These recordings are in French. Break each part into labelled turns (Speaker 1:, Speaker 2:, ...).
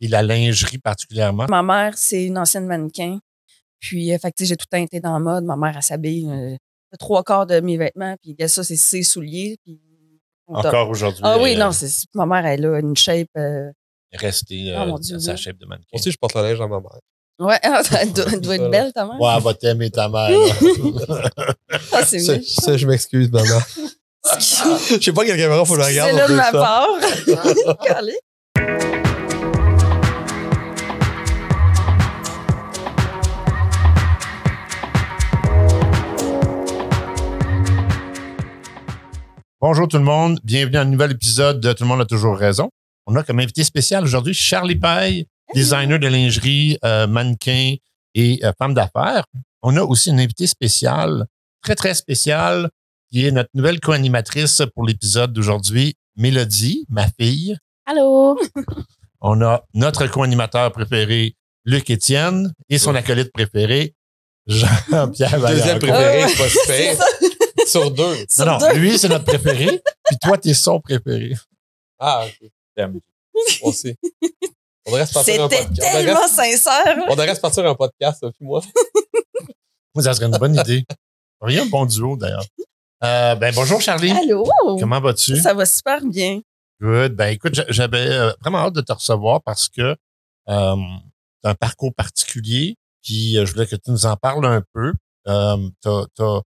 Speaker 1: et la lingerie particulièrement?
Speaker 2: Ma mère, c'est une ancienne mannequin. Puis, euh, fait que, tu sais, j'ai tout le temps été dans la mode. Ma mère, elle s'habille euh, le trois quarts de mes vêtements. Puis, ben, ça, c'est ses souliers. Puis, au top.
Speaker 1: Encore aujourd'hui.
Speaker 2: Ah oui,
Speaker 1: euh,
Speaker 2: non, c'est ma mère, elle a une shape. euh,
Speaker 1: Rester
Speaker 2: Ah,
Speaker 1: euh,
Speaker 2: mon
Speaker 1: dans
Speaker 2: Dieu,
Speaker 1: sa
Speaker 2: oui.
Speaker 1: shape de mannequin.
Speaker 3: Moi aussi, je porte le linge à ma mère.
Speaker 2: Ouais, elle doit, elle doit être belle, ta mère.
Speaker 1: Ouais, elle va t'aimer ta mère. là.
Speaker 2: Ah, c'est
Speaker 3: Ça,
Speaker 2: mieux.
Speaker 3: ça, je m'excuse, maman.
Speaker 1: Ah,
Speaker 3: je sais pas quelle caméra faut que je
Speaker 2: C'est
Speaker 3: regarde.
Speaker 2: là de
Speaker 3: en plus,
Speaker 2: ma
Speaker 3: ça.
Speaker 2: part. Calé.
Speaker 1: Bonjour tout le monde. Bienvenue à un nouvel épisode de Tout le monde a toujours raison. On a comme invité spécial aujourd'hui Charlie Paille, designer de lingerie, euh, mannequin et euh, femme d'affaires. On a aussi une invitée spéciale, très, très spéciale, qui est notre nouvelle co-animatrice pour l'épisode d'aujourd'hui, Mélodie, ma fille.
Speaker 4: Allô?
Speaker 1: On a notre co-animateur préféré, Luc Étienne, et son acolyte préféré, Jean-Pierre
Speaker 3: Deuxième
Speaker 1: Vaillancourt.
Speaker 2: Ah
Speaker 3: préféré,
Speaker 2: ouais.
Speaker 3: c'est pas si
Speaker 2: C'est
Speaker 3: pire.
Speaker 2: ça.
Speaker 3: Sur deux.
Speaker 2: Sur
Speaker 1: Non, non,
Speaker 2: deux.
Speaker 1: lui, c'est notre préféré, puis toi, t'es son préféré.
Speaker 3: Ah, ok. J'aime. On sait. On devrait se partir un
Speaker 2: C'était
Speaker 3: podcast. On devrait-
Speaker 2: tellement sincère.
Speaker 3: On devrait se partir un podcast, Sophie, moi.
Speaker 1: Ça serait une bonne idée. Rien de bon duo, d'ailleurs. Euh, ben, bonjour, Charlie.
Speaker 4: Allô?
Speaker 1: Comment vas-tu?
Speaker 2: Ça va super bien.
Speaker 1: Good. Ben, écoute, j'a- j'avais euh, vraiment hâte de te recevoir parce que euh, t'as un parcours particulier, puis euh, je voulais que tu nous en parles un peu. Euh, t'as, t'as-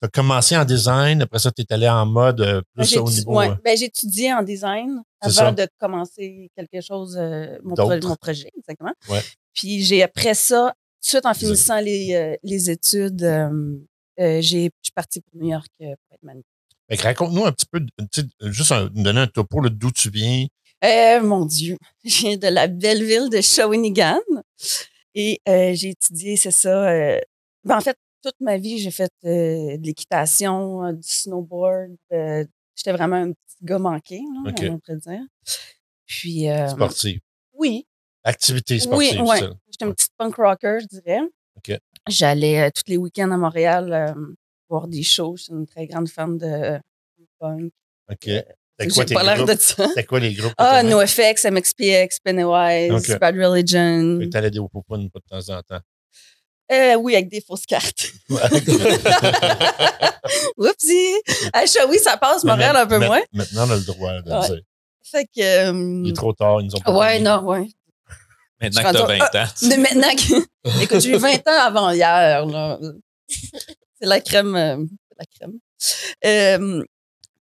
Speaker 1: t'as commencé en design, après ça, t'es allé en mode euh, plus
Speaker 2: J'ai
Speaker 1: au
Speaker 2: tu-
Speaker 1: niveau...
Speaker 2: Ah, ouais.
Speaker 1: euh,
Speaker 2: Ben, j'ai étudié en design
Speaker 1: C'est ça.
Speaker 2: avant de commencer quelque chose, euh, mon, pro-
Speaker 1: D'autre.
Speaker 2: mon projet, exactement.
Speaker 1: Ouais.
Speaker 2: Puis j'ai après ça, tout de suite en finissant les, euh, les études, euh, euh, j'ai, je suis partie pour New York euh, pour être mannequin.
Speaker 1: Fait que raconte-nous un petit peu, tu sais, juste un- nous donner un topo là, d'où tu viens.
Speaker 2: Euh, mon Dieu, je viens de la belle ville de Shawinigan et euh, j'ai étudié, c'est ça. euh, ben, en fait, toute ma vie, j'ai fait euh, de l'équitation, euh, du snowboard. euh, j'étais vraiment un petit gars manqué, là,
Speaker 1: Ok.
Speaker 2: on pourrait dire. Puis, euh,
Speaker 1: Sportive.
Speaker 2: oui,
Speaker 1: Activité sportive,
Speaker 2: oui, ouais.
Speaker 1: ça.
Speaker 2: J'étais une petite punk rocker, je dirais.
Speaker 1: OK.
Speaker 2: J'allais euh, tous les week-ends à Montréal euh, voir des shows. Je suis une très grande fan de euh, punk.
Speaker 1: OK.
Speaker 2: Euh,
Speaker 1: C'était quoi,
Speaker 2: J'ai
Speaker 1: tes
Speaker 2: pas l'air
Speaker 1: groupes?
Speaker 2: de ça.
Speaker 1: C'était quoi les groupes?
Speaker 2: Ah,
Speaker 1: que t'aimais?
Speaker 2: NoFX, MXPX, Pennywise,
Speaker 1: OK.
Speaker 2: Bad Religion.
Speaker 1: Fait que T'allais des Wopopun une fois de temps en temps.
Speaker 2: Euh, oui, avec des fausses cartes. Oupsie! À Shawi, ça passe, Montréal un peu
Speaker 1: Mais-
Speaker 2: moins.
Speaker 1: Maintenant, on a le droit de le
Speaker 2: Ouais.
Speaker 1: dire.
Speaker 2: Fait que...
Speaker 1: Il est
Speaker 2: euh,
Speaker 1: trop tard, ils nous ont pas parlé.
Speaker 2: Ouais, non, ouais.
Speaker 5: Maintenant
Speaker 2: Je
Speaker 5: que
Speaker 2: suis
Speaker 5: t'as
Speaker 2: rendu-
Speaker 5: 20 ans.
Speaker 2: Mais maintenant que... Écoute, j'ai eu 20 ans avant hier, là. C'est la crème. euh, la crème. Euh,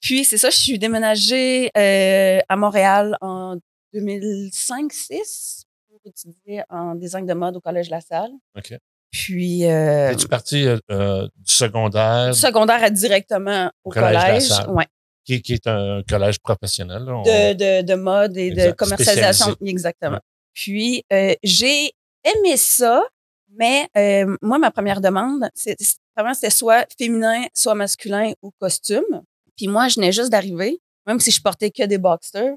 Speaker 2: puis, c'est ça, je suis déménagée euh, à Montréal en 2005-6 pour étudier en design de mode au Collège La Salle.
Speaker 1: OK.
Speaker 2: Puis, euh,
Speaker 1: Es-tu parti euh, euh, du secondaire,
Speaker 2: secondaire à directement au,
Speaker 1: Au Collège La
Speaker 2: collège,
Speaker 1: Salle.
Speaker 2: ouais,
Speaker 1: qui, qui est un collège professionnel? là, on-
Speaker 2: de, de, de mode et de
Speaker 1: Exact,
Speaker 2: commercialisation.
Speaker 1: spécialisé.
Speaker 2: Exactement. Puis, euh, j'ai aimé ça, mais euh, moi, ma première demande, c'est- c'est- vraiment, c'était soit féminin, soit masculin ou costume. Puis moi, je venais juste d'arriver, même si je portais que des boxers.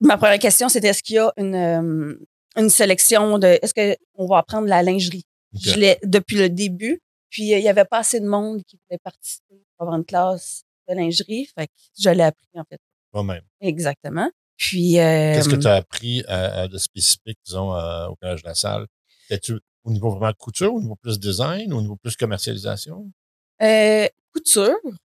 Speaker 2: Ma première question, c'était est-ce qu'il y a une, euh, une sélection de. Est-ce qu'on va apprendre la lingerie?
Speaker 1: OK.
Speaker 2: Je l'ai depuis le début. Puis euh, il y avait pas assez de monde qui voulait participer pour avoir une classe de lingerie. Fait que je l'ai appris en fait.
Speaker 1: Toi-même.
Speaker 2: Exactement. Puis euh,
Speaker 1: Qu'est-ce que tu as appris euh, euh, de spécifique, disons, euh, au collège de la salle? T'es-tu au niveau vraiment couture, au niveau plus design, au niveau plus commercialisation?
Speaker 2: euh, couture.
Speaker 1: Ok.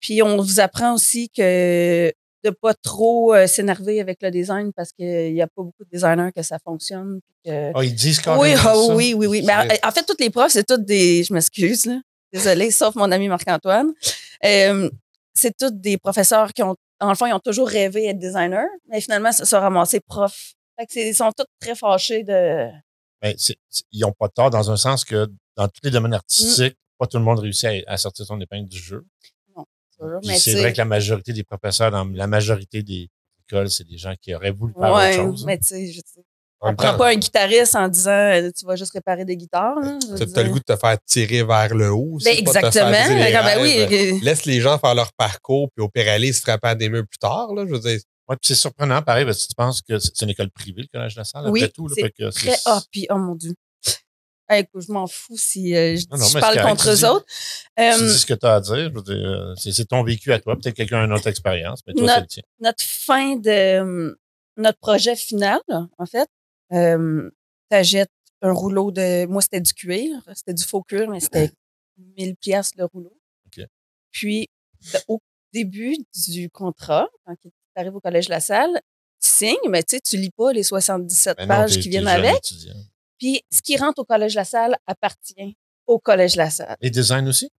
Speaker 2: Puis on vous apprend aussi que de pas trop euh, s'énerver avec le design parce qu'il n'y a pas beaucoup de designers que ça fonctionne. puis que-
Speaker 1: Ah, ils disent quand
Speaker 2: Oui,
Speaker 1: même.
Speaker 2: ah oui, oui, oui. Mais
Speaker 3: Shit.
Speaker 2: en en fait, toutes les profs, c'est toutes des. Je m'excuse, là. Désolée, sauf mon ami Marc-Antoine. Euh, c'est toutes des professeurs qui ont. En le fond, ils ont toujours rêvé d'être designer, mais finalement, ça se ramassé prof. Fait que c'est- ils sont tous très fâchés de.
Speaker 1: Ben, c'est- c'est- ils n'ont pas tort dans un sens que dans tous les domaines artistiques,
Speaker 2: Mm.
Speaker 1: pas tout le monde réussit à, à sortir son épingle du jeu. Puis
Speaker 2: Mais
Speaker 1: C'est
Speaker 2: tu sais-
Speaker 1: vrai que la majorité des professeurs dans la majorité des écoles, c'est des gens qui auraient voulu faire
Speaker 2: Ouais,
Speaker 1: autre chose. hein.
Speaker 2: mais tu sais, je sais.
Speaker 3: En même
Speaker 2: Prends
Speaker 3: temps,
Speaker 2: pas un guitariste en disant euh, tu vas juste réparer des guitares. là. Je veux
Speaker 3: t'as
Speaker 2: dire.
Speaker 3: t'as le goût de te faire tirer vers le haut.
Speaker 2: Ben,
Speaker 3: c'est pas de te faire
Speaker 2: exactement.
Speaker 3: briser les
Speaker 2: Fait que, ben
Speaker 3: rêves. euh,
Speaker 2: oui.
Speaker 3: Laisse les gens faire leur parcours, puis au pire, aller se frapper à des murs plus tard. Là, je veux dire,
Speaker 1: Ouais, puis c'est surprenant, pareil, parce que tu penses que c'est c'est une école privée, le Collège national,
Speaker 2: Oui,
Speaker 1: après tout. là,
Speaker 2: c'est
Speaker 1: fait que
Speaker 2: très
Speaker 1: c'est-
Speaker 2: ah puis oh mon dieu Hey, écoute, je m'en fous si euh, je,
Speaker 1: Non, non,
Speaker 2: je
Speaker 1: mais
Speaker 2: parle
Speaker 1: c'est correct,
Speaker 2: contre
Speaker 1: tu
Speaker 2: eux
Speaker 1: dis-
Speaker 2: autres
Speaker 1: tu
Speaker 2: Euh,
Speaker 1: dis ce que tu as à dire. je veux dire, euh, C'est c'est ton vécu à toi. Peut-être quelqu'un a une autre expérience, mais toi,
Speaker 2: Notre- hum,
Speaker 1: c'est le tien.
Speaker 2: notre fin de euh, notre projet final en fait Euh, T'achètes un rouleau de... Moi, c'était du cuir. C'était du faux cuir, mais c'était 1000 pièces le rouleau.
Speaker 1: OK.
Speaker 2: Puis, ben, au début du contrat, quand tu arrives au collège La Salle, tu signes, mais tu sais, tu lis pas les 77
Speaker 1: Mais Ben non,
Speaker 2: pages
Speaker 1: t'es-
Speaker 2: qui
Speaker 1: t'es
Speaker 2: viennent
Speaker 1: jeune
Speaker 2: avec.
Speaker 1: étudiant.
Speaker 2: Puis, ce qui rentre au collège La Salle appartient au collège La Salle.
Speaker 1: Les designs aussi?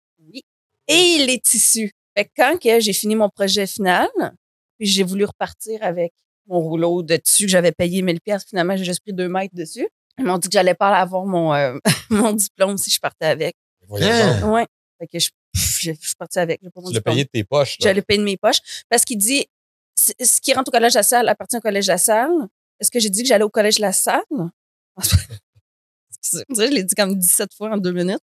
Speaker 2: et les tissus. Fait que quand que j'ai fini mon projet final, puis j'ai voulu repartir avec mon rouleau de tissu que j'avais payé 1000 pièces, finalement j'ai juste pris deux mètres dessus. Ils m'ont dit que j'allais pas avoir mon euh, mon diplôme si je partais avec.
Speaker 3: Voyons donc.
Speaker 2: Ouais. Fait que je, pff, je- je suis partie avec. J'ai pas Hein? mon
Speaker 3: Tu l'as
Speaker 2: diplôme.
Speaker 3: payé de tes poches. là.
Speaker 2: J'allais payer de mes poches parce qu'il dit c- ce qui rentre au collège La Salle appartient au collège La Salle. Est-ce que j'ai dit que j'allais au collège La Salle Excusez, on dirait que je l'ai dit comme 17 fois en deux minutes.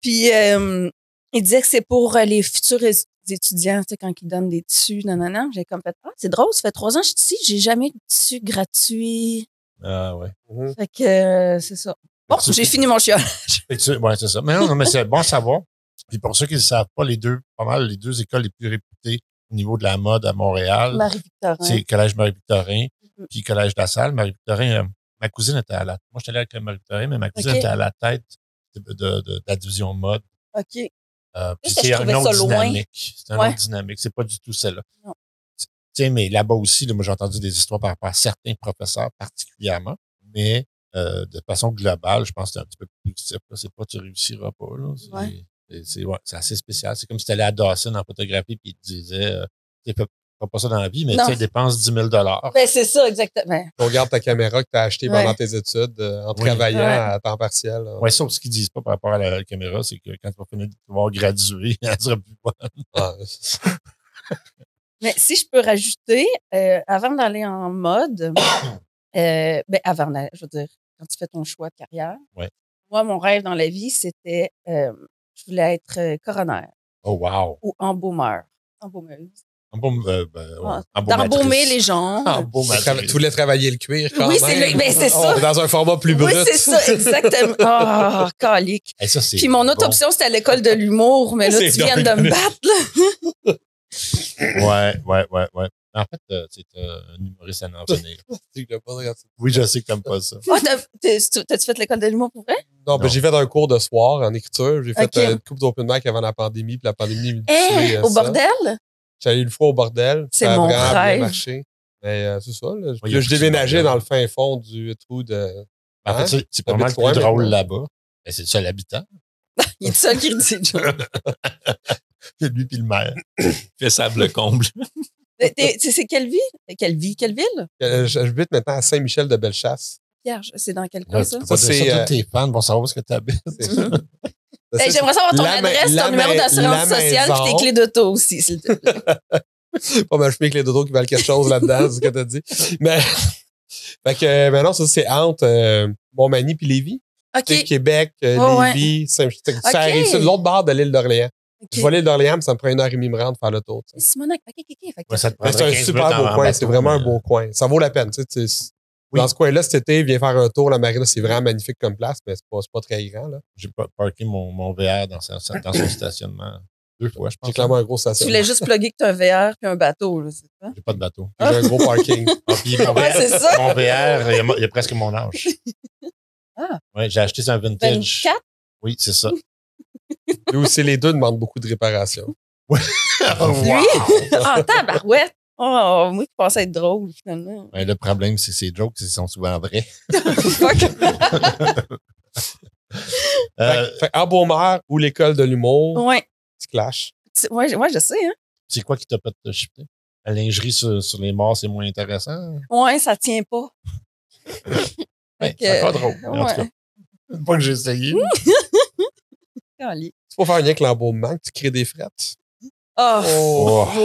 Speaker 2: Puis euh, il disait que c'est pour euh, les futurs é- étudiants, tu sais, quand ils donnent des tissus, non, non, non. J'ai comme fait, ah, c'est drôle, ça fait trois ans que je suis ici, j'ai jamais eu de tissu gratuit.
Speaker 1: Ah, ouais.
Speaker 3: Mhm.
Speaker 2: Fait que euh, c'est ça. Bon, j'ai fini mon chiol.
Speaker 1: Fait que tu- ouais, c'est ça. Mais non, non, mais c'est bon à savoir. Puis pour ceux qui ne le savent pas, les deux, pas mal, les deux écoles les plus réputées au niveau de la mode à Montréal,
Speaker 2: Marie-Victorin.
Speaker 1: c'est Collège Marie-Victorin,
Speaker 2: Mhm.
Speaker 1: puis Collège de la Salle. Marie-Victorin, euh, ma cousine était à la... Moi, j'étais allé avec Marie-Victorin, mais ma cousine
Speaker 2: Ok.
Speaker 1: était à la tête de, de- de- de la division mode.
Speaker 2: OK.
Speaker 1: Euh, puis
Speaker 2: Juste que
Speaker 1: c'est
Speaker 2: je
Speaker 1: un
Speaker 2: trouvais
Speaker 1: autre
Speaker 2: ça loin.
Speaker 1: dynamique. C'est un
Speaker 2: Ouais.
Speaker 1: autre dynamique. C'est pas du tout celle-là.
Speaker 2: Non.
Speaker 1: Tu sais, mais là-bas aussi, là, moi, j'ai entendu des histoires par rapport à certains professeurs particulièrement, mais euh, de façon globale, je pense que c'est un petit peu plus positif. là. C'est pas tu réussiras pas. là. C'est
Speaker 2: Ouais.
Speaker 1: c'est- c'est- ouais, c'est assez spécial. C'est comme si tu allais à Dawson en photographie puis ils te disaient euh, tu sais, fais fais pas ça dans la vie, mais
Speaker 2: Non.
Speaker 1: tu sais, dépense 10 000
Speaker 2: Ben, c'est ça, exactement.
Speaker 3: On garde ta caméra que tu as achetée
Speaker 2: Ouais.
Speaker 3: pendant tes études euh, en
Speaker 1: Oui.
Speaker 3: travaillant
Speaker 2: Ouais.
Speaker 3: à temps partiel. là.
Speaker 1: Ouais, sauf ce qu'ils disent pas par rapport à la, la caméra, c'est que quand tu vas finir de pouvoir graduer, elle sera plus bonne.
Speaker 3: Ah,
Speaker 2: Mais si je peux rajouter, euh, avant d'aller en mode, euh, ben avant, d'aller- je veux dire, quand tu fais ton choix de carrière,
Speaker 1: Ouais.
Speaker 2: moi, mon rêve dans la vie, c'était, euh, je voulais être euh, coroner
Speaker 1: Oh, wow!
Speaker 2: ou embaumeur. Embaumeuse.
Speaker 1: Embaume- euh, ben, ouais,
Speaker 2: Ah, D'embaumer
Speaker 1: embaumatrice.
Speaker 2: les gens.
Speaker 3: tu,
Speaker 1: Embaumatrice.
Speaker 3: trava- tu voulais travailler le cuir quand
Speaker 2: Oui,
Speaker 3: même.
Speaker 2: c'est le- ben, c'est ça.
Speaker 3: On est Dans un format plus
Speaker 2: oui,
Speaker 3: brut.
Speaker 2: c'est ça, exactement. Ah, calique.
Speaker 1: Hey, Eh, ça, c'est
Speaker 2: Puis mon autre
Speaker 1: bon.
Speaker 2: option, c'était à l'école de l'humour, mais là,
Speaker 3: C'est
Speaker 2: tu viens de
Speaker 3: dingue.
Speaker 2: me battre, là.
Speaker 1: Ouais, ouais, ouais, ouais. En fait, euh, c'est euh, un humoriste à en venir.
Speaker 3: Tu l'as pas regardé.
Speaker 1: Oui, je sais que t'aimes pas ça.
Speaker 2: Ah, t'as- t'as- T'as-tu fait l'école de l'humour pour vrai?
Speaker 3: Non, ben,
Speaker 1: Non.
Speaker 3: j'ai fait un cours de soir en écriture. J'ai fait
Speaker 2: Ok.
Speaker 3: euh, une coupe d'open mic avant la pandémie, puis la pandémie me
Speaker 2: Eh, au bordel?
Speaker 3: J'étais allé une fois au bordel.
Speaker 2: C'est
Speaker 3: ça a
Speaker 2: mon
Speaker 3: vraiment bien
Speaker 2: rêve.
Speaker 3: marché. Mais euh, c'est ça. Là,
Speaker 1: Oui,
Speaker 3: Là,
Speaker 1: y a
Speaker 3: je
Speaker 1: plus de
Speaker 3: déménageais
Speaker 1: bordel.
Speaker 3: dans le fin fond du trou de.
Speaker 1: En fait, c'est- c'est pas mal
Speaker 3: T'habites
Speaker 1: plus
Speaker 3: loin
Speaker 1: drôle
Speaker 3: maintenant?
Speaker 1: là-bas. Ben, c'est le seul habitant.
Speaker 2: Il est le seul qui le dit, Joe.
Speaker 1: C'est lui puis le maire. Fait sable comble.
Speaker 2: Mais t'es- C'est c'est quelle vie? Quelle vie? Quelle ville?
Speaker 3: Euh, J'habite maintenant à Saint-Michel-de-Bellechasse.
Speaker 2: Pierre, je- c'est dans quel coin,
Speaker 1: Ouais,
Speaker 2: ça?
Speaker 1: tu peux pas
Speaker 3: Ça,
Speaker 1: dire
Speaker 3: c'est,
Speaker 1: ça.
Speaker 3: euh,
Speaker 1: Tous tes fans vont savoir ce que t'habites.
Speaker 3: C'est-
Speaker 2: Mhm.
Speaker 3: c'est-
Speaker 2: Hey, J'aimerais savoir ton
Speaker 3: la ma-
Speaker 2: adresse,
Speaker 3: la
Speaker 2: ton numéro
Speaker 3: ma-
Speaker 2: d'assurance
Speaker 3: la
Speaker 2: sociale
Speaker 3: maison.
Speaker 2: et tes clés d'auto aussi, s'il te plaît.
Speaker 3: pas mal chemin avec les dodos qui valent quelque chose là-dedans, c'est ce que t'as dit. Mais, fait que, euh, ben non, ça, c'est entre euh, Montmagny puis Lévis. Tu sais,
Speaker 2: OK.
Speaker 3: Québec, euh,
Speaker 2: Oh, ouais.
Speaker 3: Lévis, Saint-Michel.
Speaker 2: Ok.
Speaker 3: Ça arrive sur l'autre bord de l'île d'Orléans. Je vois l'île d'Orléans, mais ça me prend une heure et demie me rendre faire le tour. tu sais.
Speaker 2: Simonac, OK, OK, OK. Fait que-
Speaker 1: Ouais, ça te
Speaker 3: Mais C'est
Speaker 1: prendrait
Speaker 3: un
Speaker 1: 15
Speaker 3: super
Speaker 1: minutes en-
Speaker 3: beau
Speaker 1: en
Speaker 3: coin.
Speaker 1: bateau,
Speaker 3: C'est vraiment un
Speaker 1: mais, euh,
Speaker 3: beau coin. Ça vaut la peine. tu sais, tu sais,
Speaker 1: Oui.
Speaker 3: Dans ce coin-là, cet été, viens faire un tour. La marina, c'est vraiment magnifique comme place, mais c'est pas, c'est pas très grand. là.
Speaker 1: J'ai pas parké mon, mon VR dans, sa- sa- dans son stationnement deux fois, je pense.
Speaker 3: J'ai clairement un gros
Speaker 2: Tu
Speaker 3: station.
Speaker 2: voulais juste plugger que t'as un VR puis un bateau, là, c'est ça?
Speaker 1: J'ai pas de bateau.
Speaker 3: J'ai un gros parking.
Speaker 1: Ah, puis mon
Speaker 2: Ouais,
Speaker 1: VR,
Speaker 2: c'est ça.
Speaker 1: mon VR, il y a mo- il y a presque mon âge.
Speaker 2: Ah.
Speaker 1: Ouais, j'ai acheté ça en vintage.
Speaker 2: 24?
Speaker 1: Oui, c'est ça.
Speaker 3: Et aussi, les deux demandent beaucoup de réparation.
Speaker 1: Wow!
Speaker 2: Oh, Lui? Ah, tabarouette! Oh, moi, je pensais être drôle, finalement.
Speaker 1: Ouais, Ben, le problème, c'est que ces jokes, ils sont souvent vrais.
Speaker 2: Fuck!
Speaker 1: Euh,
Speaker 3: Fait, fait, Embaumeur ou l'école de l'humour,
Speaker 2: Ouais.
Speaker 3: petit clash.
Speaker 2: Tu- Ouais, je- ouais, je sais, hein.
Speaker 1: c'est quoi qui t'a pas te shifté? La lingerie sur, sur les morts, c'est moins intéressant.
Speaker 2: Ouais, ça tient pas.
Speaker 1: Ben,
Speaker 2: Fait que-
Speaker 1: c'est encore drôle. mais En tout cas,
Speaker 2: Ouais.
Speaker 1: une fois que j'ai essayé.
Speaker 2: Calé.
Speaker 3: C'est pour faire un lien avec l'embaumement que tu crées des frettes.
Speaker 2: Oh!
Speaker 3: Oh.
Speaker 1: Oh,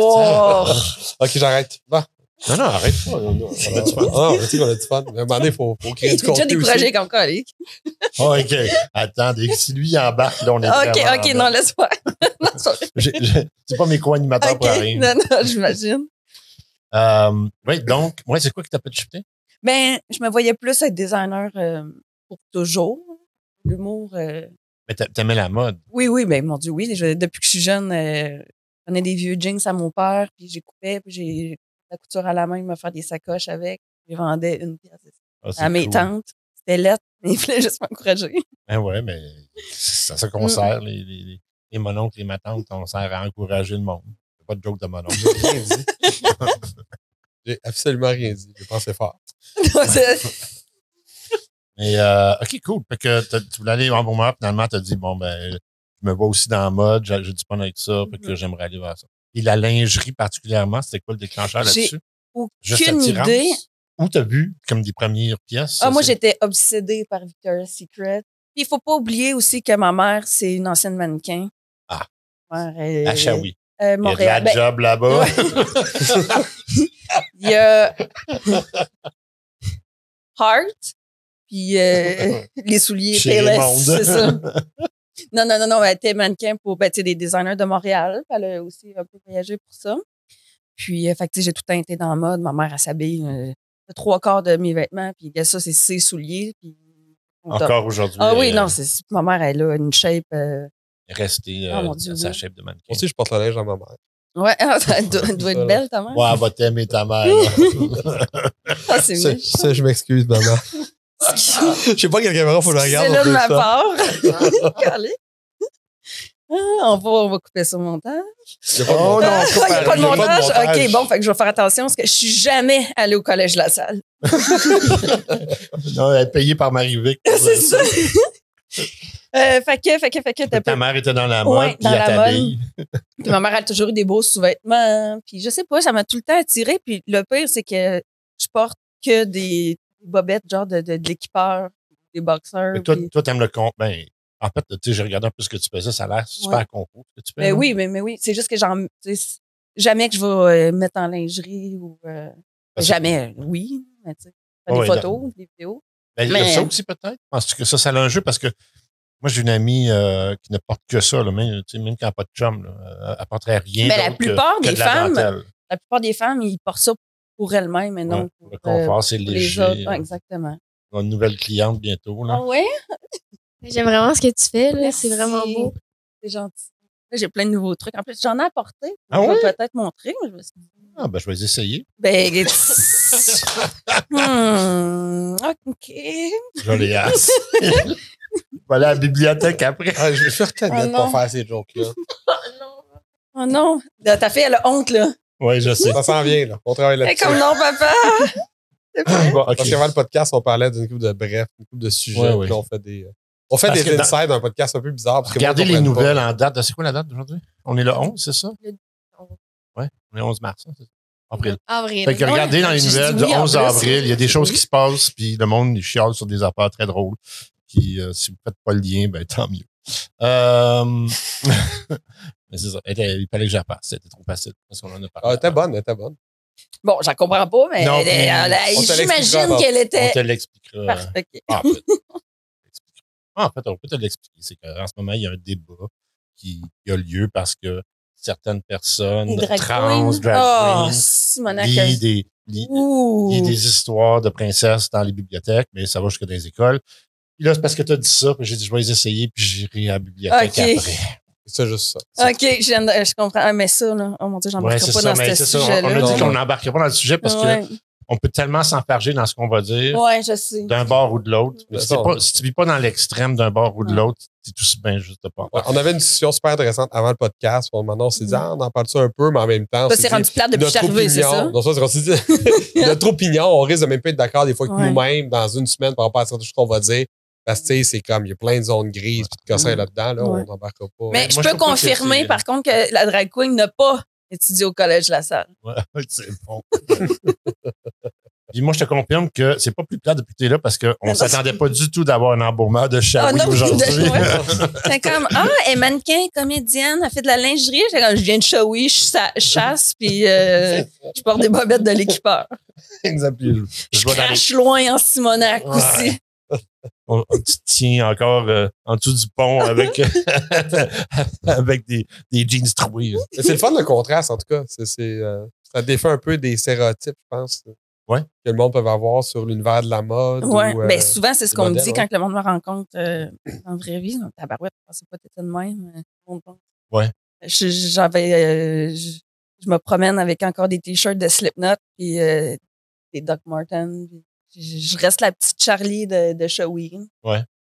Speaker 2: wow.
Speaker 3: OK, j'arrête. Bon.
Speaker 1: Non, non, arrête pas. On a- on a du fun.
Speaker 3: Ah, on a dit qu'on a du fun. Mais à un moment donné, il faut, faut créer
Speaker 2: J'ai
Speaker 3: du contenu
Speaker 2: déjà des
Speaker 3: aussi.
Speaker 2: projets comme colique.
Speaker 1: Ah, OK. Attendez, si lui il embarque, là, on est
Speaker 2: OK,
Speaker 1: vraiment-
Speaker 2: OK, non, laisse faire. Non, c'est pas vrai.
Speaker 1: J'ai- j'ai- C'est pas mes co-animateurs
Speaker 2: OK,
Speaker 1: pour rien.
Speaker 2: non, non, j'imagine.
Speaker 1: Euh, oui, donc, ouais, c'est quoi qui t'a pas shifté?
Speaker 2: Ben, je me voyais plus être designer euh, pour toujours. L'humour. euh,
Speaker 1: Mais t'a- t'aimais la mode.
Speaker 2: Oui, oui, ben mon Dieu, oui. Je- depuis que je suis jeune, euh, je prenais des vieux jeans à mon père, puis j'ai coupé, puis j'ai la couture à la main, me faire des sacoches avec. Je les vendais une pièce
Speaker 1: Ah, c'est
Speaker 2: à mes
Speaker 1: cool.
Speaker 2: tantes. C'était lettre, mais ils voulaient juste m'encourager.
Speaker 1: Ben ouais, mais c'est à ça qu'on
Speaker 2: Mm.
Speaker 1: sert, les, les, les, les mononcles, les matantes, on sert à encourager le monde. C'est pas de joke de mononcle.
Speaker 3: J'ai rien dit. J'ai absolument rien dit. J'ai pensé fort.
Speaker 2: C'est-
Speaker 1: Mais, euh, OK, cool. Fait que t'as- tu voulais aller en bon moment, finalement, tu as dit, bon, ben, je me vois aussi dans la mode, j'ai j'ai du fun avec ça, fait que
Speaker 2: Mhm.
Speaker 1: j'aimerais aller vers ça. Et la lingerie particulièrement, c'était quoi le déclencheur
Speaker 2: J'ai
Speaker 1: là-dessus? Juste
Speaker 2: Aucune
Speaker 1: l'attirance?
Speaker 2: idée.
Speaker 1: Où t'as vu comme des premières pièces?
Speaker 2: Ah,
Speaker 1: ça,
Speaker 2: moi,
Speaker 1: c'est-
Speaker 2: j'étais obsédée par Victoria's Secret. Puis, il faut pas oublier aussi que ma mère, c'est une ancienne mannequin.
Speaker 1: Ah.
Speaker 2: Ma mère est-
Speaker 1: À Shawi.
Speaker 2: euh,
Speaker 1: Il y a de la
Speaker 2: Montréal. Ben,
Speaker 1: job là-bas.
Speaker 2: il y a Heart, puis euh, les souliers
Speaker 1: Chez
Speaker 2: Payless,
Speaker 1: Raymond.
Speaker 2: c'est ça. Non, non, non, non, elle était mannequin pour ben, tu sais, des designers de Montréal. puis Elle a aussi un peu voyagé pour ça. Puis, euh, fait que, tu sais, j'ai tout le temps été dans la mode. Ma mère, elle s'habille euh, le trois quarts de mes vêtements, puis ben, ça, c'est ses souliers. Puis, au top.
Speaker 1: Encore aujourd'hui.
Speaker 2: Ah oui,
Speaker 1: euh,
Speaker 2: non, c'est c'est- ma mère, elle a une shape. euh,
Speaker 1: Rester
Speaker 2: Ah,
Speaker 1: euh,
Speaker 2: mon Dieu,
Speaker 1: dans sa
Speaker 2: oui.
Speaker 1: shape de mannequin.
Speaker 3: Moi aussi, je porte le linge à ma mère.
Speaker 2: Ouais, elle doit, elle doit être belle, ta mère.
Speaker 1: Ouais, elle va t'aimer ta mère. là.
Speaker 2: Ah, c'est
Speaker 3: Ça,
Speaker 2: vrai.
Speaker 3: ça, je m'excuse, maman. Je sais pas quelle caméra faut que je
Speaker 2: C'est
Speaker 3: regarde.
Speaker 2: là de
Speaker 3: on
Speaker 2: ma
Speaker 3: peut ça.
Speaker 2: part. Calé. Ah, on, va, on va couper ça au montage.
Speaker 3: Y a pas de
Speaker 1: Oh,
Speaker 3: montage.
Speaker 1: non,
Speaker 2: Ah,
Speaker 1: il y a pas de montage.
Speaker 2: Il n'y a pas de montage? OK, bon, fait que je vais faire attention parce que je suis jamais allée au collège La Salle.
Speaker 1: non, elle est payée par Marie-Vic. pour
Speaker 2: C'est
Speaker 1: ça.
Speaker 2: ça. Euh, fait que, fait que, fait que,
Speaker 1: Ta
Speaker 2: t'as peu.
Speaker 1: mère était dans la mode,
Speaker 2: Ouais,
Speaker 1: puis
Speaker 2: dans
Speaker 1: elle
Speaker 2: la
Speaker 1: t'habille.
Speaker 2: Puis ma mère, elle a toujours eu des beaux sous-vêtements. Puis je sais pas, ça m'a tout le temps attirée. Puis le pire, c'est que je porte que des bobettes, genre de, de, de l'équipeur, des boxeurs.
Speaker 1: Mais Toi,
Speaker 2: puis-
Speaker 1: toi, t'aimes le con. Ben, en fait, tu sais, j'ai regardé un peu ce que tu faisais, ça a l'air super
Speaker 2: Ouais.
Speaker 1: concours ce que tu fais.
Speaker 2: Ben
Speaker 1: là.
Speaker 2: oui, mais, mais oui. C'est juste que j'en. tu sais, Jamais que je vais euh, mettre en lingerie ou. euh,
Speaker 1: Parce que- Ah
Speaker 2: jamais, oui. Mais tu sais, faire
Speaker 1: Ouais,
Speaker 2: des
Speaker 1: ouais,
Speaker 2: photos, des vidéos.
Speaker 1: Ben, il y a
Speaker 2: mais-
Speaker 1: ça aussi, peut-être. Penses-tu que ça, ça a un jeu? Parce que moi, j'ai une amie euh, qui ne porte que ça, là, même, tu sais, même quand elle n'a pas de chum, là, euh, elle ne porterait rien.
Speaker 2: Mais Ben, la
Speaker 1: d'autre que-
Speaker 2: plupart
Speaker 1: euh, que
Speaker 2: des
Speaker 1: de la
Speaker 2: femmes,
Speaker 1: dentelle.
Speaker 2: La plupart des femmes, ils portent ça pour elles-mêmes et non
Speaker 1: Ouais,
Speaker 2: pour,
Speaker 1: le
Speaker 2: euh,
Speaker 1: confort, c'est
Speaker 2: pour
Speaker 1: léger.
Speaker 2: les autres. Ouais, Oh. exactement.
Speaker 1: On a une nouvelle cliente bientôt. Là.
Speaker 2: ouais?
Speaker 4: J'aime vraiment ce que tu fais, là. Ah
Speaker 2: Merci.
Speaker 4: C'est vraiment beau.
Speaker 2: C'est gentil. Là, j'ai plein de nouveaux trucs. En plus, j'en ai apporté.
Speaker 1: Ah
Speaker 2: je
Speaker 1: ouais?
Speaker 2: vais peut-être montrer. mais je me suis dit,
Speaker 1: Ah, ben, je vais les essayer.
Speaker 2: Ben, it's- Hmm, OK.
Speaker 1: Je vais les ass- Je vais aller à la bibliothèque après.
Speaker 3: Ah, je je suis retenu
Speaker 2: Ah,
Speaker 3: de pas
Speaker 2: non.
Speaker 3: faire ces jokes-là.
Speaker 2: Oh non. Là, Ta fille, elle a honte, là.
Speaker 1: Oui, je sais.
Speaker 3: Ça s'en vient, là. On travaille
Speaker 2: Elle est
Speaker 3: là-dessus.
Speaker 2: comme non, papa. C'est pas vrai.
Speaker 1: Bon, ok.
Speaker 3: Parce qu'avant le podcast, on parlait d'une couple de brefs, une couple de sujets.
Speaker 1: Ouais,
Speaker 3: puis
Speaker 1: ouais.
Speaker 3: là, on fait des, euh, on fait
Speaker 1: Parce
Speaker 3: des
Speaker 1: que dans-
Speaker 3: insides d'un podcast un peu bizarre. Parce que moi,
Speaker 1: Regardez
Speaker 3: je
Speaker 1: les
Speaker 3: comprends pas.
Speaker 1: nouvelles en date. C'est quoi la date d'aujourd'hui? On est le 11, c'est ça?
Speaker 4: Le
Speaker 1: Oui, on est 11 mars. hein, c'est ça? Avril.
Speaker 2: Ah,
Speaker 4: Avril.
Speaker 1: Fait que regardez
Speaker 2: Ouais,
Speaker 1: dans les
Speaker 2: j'ai dit
Speaker 1: nouvelles du
Speaker 2: oui en
Speaker 1: 11
Speaker 2: plus.
Speaker 1: avril, il y a des choses qui se passent, puis le monde il chiale sur des affaires très drôles. Puis euh, si vous faites pas le lien, ben tant mieux. Euh, mais c'est ça. Elle était- il fallait que j'en passe. C'était trop facile parce qu'on en a
Speaker 3: Ah,
Speaker 1: parlé.
Speaker 3: elle était bonne, elle était bonne.
Speaker 2: Bon, j'en comprends pas, mais
Speaker 1: Non,
Speaker 2: elle- elle- elle-
Speaker 3: on te l'expliquera,
Speaker 2: j'imagine
Speaker 3: Bob.
Speaker 2: qu'elle
Speaker 1: on
Speaker 2: était.
Speaker 1: te l'expliquera.
Speaker 2: Parfait. OK.
Speaker 1: Ah, en fait. Ah, en fait, on peut te l'expliquer. C'est qu'en ce moment, il y a un débat qui, qui a lieu parce que certaines personnes
Speaker 2: Des drag
Speaker 1: trans,
Speaker 2: queens.
Speaker 1: drag
Speaker 2: Oh,
Speaker 1: queens,
Speaker 2: Simonac.
Speaker 1: lient des, lient-
Speaker 2: Ouh.
Speaker 1: Il y a des histoires de princesses dans les bibliothèques, mais ça va jusque dans les écoles. Puis là, c'est parce que tu as dit ça, puis j'ai dit, je vais les essayer, puis j'irai à la bibliothèque
Speaker 2: Ok.
Speaker 1: après.
Speaker 3: C'est juste ça.
Speaker 2: OK, je, viens de- je comprends. Ah, mais ça, là, oh mon Dieu, j'en
Speaker 1: Ouais,
Speaker 2: embarquerai
Speaker 1: c'est
Speaker 2: pas
Speaker 1: ça,
Speaker 2: dans
Speaker 1: mais
Speaker 2: ce
Speaker 1: c'est ça. On on
Speaker 2: sujet-là.
Speaker 1: a dit
Speaker 3: Non,
Speaker 1: qu'on
Speaker 3: non.
Speaker 1: n'embarquait pas dans le sujet parce que
Speaker 2: ouais.
Speaker 1: on peut tellement s'enfarger dans ce qu'on va dire
Speaker 2: Ouais, je sais.
Speaker 1: d'un bord ou de l'autre.
Speaker 3: De
Speaker 1: Si, t'es
Speaker 3: toute
Speaker 1: pas-
Speaker 3: façon.
Speaker 1: si tu vis pas dans l'extrême d'un bord ou de
Speaker 2: Ouais.
Speaker 1: l'autre, c'est tout si bien juste de pas.
Speaker 3: Ouais, on avait une discussion super intéressante avant le podcast. Bon, maintenant, on s'est dit,
Speaker 2: Mhm.
Speaker 3: ah, on en parle ça un peu, mais en même temps. on
Speaker 2: Ça,
Speaker 3: s'est
Speaker 2: Bah, c'est rendu
Speaker 3: dit,
Speaker 2: plate depuis que je
Speaker 3: notre
Speaker 2: suis arrivée, c'est ça?
Speaker 3: opinion, non, ça, c'est- on s'est dit, notre opinion, on risque de même pas être d'accord des fois avec
Speaker 2: Ouais.
Speaker 3: nous-mêmes dans une semaine par rapport à certaines choses qu'on va dire. Parce que, tu sais, c'est comme, il y a plein de zones grises puis de cossins
Speaker 2: Ouais.
Speaker 3: là-dedans, là,
Speaker 2: Ouais.
Speaker 3: on n'embarquera pas.
Speaker 2: Mais
Speaker 1: Ouais,
Speaker 2: je
Speaker 1: moi, je
Speaker 2: peux
Speaker 1: trouve pas que
Speaker 2: confirmer,
Speaker 1: c'est-
Speaker 2: par contre, que la drag queen n'a pas étudié au collège La Salle.
Speaker 1: Ouais, c'est bon. Puis moi, je te confirme que c'est pas plus plat depuis que t'es là parce qu'on
Speaker 2: Non.
Speaker 1: s'attendait pas du tout d'avoir un embaumeur de Shawi
Speaker 2: Ah, non,
Speaker 3: hein.
Speaker 1: aujourd'hui.
Speaker 2: de- C'est comme, ah, elle est mannequin, comédienne, elle fait de la lingerie. J'étais comme, je viens de Shawi, je sa- chasse, puis euh, je porte des bobettes de l'équipeur.
Speaker 1: Exactement.
Speaker 2: Je,
Speaker 1: Je vois dans les-
Speaker 2: crache loin en Simonac
Speaker 1: Ouais.
Speaker 2: aussi.
Speaker 1: on, on se tient encore euh, en dessous du pont avec, avec des, des jeans troués. là.
Speaker 3: Mais c'est le fun le contraste, en tout cas. C'est, c'est, euh, ça défait un peu des stéréotypes, je pense,
Speaker 1: Ouais.
Speaker 3: que le monde peut avoir sur l'univers de la mode.
Speaker 2: Ouais.
Speaker 3: ou, euh,
Speaker 2: ben, souvent, c'est ce
Speaker 3: le
Speaker 2: qu'on me
Speaker 3: modèle,
Speaker 2: dit
Speaker 3: ouais.
Speaker 2: quand le monde me rencontre euh, en vraie vie. Donc, tabarouette, je pensais pas que t'étais de même. euh, bon, bon.
Speaker 1: Ouais.
Speaker 2: Je- J'avais. euh, je, je me promène avec encore des t-shirts de Slipknot, puis euh, des Doc Martens. puis Je, je reste la petite Charlie de, de Shoei.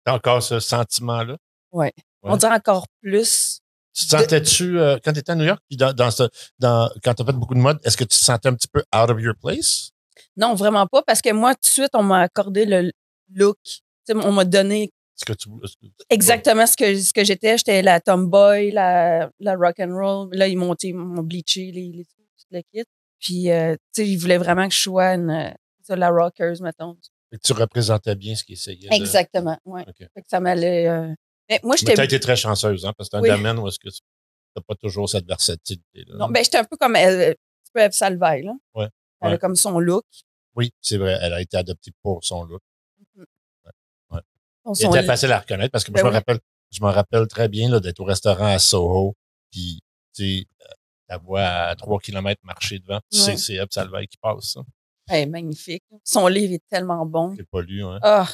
Speaker 1: T'as encore ce sentiment-là?
Speaker 2: On dirait encore plus.
Speaker 1: Tu te sentais-tu, euh, quand tu étais à New York, puis dans, dans ce, dans, quand tu as fait beaucoup de mode, est-ce que tu te sentais un petit peu out of your place?
Speaker 2: Non, vraiment pas, parce que moi, tout de suite, on m'a accordé le look. Tu sais, on m'a donné
Speaker 1: Est-ce que tu. est-ce que-
Speaker 2: exactement ce que, ce que j'étais. J'étais la tomboy, la, la rock and roll. Là, ils m'ont, tu sais, ils m'ont bleaché les, les tout le kit. Puis, euh, tu sais, ils voulaient vraiment que je sois une, euh, ça, la rockers, mettons.
Speaker 1: que tu représentais bien ce qu'ils essayaient. de-
Speaker 2: Exactement, ouais.
Speaker 1: OK.
Speaker 2: Fait que ça m'allait... euh, Mais moi,
Speaker 1: Mais
Speaker 2: j'étais...
Speaker 1: tu été très chanceuse, hein, parce que c'est un
Speaker 2: Oui.
Speaker 1: domaine où est-ce que tu n'as pas toujours cette versatilité. Là.
Speaker 2: Non, ben, j'étais un peu comme elle, un petit peu Eve Salvaille, là.
Speaker 1: hein? Ouais,
Speaker 2: Elle
Speaker 1: ouais.
Speaker 2: a comme son look,
Speaker 1: Oui, c'est vrai. Elle a été adoptée pour son look.
Speaker 2: son,
Speaker 1: Il
Speaker 2: son
Speaker 1: était facile à reconnaître parce que moi, je
Speaker 2: Ben
Speaker 1: me
Speaker 2: oui.
Speaker 1: rappelle, je me rappelle très bien là, d'être au restaurant à Soho, puis tu sais, euh, ta voix à 3 km marcher devant. Tu sais
Speaker 2: Ouais.
Speaker 1: que c'est Eb Salvaille qui passe, ça.
Speaker 2: Elle est magnifique. Son livre est tellement bon.
Speaker 1: J'ai pas lu, hein.
Speaker 2: Ah,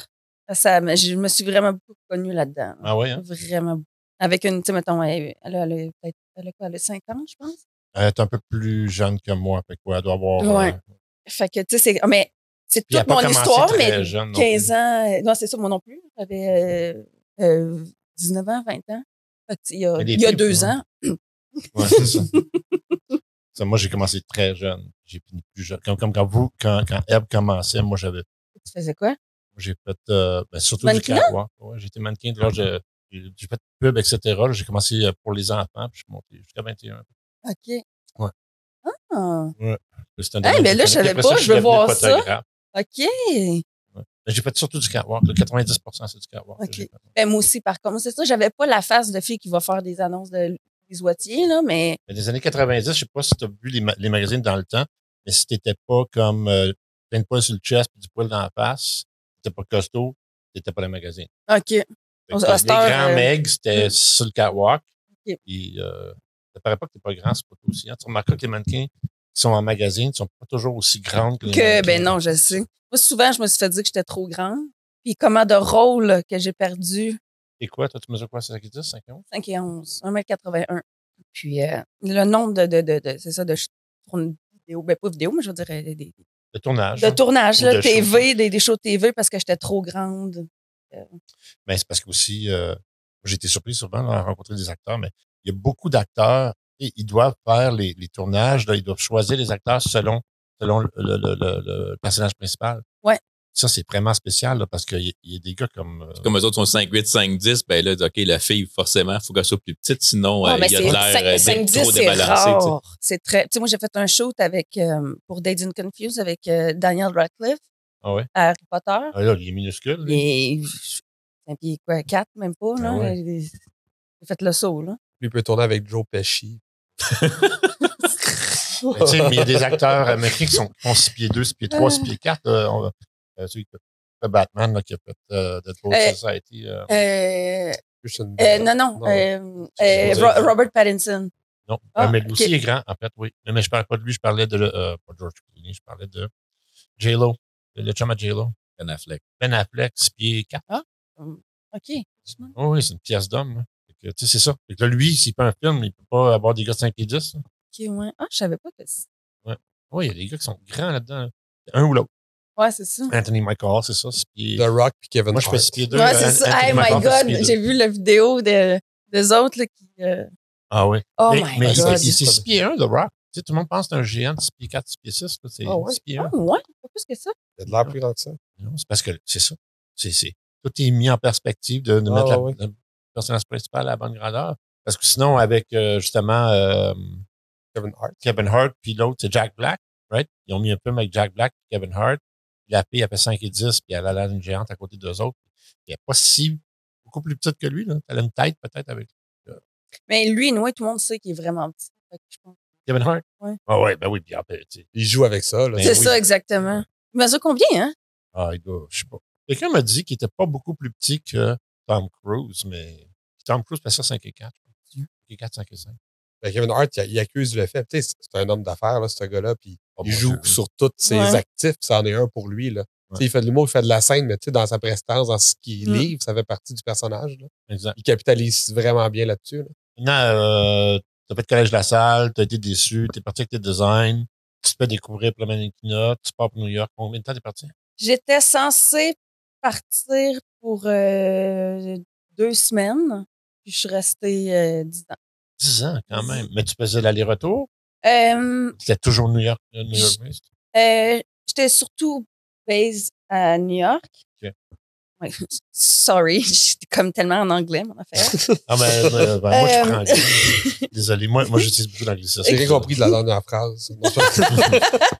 Speaker 2: ça, mais je me suis vraiment beaucoup reconnue là-dedans.
Speaker 1: Ah ouais, hein?
Speaker 2: Vraiment beaucoup. Avec une, tu sais, mettons, elle, elle a, elle a peut-être, elle a quoi, elle a 50, je pense.
Speaker 1: Elle est un peu plus jeune que moi, fait quoi, elle doit avoir.
Speaker 2: Ouais.
Speaker 1: euh,
Speaker 2: Fait que, tu sais, c'est, ah, mais c'est
Speaker 1: puis elle a
Speaker 2: toute
Speaker 1: pas
Speaker 2: mon
Speaker 1: commencé
Speaker 2: histoire,
Speaker 1: très
Speaker 2: mais
Speaker 1: jeune non
Speaker 2: 15
Speaker 1: plus.
Speaker 2: ans, euh, non, c'est ça, moi non plus. J'avais euh, euh, 19 ans, 20 ans. Fait que, il y a,
Speaker 1: Mais des hein?
Speaker 2: il y a
Speaker 1: filles,
Speaker 2: deux
Speaker 1: ouais.
Speaker 2: ans.
Speaker 1: Ouais, c'est ça. Ça, moi, j'ai commencé très jeune. J'ai fini plus jeune. Comme, comme quand vous, quand, quand Eb commençait, moi, j'avais
Speaker 2: Tu faisais quoi?
Speaker 1: J'ai fait euh, ben, surtout
Speaker 2: Mannequinat?
Speaker 1: du catwalk. Ouais, j'ai été mannequin de
Speaker 2: Ah.
Speaker 1: l'âge de- J'ai j'ai fait pub, etc. Là, J'ai commencé euh, pour les enfants, puis je suis monté jusqu'à 21.
Speaker 2: OK.
Speaker 1: Ouais.
Speaker 2: Ah,
Speaker 1: Puis c'était un domaine que
Speaker 2: Hey, mais là,
Speaker 1: connais.
Speaker 2: je savais
Speaker 1: Après
Speaker 2: pas,
Speaker 1: ça,
Speaker 2: je veux
Speaker 1: devenu
Speaker 2: voir ça.
Speaker 1: photographe.
Speaker 2: OK.
Speaker 1: Mais J'ai fait surtout du catwalk. là. 90 c'est du catwalk. que
Speaker 2: Ok.
Speaker 1: j'ai fait.
Speaker 2: Ben, moi aussi, par contre. C'est ça, j'avais pas la face de fille qui va faire des annonces de des oitiers, là, mais
Speaker 1: Mais les années 90, je sais pas si tu as vu les, ma- les magazines dans le temps, mais si t'étais pas comme euh, plein de poils sur le chest puis du poil dans la face, t'étais pas costaud, t'étais pas dans les magazines.
Speaker 2: OK.
Speaker 1: Fait que
Speaker 2: À
Speaker 1: Les
Speaker 2: cette heure,
Speaker 1: grands
Speaker 2: euh,
Speaker 1: megs, c'était sur le catwalk.
Speaker 2: Ok.
Speaker 1: Puis, euh, ça paraît pas que t'es pas grand, c'est pas toi aussi. hein. Tu remarques que les mannequins qui sont en magazine ne sont pas toujours aussi grandes que les
Speaker 2: Que,
Speaker 1: mannequins.
Speaker 2: ben non, je sais. Moi, souvent, je me suis fait dire que j'étais trop grande. Puis comment de rôle que j'ai perdu
Speaker 1: Et quoi, toi, tu mesures quoi, c'est ça qui dit, 5 et 11?
Speaker 2: 5 et 11, 1m81. Puis euh, le nombre de, de, de, de- c'est ça, de ch- tourne- vidéo, ben pas vidéo, mais je veux dire euh, des, des-
Speaker 1: Le
Speaker 5: Ah,
Speaker 1: tournage.
Speaker 2: de
Speaker 1: hein.
Speaker 2: tournage,
Speaker 1: Ou
Speaker 2: là,
Speaker 1: de
Speaker 2: TV, des, des shows TV parce que j'étais trop grande.
Speaker 1: Mais Ben, c'est parce que aussi, euh, j'ai été surpris souvent à rencontrer des acteurs, mais il y a beaucoup d'acteurs et ils doivent faire les, les tournages, là, ils doivent choisir les acteurs selon, selon le, le- le- le- le personnage principal.
Speaker 2: Ouais.
Speaker 1: Ça, c'est vraiment spécial là, parce qu'il y, a- il y a des gars comme. euh,
Speaker 5: Comme eux autres sont 5, 8, 5, 10, ben là, OK, la fille, forcément, faut qu'elle soit plus petite, sinon,
Speaker 2: Ah,
Speaker 5: euh,
Speaker 2: ben,
Speaker 5: il y a
Speaker 2: c'est-
Speaker 5: de l'air
Speaker 2: cinq-
Speaker 5: euh,
Speaker 2: cinq,
Speaker 5: d'être
Speaker 2: dix,
Speaker 5: trop
Speaker 2: c'est
Speaker 5: débalancé. tu sais.
Speaker 2: rare. C'est très. Tu sais, moi, j'ai fait un shoot avec, euh, pour Days and Confused avec euh, Daniel Radcliffe
Speaker 1: Ah ouais?
Speaker 2: à Harry Potter.
Speaker 1: Ah, là, il est minuscule. lui.
Speaker 2: Et je- un pied, quoi, quatre, même pas, là.
Speaker 1: Ah ouais.
Speaker 2: J'ai- J'ai fait le saut, là.
Speaker 3: Lui il peut tourner avec Joe Pesci.
Speaker 1: Mais tu sais, mais il y a des acteurs américains qui sont, qui font 6 pieds 2, 6 pieds 3, 6 pieds 4. Euh, on, euh, celui qui a fait Batman, là, qui a fait euh, Deadpool
Speaker 2: Euh,
Speaker 1: Society. euh,
Speaker 2: Euh,
Speaker 3: Christian
Speaker 2: euh,
Speaker 3: Bale.
Speaker 2: non, non.
Speaker 3: Non.
Speaker 2: euh,
Speaker 1: C'est
Speaker 2: euh,
Speaker 1: pas ça.
Speaker 2: Ro- Robert Pattinson.
Speaker 1: non, euh,
Speaker 2: ah,
Speaker 1: mais
Speaker 2: ok.
Speaker 1: lui aussi est grand, en fait, oui. Mais, mais je ne parlais pas de lui, je parlais de. le- Euh, pas George Clooney, je parlais de J-Lo, le, le chum à J-Lo.
Speaker 5: Ben Affleck.
Speaker 1: Ben Affleck, 6 pieds 4.
Speaker 2: Ah, OK.
Speaker 1: Oh, oui, c'est une pièce d'homme. là. Fait que, Tu sais, c'est ça. Fait que là, lui, s'il fait un film, il ne peut pas avoir des gars de 5 pieds 10. là.
Speaker 2: OK, ouais. Ah, je savais pas que c'est-
Speaker 1: Oui, il y a des gars qui sont grands là-dedans. là. Un ou l'autre.
Speaker 2: Ouais, c'est ça.
Speaker 1: Anthony Michael, c'est ça, 6 pieds.
Speaker 3: The Rock puis Kevin
Speaker 1: Moi, je fais
Speaker 3: Hart.
Speaker 1: 6 pieds 2.
Speaker 2: Ouais, c'est ça. Hey, my God. J'ai vu la vidéo de, des autres, là, qui. euh,
Speaker 1: Ah oui.
Speaker 2: Oh,
Speaker 1: mais
Speaker 2: my
Speaker 1: mais
Speaker 2: God.
Speaker 1: c'est- c'est 6 pieds 1, The Rock. Tu sais, tout le monde pense que c'est un géant de 6 pieds 4, 6 pieds 6. C'est
Speaker 3: Ah ouais?
Speaker 1: 6 pieds 1.
Speaker 2: Ah, ouais. Pas plus que ça.
Speaker 3: Il a de l'air plus grand que ça.
Speaker 1: Non, c'est parce que c'est ça. C'est, c'est, tout est mis en perspective de, de
Speaker 3: Ah
Speaker 1: mettre la-
Speaker 3: ouais,
Speaker 1: le personnage principal à la bonne grandeur. Parce que sinon, avec euh, justement euh,
Speaker 3: Kevin Hart.
Speaker 1: Kevin Hart, puis l'autre, c'est Jack Black, right? Ils ont mis un film avec Jack Black et Kevin Hart. Puis la fille, elle fait 5 et 10, puis elle a l'air d'une géante à côté d'eux autres. Elle n'est pas si beaucoup plus petite que lui. Là. Elle a une tête peut-être avec
Speaker 2: Mais lui, nous, tout le monde sait qu'il est vraiment petit. Fait que je pense-
Speaker 1: Kevin Hart.
Speaker 2: Ouais.
Speaker 1: Ah ouais, ben oui, puis après, tu sais,
Speaker 3: Il joue avec ça. Là.
Speaker 1: Ben
Speaker 2: C'est
Speaker 1: oui.
Speaker 2: ça, exactement. Il mesure combien, hein?
Speaker 1: Ah, il doit- je sais pas. Quelqu'un m'a dit qu'il était pas beaucoup plus petit que Tom Cruise, mais Tom Cruise fait ça 5 et 4. 5 et 4, 5 et 5.
Speaker 3: Ben, Kevin Hart, il, il accuse le fait. Tu sais, C'est c'est un homme d'affaires, là, ce gars-là. Puis
Speaker 1: Oh,
Speaker 3: il
Speaker 1: mon
Speaker 3: joue
Speaker 1: Dieu.
Speaker 3: sur tous ses
Speaker 2: Ouais.
Speaker 3: actifs. puis C'en est un pour lui. Là. Tu sais, Il fait de l'humour, il fait de la scène, mais tu sais, dans sa prestance, dans ce qu'il
Speaker 2: Mm.
Speaker 3: livre, ça fait partie du personnage. là.
Speaker 1: Exact.
Speaker 3: Il capitalise vraiment bien là-dessus. là.
Speaker 1: Maintenant, euh, t'as fait le collège de la salle, t'as été déçu, t'es parti avec tes designs, Tu peux découvrir plein de mannequinats, tu pars pour New York. Combien de temps t'es parti?
Speaker 2: J'étais censée partir pour euh, deux semaines, puis je suis restée euh, dix ans.
Speaker 1: 10 ans quand même. Mais tu faisais l'aller-retour?
Speaker 2: Euh,
Speaker 1: C'était toujours New York, euh, New York. based?
Speaker 2: euh, J'étais surtout basée à New York.
Speaker 1: Ok.
Speaker 2: Ouais, sorry, j'étais comme tellement en anglais, mon affaire.
Speaker 1: Ah ben, euh, ben, moi, je
Speaker 2: Euh,
Speaker 1: prends anglais. Désolé, moi, moi j'utilise beaucoup l'anglicisme.
Speaker 3: J'ai rien compris de la dernière phrase. Non, je-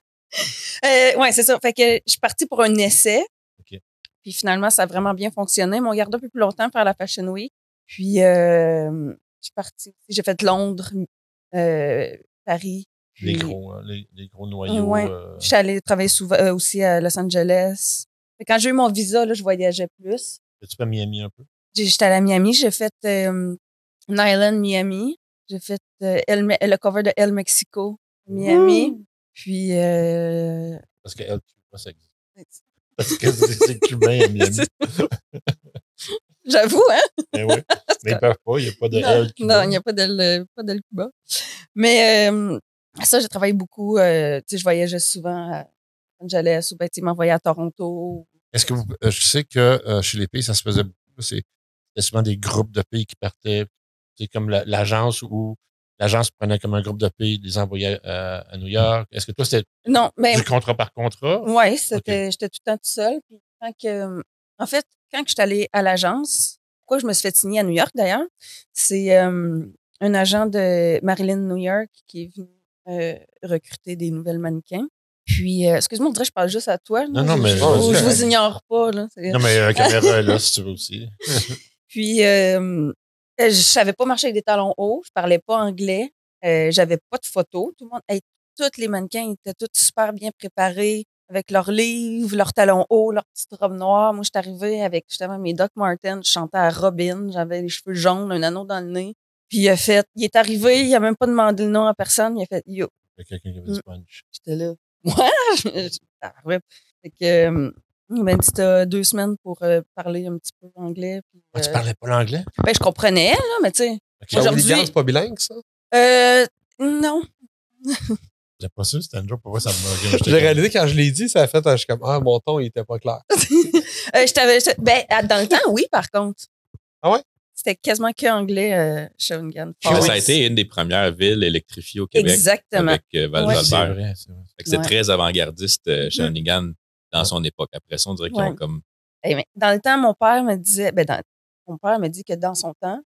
Speaker 2: Euh, ouais, c'est ça. Fait que je suis partie pour un essai.
Speaker 1: OK.
Speaker 2: Puis finalement, ça a vraiment bien fonctionné. Ils m'ont gardé un peu plus longtemps pour la Fashion Week. Puis euh, je suis partie. J'ai fait Londres, euh, Paris.
Speaker 1: Les
Speaker 2: Puis
Speaker 1: gros, euh, les, les gros noyaux.
Speaker 2: Ouais.
Speaker 1: euh,
Speaker 2: Je suis allée travailler souvent euh, aussi à Los Angeles. Fait que quand j'ai eu mon visa, là, je voyageais plus.
Speaker 1: tu peux Miami un peu?
Speaker 2: J'ai- J'étais allée à Miami. J'ai fait euh, Nyland, Miami. J'ai fait euh, El Me- le cover de El Mexico, Miami. Puis euh,
Speaker 1: Parce que elle, tu vois, ça existe. Parce que c'est c'est cubain à Miami.
Speaker 2: j'avoue, hein?
Speaker 1: Mais oui. Mais ils peuvent pas, il n'y a pas de
Speaker 2: non,
Speaker 1: elle.
Speaker 2: non, il n'y a pas d'El pas d'El Cuba. Mais euh, ça, j'ai travaillé beaucoup. euh, tu sais, je voyageais souvent à Los Angeles ou ben, tu sais, ils m'envoyaient à Toronto.
Speaker 1: Est-ce que vous, euh, je sais que euh, chez les pays, ça se faisait beaucoup. C'est c'était souvent des groupes de pays qui partaient. C'est comme la- l'agence où l'agence prenait comme un groupe de pays, les envoyait euh, à New Ben York. Est-ce que toi, c'était
Speaker 2: Non, mais
Speaker 1: du contrat par contrat?
Speaker 2: ouais, c'était, j'étais tout le temps tout seul. Puis quand que, euh, en fait, quand que je suis allée à l'agence, pourquoi je me suis fait signer à New York d'ailleurs, c'est euh, un agent de Marilyn New York qui est venu euh, recruter des nouvelles mannequins. Puis, euh, excuse-moi, on dirait que je parle juste à toi. là.
Speaker 1: Non, non, mais-
Speaker 2: Je, vous- je
Speaker 3: c'est
Speaker 2: vous
Speaker 3: correct.
Speaker 2: ignore pas. Là. C'est-
Speaker 1: Non, mais la caméra est là, si tu veux aussi.
Speaker 2: Puis, euh, euh, je savais pas marcher avec des talons hauts. Je parlais pas anglais. Euh, j'avais pas de photos. Tout le monde, hey, tous les mannequins étaient tous super bien préparés avec leurs livres, leurs talons hauts, leurs petites robes noires. Moi, je suis arrivée avec justement mes Doc Martens. Je chantais à Robin. J'avais les cheveux jaunes, un anneau dans le nez. Puis il a fait, il est arrivé, il a même pas demandé le nom à personne. Il a fait, yo,
Speaker 1: Il y a quelqu'un qui avait du punch.
Speaker 2: j'étais là. Moi, je- je- tabarouette. Fait que, euh, il m'a dit, t'as deux semaines pour euh, parler un petit peu anglais. puis,
Speaker 1: Ah, tu
Speaker 2: euh,
Speaker 1: parlais pas l'anglais?
Speaker 2: ben, je comprenais, là, mais tu sais.
Speaker 1: Ok. Vous
Speaker 3: La
Speaker 2: Aujourd'hui-
Speaker 3: hooligan, c'est pas bilingue, ça?
Speaker 2: Euh, non.
Speaker 1: n'êtes pas sûr, c'était un jour pour moi, ça me manquait.
Speaker 3: J'ai réalisé quand je l'ai dit, ça a fait, je suis comme, ah, mon ton, il était pas clair.
Speaker 2: Euh, je t'avais. je t'avais- Ben, à- dans le temps, oui, par contre.
Speaker 3: Ah ouais?
Speaker 2: C'était quasiment que anglais, euh, Shawinigan.
Speaker 5: Mais
Speaker 2: Falls.
Speaker 5: Ah Ça a été une des premières villes électrifiées au Québec
Speaker 2: Exactement.
Speaker 5: avec euh, Val
Speaker 2: Ouais.
Speaker 1: C'est
Speaker 5: d'Albert.
Speaker 1: vrai, c'est vrai.
Speaker 5: Fait que C'est
Speaker 2: Ouais. Mhm.
Speaker 5: très avant-gardiste, euh, Shawinigan, dans son époque. Après ça, on dirait qu'ils
Speaker 2: Ouais.
Speaker 5: ont comme.
Speaker 2: Eh ben, dans le temps, mon père me disait. Ben, dans- mon père me dit que dans son temps,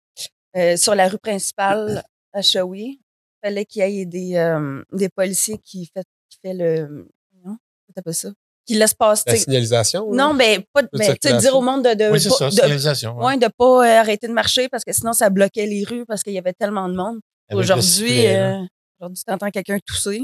Speaker 2: euh, sur la rue principale à Shawi, il fallait qu'il y ait des, euh, des policiers qui fait, qui fait le. Non? Comment t'appelles ça? Qui laissent passer.
Speaker 3: La
Speaker 2: tu sais.
Speaker 3: signalisation. là.
Speaker 2: Non, mais pas de.
Speaker 3: La
Speaker 2: ben, tu sais, dire
Speaker 3: circulation.
Speaker 2: au monde de. de-
Speaker 1: Oui, c'est ça,
Speaker 2: pas- de
Speaker 1: signalisation. Euh, hein. ouais.
Speaker 2: Ouais, de pas euh, arrêter de marcher parce que sinon ça bloquait les rues parce qu'il y avait tellement de monde.
Speaker 1: Avec le
Speaker 2: Aujourd'hui,
Speaker 1: sifflet, là.
Speaker 2: euh, aujourd'hui, t'entends quelqu'un tousser.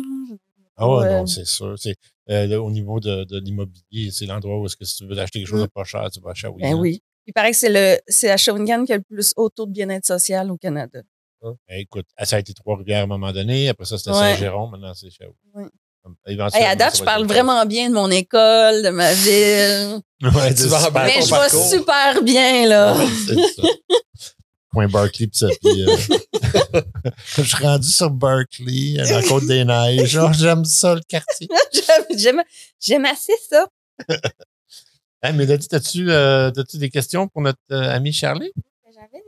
Speaker 1: Ah ouais,
Speaker 2: Ouais.
Speaker 1: non, c'est sûr. C'est, euh, là, au niveau de, de l'immobilier, c'est l'endroit où est-ce que si tu veux acheter quelque chose de pas cher, tu vas hein. acheter
Speaker 2: Mmh. Ben oui. Il paraît que c'est le c'est à Shawinigan qu'il y a le plus haut taux de bien-être social au Canada.
Speaker 1: Ben, écoute, ah, ça a été Trois-Rivières à un moment donné, après ça, c'était
Speaker 2: Ouais.
Speaker 1: Saint-Géron, maintenant c'est Shaw.
Speaker 2: Ouais.
Speaker 1: Éventuellement,
Speaker 2: Hey, à date,
Speaker 1: Ah, ça va
Speaker 2: je
Speaker 1: être
Speaker 2: parle
Speaker 1: autre
Speaker 2: vraiment bien de mon école, de ma ville.
Speaker 1: chose. Ouais,
Speaker 3: Tu
Speaker 1: c'est
Speaker 3: vas
Speaker 1: ça.
Speaker 3: abattre
Speaker 2: Mais
Speaker 3: ton
Speaker 2: je vais
Speaker 3: parcours.
Speaker 2: super bien, là.
Speaker 1: Ouais, c'est ça. Point Barclay, pis ça. Puis, euh, je suis rendu sur Barclay, à la côte des neiges. Genre, j'aime ça, le quartier.
Speaker 2: J'aime- J'aime j'aime assez ça.
Speaker 1: Hey, mais Daddy, t'as-tu, euh, t'as-tu des questions pour notre euh, ami Charlie?
Speaker 4: J'avais-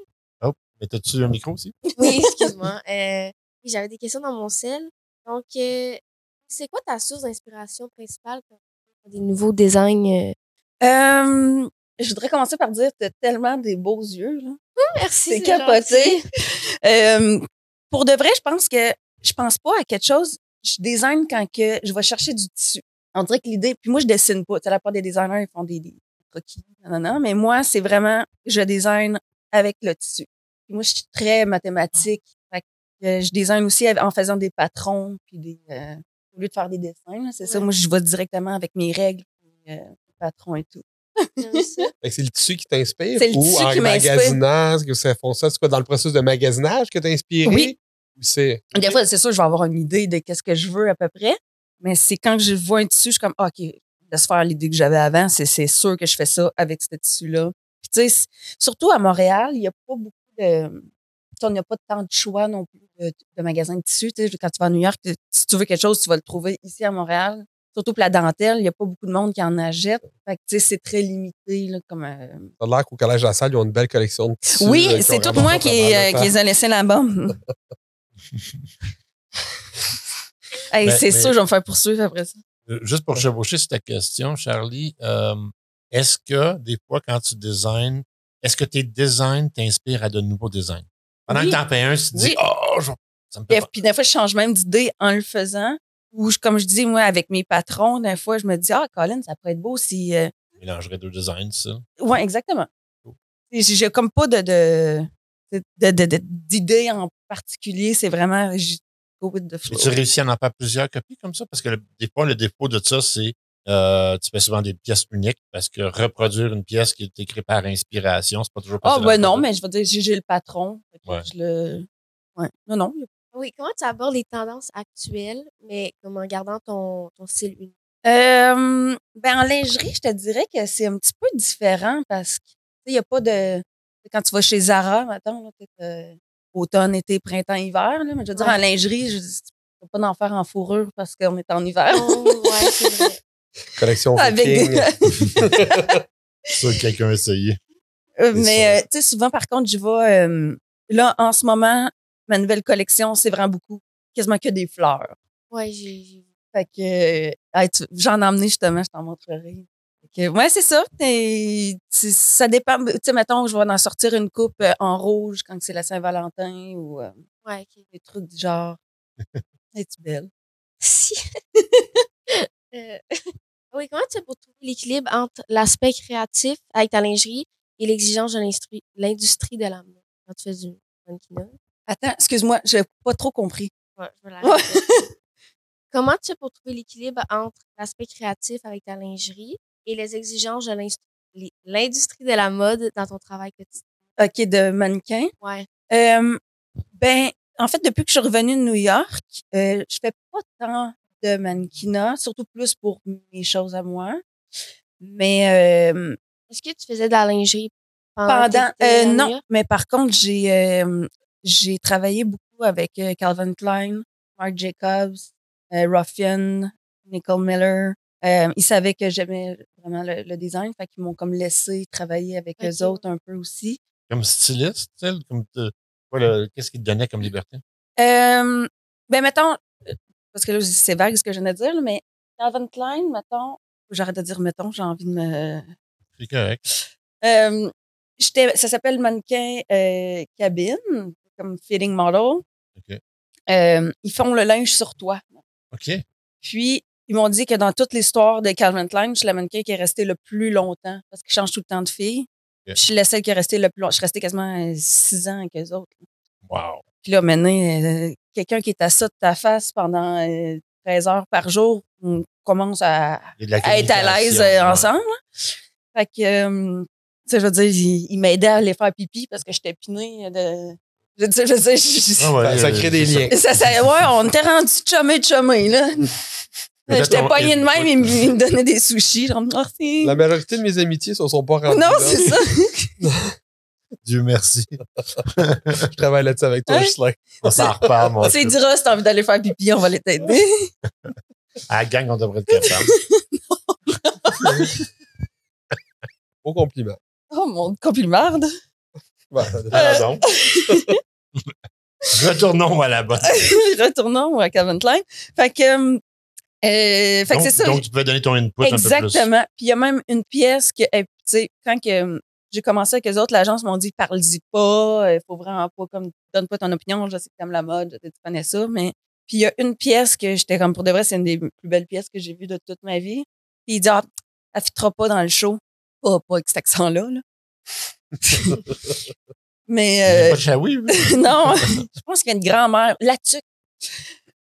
Speaker 1: Mais t'as-tu un micro aussi?
Speaker 4: Oui, excuse-moi. Euh, oui, j'avais des questions dans mon sel. Donc, euh, c'est quoi ta source d'inspiration principale pour des nouveaux designs? euh?
Speaker 2: Euh, je voudrais commencer par dire que t'as tellement des beaux yeux, là.
Speaker 4: Ah, Merci.
Speaker 2: C'est capoté. Euh, pour de vrai, je pense que je pense pas à quelque chose. Je design quand que je vais chercher du tissu. On dirait que l'idée, puis moi je dessine pas. Tu sais, la part des designers ils font des, des croquis, non, non, mais moi c'est vraiment je design avec le tissu. Puis moi je suis très mathématique. Fait que, euh, je design aussi av- en faisant des patrons puis des euh, au lieu de faire des dessins. là, C'est ça.
Speaker 4: Ouais.
Speaker 2: Moi je vais directement avec mes règles, puis, euh, patrons et tout.
Speaker 4: J'aime ça.
Speaker 3: Fait que C'est le tissu qui t'inspire
Speaker 2: C'est le
Speaker 3: ou
Speaker 2: tissu
Speaker 3: en
Speaker 2: qui m'inspire.
Speaker 3: magasinage, que ça font ça? C'est quoi, dans le processus de magasinage que t'es inspiré?
Speaker 2: Oui.
Speaker 3: Ou c'est.
Speaker 2: Des fois, c'est sûr, je vais avoir une idée de qu'est-ce que je veux à peu près, mais c'est quand je vois un tissu, je suis comme, Ah, OK, laisse faire l'idée que j'avais avant, c'est, c'est sûr que je fais ça avec ce tissu-là. Puis, tu sais, c- surtout à Montréal, il n'y a pas beaucoup de, on n'a pas tant de choix non plus de, de magasins de tissus. Tu sais, quand tu vas à New York, si tu veux quelque chose, tu vas le trouver ici à Montréal. Surtout pour la dentelle, il n'y a pas beaucoup de monde qui en achète. Fait que, tu sais, c'est très limité. Là, comme, euh,
Speaker 3: Ça a l'air qu'au Collège de la Salle, ils ont une belle collection de tissus.
Speaker 2: Oui,
Speaker 3: euh, qui
Speaker 2: c'est
Speaker 3: ont
Speaker 2: tout
Speaker 3: vraiment
Speaker 2: moi
Speaker 3: fait
Speaker 2: qui,
Speaker 3: travers
Speaker 2: euh,
Speaker 3: le
Speaker 2: qui les a laissés là-bas. Hey,
Speaker 1: Ben,
Speaker 2: c'est
Speaker 1: mais-
Speaker 2: sûr, je vais me faire poursuivre après ça.
Speaker 1: Euh, Juste pour chevaucher sur ta question, Charlie, euh, est-ce que des fois, quand tu designes, est-ce que tes designs t'inspirent à de nouveaux designs? Pendant
Speaker 2: Oui.
Speaker 1: que t'en fais un, tu te dis,
Speaker 2: Oui.
Speaker 1: oh, je- ça me
Speaker 2: Puis,
Speaker 1: fait pas.
Speaker 2: puis des fois, je change même d'idée en le faisant. Ou je- comme je dis, moi, avec mes patrons, des fois, je me dis, ah, Colin, ça pourrait être beau si. euh,
Speaker 1: Je mélangerais deux designs, ça.
Speaker 2: Oui, exactement.
Speaker 1: Cool.
Speaker 2: Et J'ai j'ai comme pas de de- de- de- de- d'idée en particulier. C'est vraiment j- go with the
Speaker 1: Et
Speaker 2: flow.
Speaker 1: tu réussis à en faire plusieurs copies comme ça? Parce que le- des fois, le défaut de ça, c'est euh, tu fais souvent des pièces uniques parce que reproduire une pièce qui est écrite par inspiration, c'est pas toujours
Speaker 2: Ah,
Speaker 1: possible.
Speaker 2: ben non, mais je veux dire, j'ai j'ai le patron. Fait que
Speaker 1: Ouais.
Speaker 2: Je le. Ouais. Non, non.
Speaker 4: Oui, comment tu abordes les tendances actuelles, mais comme en gardant ton, ton style unique?
Speaker 2: Euh, ben, en lingerie, je te dirais que c'est un petit peu différent parce que, tu sais, il n'y a pas de. Quand tu vas chez Zara, maintenant, euh, automne, été, printemps, hiver, là, mais je veux dire,
Speaker 4: Ouais.
Speaker 2: en lingerie, je ne pas en faire en fourrure parce qu'on est en hiver.
Speaker 4: Oh, ouais, c'est vrai.
Speaker 3: temps. Collection
Speaker 2: Avec des-
Speaker 3: Viking.
Speaker 1: sûr que quelqu'un a essayé.
Speaker 2: Euh,
Speaker 3: C'est
Speaker 2: mais euh, tu sais, souvent, par contre, je vais. euh, là, en ce moment, ma nouvelle collection, c'est vraiment beaucoup, quasiment que des fleurs.
Speaker 4: Ouais, j'ai. j'ai-
Speaker 2: Fait que euh, hey, tu- j'en ai emmené justement, je t'en montrerai. Fait que, ouais, c'est ça. Et, tu- ça dépend. Tu sais, mettons, je vais en sortir une coupe euh, en rouge quand c'est la Saint-Valentin ou euh,
Speaker 4: Ouais, ok.
Speaker 2: des trucs du genre. Es-tu belle?
Speaker 4: Si. Euh, oui, comment tu fais pour trouver l'équilibre entre l'aspect créatif avec ta lingerie et l'exigence de l'instru- l'industrie de la mode quand tu fais du mannequinat?
Speaker 2: Attends, excuse-moi, j'ai pas trop compris.
Speaker 4: Ouais, je vais la
Speaker 2: Ouais.
Speaker 4: répéter. Comment tu fais pour trouver l'équilibre entre l'aspect créatif avec ta lingerie et les exigences de l'instru- les- l'industrie de la mode dans ton travail quotidien?
Speaker 2: OK, de mannequin.
Speaker 4: Ouais.
Speaker 2: Euh, ben, en fait, depuis que je suis revenue de New York, euh, je fais pas tant de mannequinat, surtout plus pour mes choses à moi. Mais euh,
Speaker 4: Est-ce que tu faisais de la lingerie pendant, que
Speaker 2: pendant,
Speaker 4: t'étais
Speaker 2: euh,
Speaker 4: à New
Speaker 2: non,
Speaker 4: York?
Speaker 2: mais par contre, j'ai euh, j'ai travaillé beaucoup avec euh, Calvin Klein, Marc Jacobs, euh, Ruffian, Nicole Miller. Euh, ils savaient que j'aimais vraiment le, le design, fait qu'ils m'ont comme laissé travailler avec
Speaker 4: Ok.
Speaker 2: eux autres un peu aussi.
Speaker 1: Comme styliste, tu sais, comme te- voilà, qu'est-ce qu'il te donnait
Speaker 2: Mmh.
Speaker 1: comme liberté?
Speaker 2: Euh, ben, mettons, euh, parce que là, c'est vague ce que je viens de dire, là, mais Calvin Klein, mettons, j'arrête de dire mettons, j'ai envie de me.
Speaker 1: C'est correct.
Speaker 2: Euh, j'étais- ça s'appelle Mannequin euh, Cabine, comme Fitting Model.
Speaker 1: OK.
Speaker 2: Euh, ils font le linge sur toi.
Speaker 1: OK.
Speaker 2: Puis, ils m'ont dit que dans toute l'histoire de Calvin Klein, je suis la mannequin qui est restée le plus longtemps parce qu'ils changent tout le temps de filles.
Speaker 1: Ok.
Speaker 2: Puis, je suis la seule qui est restée le plus longtemps. Je suis restée quasiment euh, six ans avec eux autres.
Speaker 1: Wow.
Speaker 2: Puis là, maintenant, euh, quelqu'un qui est à ça de ta face pendant euh, 13 heures par jour, on commence à,
Speaker 1: Et de la
Speaker 2: à être à l'aise
Speaker 1: communication,
Speaker 2: euh,
Speaker 1: ouais.
Speaker 2: ensemble. là. Fait que, euh, tu sais, je veux dire, il, il m'aidait à aller faire pipi parce que j'étais pinée de... Je veux dire, je veux dire, je-
Speaker 1: Ah ouais,
Speaker 3: Ça- ça crée des
Speaker 1: c'est
Speaker 3: liens.
Speaker 2: ça, ça- ouais, on était rendu chumé chumé là.
Speaker 1: Mais là,
Speaker 2: J'étais
Speaker 1: ton-
Speaker 2: pognée de même, il me, il me donnait des sushis, genre, merci.
Speaker 3: La majorité de mes amitiés ne sont pas rendues.
Speaker 2: Non,
Speaker 3: là.
Speaker 2: c'est ça.
Speaker 1: Dieu merci.
Speaker 3: Je travaille là-dessus avec toi,
Speaker 2: Hein?
Speaker 3: Justin.
Speaker 1: On s'en reparle, mon
Speaker 2: Tu sais, il dira ah, si t'as envie d'aller faire pipi, on va les t'aider.
Speaker 1: À la gang, on devrait être capable.
Speaker 3: Beau compliment.
Speaker 2: Oh mon compliment.
Speaker 3: Ouais, ça dépend.
Speaker 1: Alors donc. Retournons à la bonne.
Speaker 2: Retournons à Calvin Klein. Fait que, euh, fait que
Speaker 1: donc,
Speaker 2: c'est ça.
Speaker 1: donc, tu peux donner ton input un peu plus.
Speaker 2: Exactement. Puis il y a même une pièce que, eh, tu sais, quand que, euh, j'ai commencé avec les autres, l'agence m'ont dit parle-y pas, il faut vraiment pas, comme, donne pas ton opinion, je sais que t'aimes la mode, je sais que tu connais ça, mais. Puis il y a une pièce que j'étais comme, pour de vrai, c'est une des plus belles pièces que j'ai vues de toute ma vie. Puis il dit, ah, elle fitera pas dans le show. Pas, pas avec cet accent-là, là.
Speaker 1: Il y a
Speaker 2: mais.
Speaker 1: Pas
Speaker 2: euh,
Speaker 1: de chaoui, oui.
Speaker 2: non, je pense qu'il y a une grand-mère, la tuque.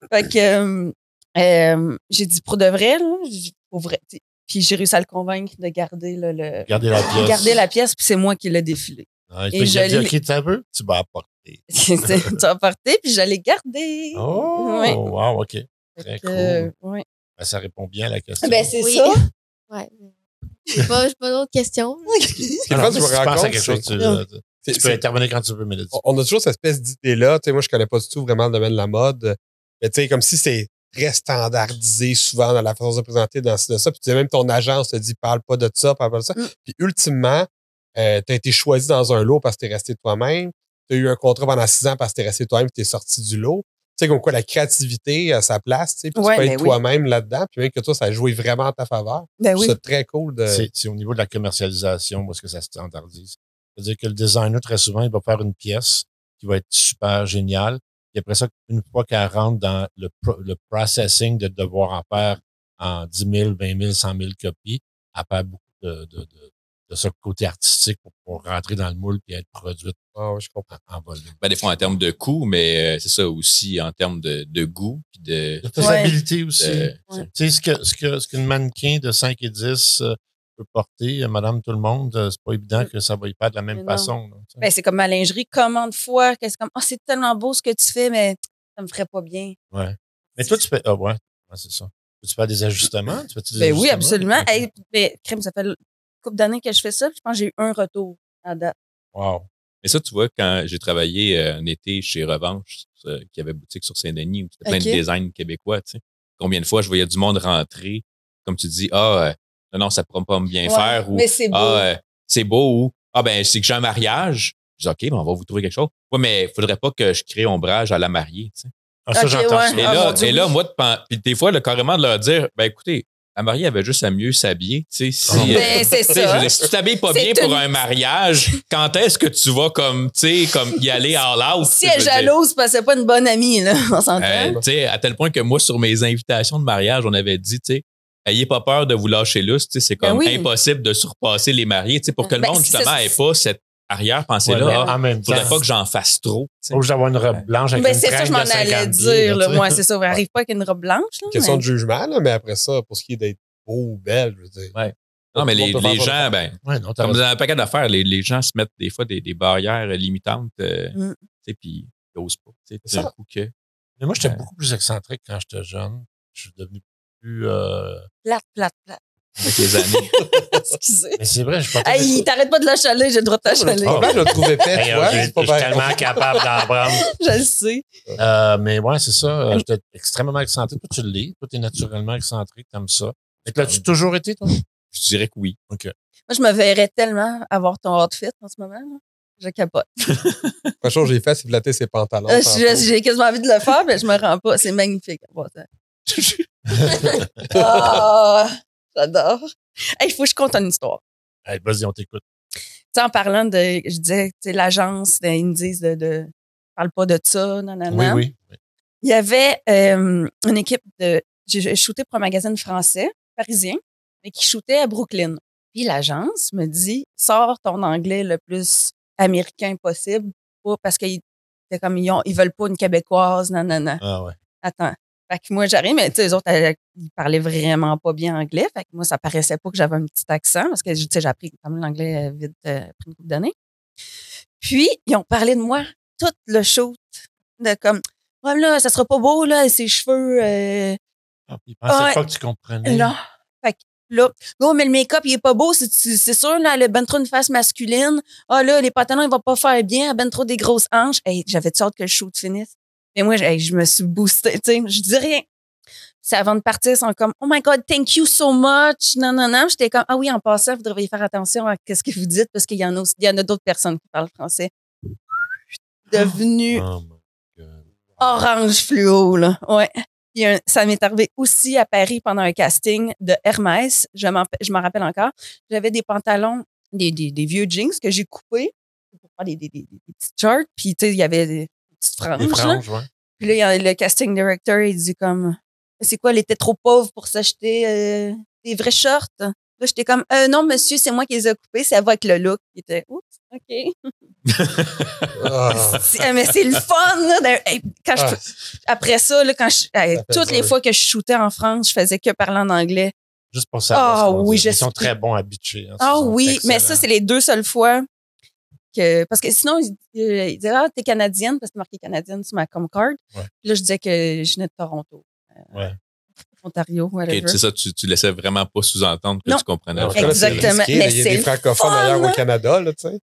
Speaker 2: Fait que euh, euh, j'ai dit pour de vrai, là, j'ai dit, pour vrai. T'sais, Puis j'ai réussi à le convaincre de garder le, le-
Speaker 1: Regardez la pièce.
Speaker 2: garder la pièce, puis c'est moi qui l'ai défilé.
Speaker 1: Ah, il
Speaker 2: Et
Speaker 1: peut
Speaker 2: je
Speaker 1: te dire,
Speaker 2: l'ai-
Speaker 1: OK, tu sais un peu? Tu vas apporter.
Speaker 2: C'était- tu as porté, puis je l'ai gardé.
Speaker 5: Ah
Speaker 1: Oh,
Speaker 2: Oui.
Speaker 1: wow, OK.
Speaker 2: Fait
Speaker 1: très
Speaker 2: que, euh, ouais.
Speaker 1: Ben, ça répond bien à la question.
Speaker 2: Ben, c'est
Speaker 4: Oui.
Speaker 2: ça.
Speaker 4: Ouais. J'ai pas, j'ai pas d'autres questions.
Speaker 3: Des
Speaker 1: Alors,
Speaker 3: fois,
Speaker 1: si
Speaker 3: je me
Speaker 1: tu
Speaker 3: rends
Speaker 1: penses à
Speaker 3: compte,
Speaker 1: quelque chose,
Speaker 3: c'est-
Speaker 1: tu, euh, tu-
Speaker 3: C'est-
Speaker 1: Tu peux
Speaker 3: c'est-
Speaker 1: intervenir quand tu veux, Mélodie.
Speaker 3: on- on a toujours cette espèce d'idée-là. Tu sais, moi, je connais pas du tout vraiment le domaine de la mode. Mais tu sais, comme si c'est très standardisé souvent dans la façon de présenter, dans ci, de ça. Puis tu sais, même ton agence te dit, parle pas de ça, parle pas de ça.
Speaker 2: Mm.
Speaker 3: Puis ultimement, euh, tu as été choisi dans un lot parce que tu es resté toi-même. Tu as eu un contrat pendant six ans parce que tu es resté toi-même et tu es sorti du lot. Tu sais, comme quoi la créativité a sa place, tu sais, puis
Speaker 2: Ouais,
Speaker 3: tu peux
Speaker 2: ben
Speaker 3: être
Speaker 2: oui.
Speaker 3: toi-même là-dedans, puis même que toi, ça a joué vraiment en ta faveur.
Speaker 2: Ben
Speaker 3: Je
Speaker 2: oui.
Speaker 3: trouve ça très cool de.
Speaker 1: Euh, C'est c'est au niveau de la commercialisation parce que ça se standardise. C'est-à-dire que le designer, très souvent, il va faire une pièce qui va être super géniale. Puis après ça, une fois qu'elle rentre dans le, pro- le processing de devoir en faire en 10 000, 20 000, 100 000 copies, elle perd beaucoup de, de, de, de ce côté artistique pour, pour rentrer dans le moule et être produite
Speaker 3: Ah ouais, je comprends.
Speaker 1: en, en volume.
Speaker 5: Ben, des fois en termes de coût, mais euh, c'est ça aussi en termes de, de goût. Puis de,
Speaker 1: La faisabilité aussi.
Speaker 5: de-
Speaker 1: Euh, Tu sais, ce que, ce que, ce qu'une mannequin de 5 et 10 euh, peut porter, euh, madame tout le monde, euh, c'est pas évident que ça va y faire de la même
Speaker 2: Mais non.
Speaker 1: façon. là, tu sais.
Speaker 2: Ben, c'est comme ma lingerie, comment de fois, qu'est-ce comme, oh, c'est tellement beau ce que tu fais, mais ça me ferait pas bien.
Speaker 1: Mais toi, tu fais. Ah, ouais, Ouais, c'est ça. Tu fais des ajustements? Tu fais-tu des
Speaker 2: Ben oui,
Speaker 1: ajustements?
Speaker 2: absolument. Hey, ben, crème, ça fait une couple d'années que je fais ça, puis je pense que j'ai eu un retour à date.
Speaker 1: Wow.
Speaker 5: Mais ça, tu vois, quand j'ai travaillé euh, un été chez Revanche, euh, qui avait boutique sur Saint-Denis, où c'était plein
Speaker 4: Ok.
Speaker 5: de design québécois, tu sais. Combien de fois je voyais du monde rentrer, comme tu dis, ah, euh, non, non, ça ne pourra pas me bien
Speaker 2: Ouais,
Speaker 5: faire, ou
Speaker 2: Mais c'est beau.
Speaker 5: ah, euh, c'est beau, ou ah, ben, c'est que j'ai un mariage. Je dis, OK, ben, on va vous trouver quelque chose. Ouais, mais il faudrait pas que je crée ombrage à la mariée, tu sais.
Speaker 1: Ah, ça,
Speaker 2: Ok,
Speaker 1: j'entends
Speaker 2: ouais.
Speaker 1: ça.
Speaker 5: Et
Speaker 2: Ah,
Speaker 5: là,
Speaker 2: mon Dieu,
Speaker 5: et là
Speaker 2: oui.
Speaker 5: moi, de pen- puis des fois, le carrément de leur dire, ben écoutez, la mariée avait juste à mieux s'habiller, tu sais, si,
Speaker 1: Ah,
Speaker 5: euh,
Speaker 2: Ben, c'est
Speaker 5: tu sais, je veux
Speaker 2: ça.
Speaker 5: dire, si tu t'habilles pas
Speaker 2: C'est
Speaker 5: bien pour
Speaker 2: une-
Speaker 5: un mariage, quand est-ce que tu vas comme, tu sais, comme y aller all out?
Speaker 2: Si
Speaker 5: tu sais,
Speaker 2: elle est
Speaker 5: je veux dire.
Speaker 2: jalouse, parce que c'est pas une bonne amie, là, on s'entend.
Speaker 5: Euh, tu sais, à tel point que moi, sur mes invitations de mariage, on avait dit, tu sais, ayez pas peur de vous lâcher lousse, tu sais, c'est
Speaker 2: Ben
Speaker 5: comme
Speaker 2: oui.
Speaker 5: impossible de surpasser les mariés, tu sais, pour que le
Speaker 2: Ben,
Speaker 5: monde,
Speaker 2: c'est ça,
Speaker 5: justement,
Speaker 2: c'est-
Speaker 5: ait pas cette
Speaker 1: Ouais,
Speaker 5: arrière-pensée-là.
Speaker 1: mais
Speaker 5: Ah,
Speaker 1: en même temps,
Speaker 5: faudrait pas que j'en fasse trop, tu sais.
Speaker 1: faut que j'aie une robe blanche avec
Speaker 2: Ben,
Speaker 1: une
Speaker 2: c'est ça,
Speaker 1: traîne
Speaker 2: je m'en
Speaker 1: de 50
Speaker 2: allais
Speaker 1: pieds, là,
Speaker 2: dire, là,
Speaker 1: tu sais.
Speaker 2: moi, c'est ça. On arrive pas avec une robe blanche, là.
Speaker 3: Question
Speaker 2: Ah, mais-
Speaker 3: de jugement, là, mais après ça, pour ce qui est d'être beau ou belle, je veux dire.
Speaker 5: Non, mais
Speaker 3: On
Speaker 5: les,
Speaker 3: peut faire
Speaker 5: les
Speaker 3: pas
Speaker 5: gens,
Speaker 3: de-
Speaker 5: ben,
Speaker 1: Ouais, non, t'as
Speaker 5: Comme
Speaker 1: raison.
Speaker 5: dans un paquet d'affaires, les, les gens se mettent des fois des, des barrières limitantes, euh,
Speaker 2: Mm.
Speaker 5: tu sais, puis ils n'osent pas. tu sais,
Speaker 3: C'est
Speaker 5: d'un
Speaker 3: ça.
Speaker 5: coup que-
Speaker 1: Mais moi, j'étais
Speaker 5: Ouais.
Speaker 1: beaucoup plus excentrique quand j'étais jeune. Je suis devenu plus. euh,
Speaker 2: Plate, plate, plate.
Speaker 5: avec les années.
Speaker 2: Excusez.
Speaker 1: Mais c'est vrai, je portais.
Speaker 2: Hey, t'arrêtes pas de la chaler, j'ai le droit de la chaler.
Speaker 1: Ah,
Speaker 3: Probablement, je le trouvais épais,
Speaker 1: Hey,
Speaker 3: tu
Speaker 1: euh,
Speaker 3: vois.
Speaker 1: j'ai-
Speaker 3: c'est pas
Speaker 1: je suis
Speaker 3: pareil.
Speaker 1: tellement capable d'en prendre.
Speaker 2: Je le sais.
Speaker 1: Euh, mais ouais, c'est ça. euh, J'étais extrêmement excentrique. Toi, tu l'es. Toi, t'es naturellement excentrique, t'aimes ça. Fait que là, tu toujours été, toi?
Speaker 5: Je dirais que oui.
Speaker 2: Moi, je me verrais tellement avoir ton outfit en ce moment, là. Je capote.
Speaker 3: La chose que j'ai fait, c'est flatter ses pantalons.
Speaker 2: Euh,
Speaker 3: tantôt.
Speaker 2: je- J'ai quasiment envie de le faire, mais je me rends pas. C'est magnifique. à voir ça. Ah, j'adore. Il faut que je compte une histoire.
Speaker 1: Hey, vas-y, on t'écoute.
Speaker 2: Tu sais, en parlant de, je disais, tu sais, l'agence, de- ils me disent de, de parle pas de ça, nanana.
Speaker 1: Oui, oui.
Speaker 2: Il y avait euh, une équipe de, j'ai j'ai shooté pour un magazine français, parisien, mais qui shootait à Brooklyn. Puis l'agence me dit, sors ton anglais le plus américain possible, pas- parce qu'ils c'est comme ils, ont, ils veulent pas une québécoise, nanana.
Speaker 1: Ah ouais.
Speaker 2: Attends. Fait que moi, j'arrive, mais tu sais, eux autres, elles- ils parlaient vraiment pas bien anglais. Fait que moi, ça paraissait pas que j'avais un petit accent parce que, tu sais, j'ai appris quand même l'anglais euh, vite euh, après une couple d'années. Puis, ils ont parlé de moi tout le shoot. De comme, ouais, là, ça sera pas beau, là, ses cheveux, euh,
Speaker 1: Ah, Ils pensaient
Speaker 2: Ouais.
Speaker 1: pas que tu comprenais.
Speaker 2: là. Fait que là, gros, mais le make-up, il est pas beau, c'est- c'est c'est sûr, là, elle a ben trop une face masculine. Ah, là, les pantalons, ils vont pas faire bien, elle a ben trop des grosses hanches. Hey, j'avais hâte que le shoot finisse. Mais moi, j'ai- hey, je me suis boostée, tu sais, je dis rien. C'est avant de partir, ils sont comme, oh my God, thank you so much. Non, non, non. J'étais comme, ah oui, en passant, vous devriez faire attention à ce que vous dites parce qu'il y en a aussi, il y en a d'autres personnes qui parlent français. Devenu
Speaker 1: Oh, my God.
Speaker 2: orange fluo, là. Ouais. Puis un- ça m'est arrivé aussi à Paris pendant un casting de Hermès. Je m'en je m'en rappelle encore. J'avais des pantalons, des, des, des vieux jeans que j'ai coupés pour faire des, des, des, des petites shirts. Puis, tu sais, il y avait des petites franges.
Speaker 1: Des
Speaker 2: là.
Speaker 1: franges, ouais.
Speaker 2: Puis là, il y a le casting director, il dit comme, c'est quoi, elle était trop pauvre pour s'acheter euh, des vrais shorts. Là, j'étais comme, Euh, non, monsieur, c'est moi qui les ai coupés, ça va avec le look. Il était, oups, OK.
Speaker 3: Ah,
Speaker 2: C'est- mais c'est le fun, là. de- hey, quand je,
Speaker 3: ah,
Speaker 2: après ça, là, quand je- hey,
Speaker 3: Ça fait
Speaker 2: toutes les
Speaker 3: drôle.
Speaker 2: fois que je shootais en France, je faisais que parler en anglais.
Speaker 1: Juste pour savoir.
Speaker 2: Ah
Speaker 1: ce qu'on
Speaker 2: oui,
Speaker 1: dit.
Speaker 2: je
Speaker 1: Ils sont
Speaker 2: suis-
Speaker 1: très bons à bitcher. hein.
Speaker 2: Ah
Speaker 1: Ils sont
Speaker 2: oui, mais ça,
Speaker 1: excellents.
Speaker 2: c'est les deux seules fois que. Parce que sinon, ils euh, ils disaient Ah, t'es canadienne, parce que c'est marqué canadienne sur ma Comcard.
Speaker 1: Ouais.
Speaker 2: Puis là, je disais que je venais de Toronto. euh,
Speaker 1: Ouais.
Speaker 2: Ontario, whatever.
Speaker 5: Et c'est ça, tu, tu laissais vraiment pas sous-entendre que
Speaker 2: Non.
Speaker 5: tu comprenais.
Speaker 3: non,
Speaker 5: la
Speaker 3: je connais, c'est
Speaker 5: chose.
Speaker 2: Exactement.
Speaker 3: risqué,
Speaker 2: Mais
Speaker 3: là, Il y a des
Speaker 2: c'est
Speaker 3: francophones
Speaker 2: fun,
Speaker 3: ailleurs
Speaker 2: hein.
Speaker 3: au Canada, là, tu sais.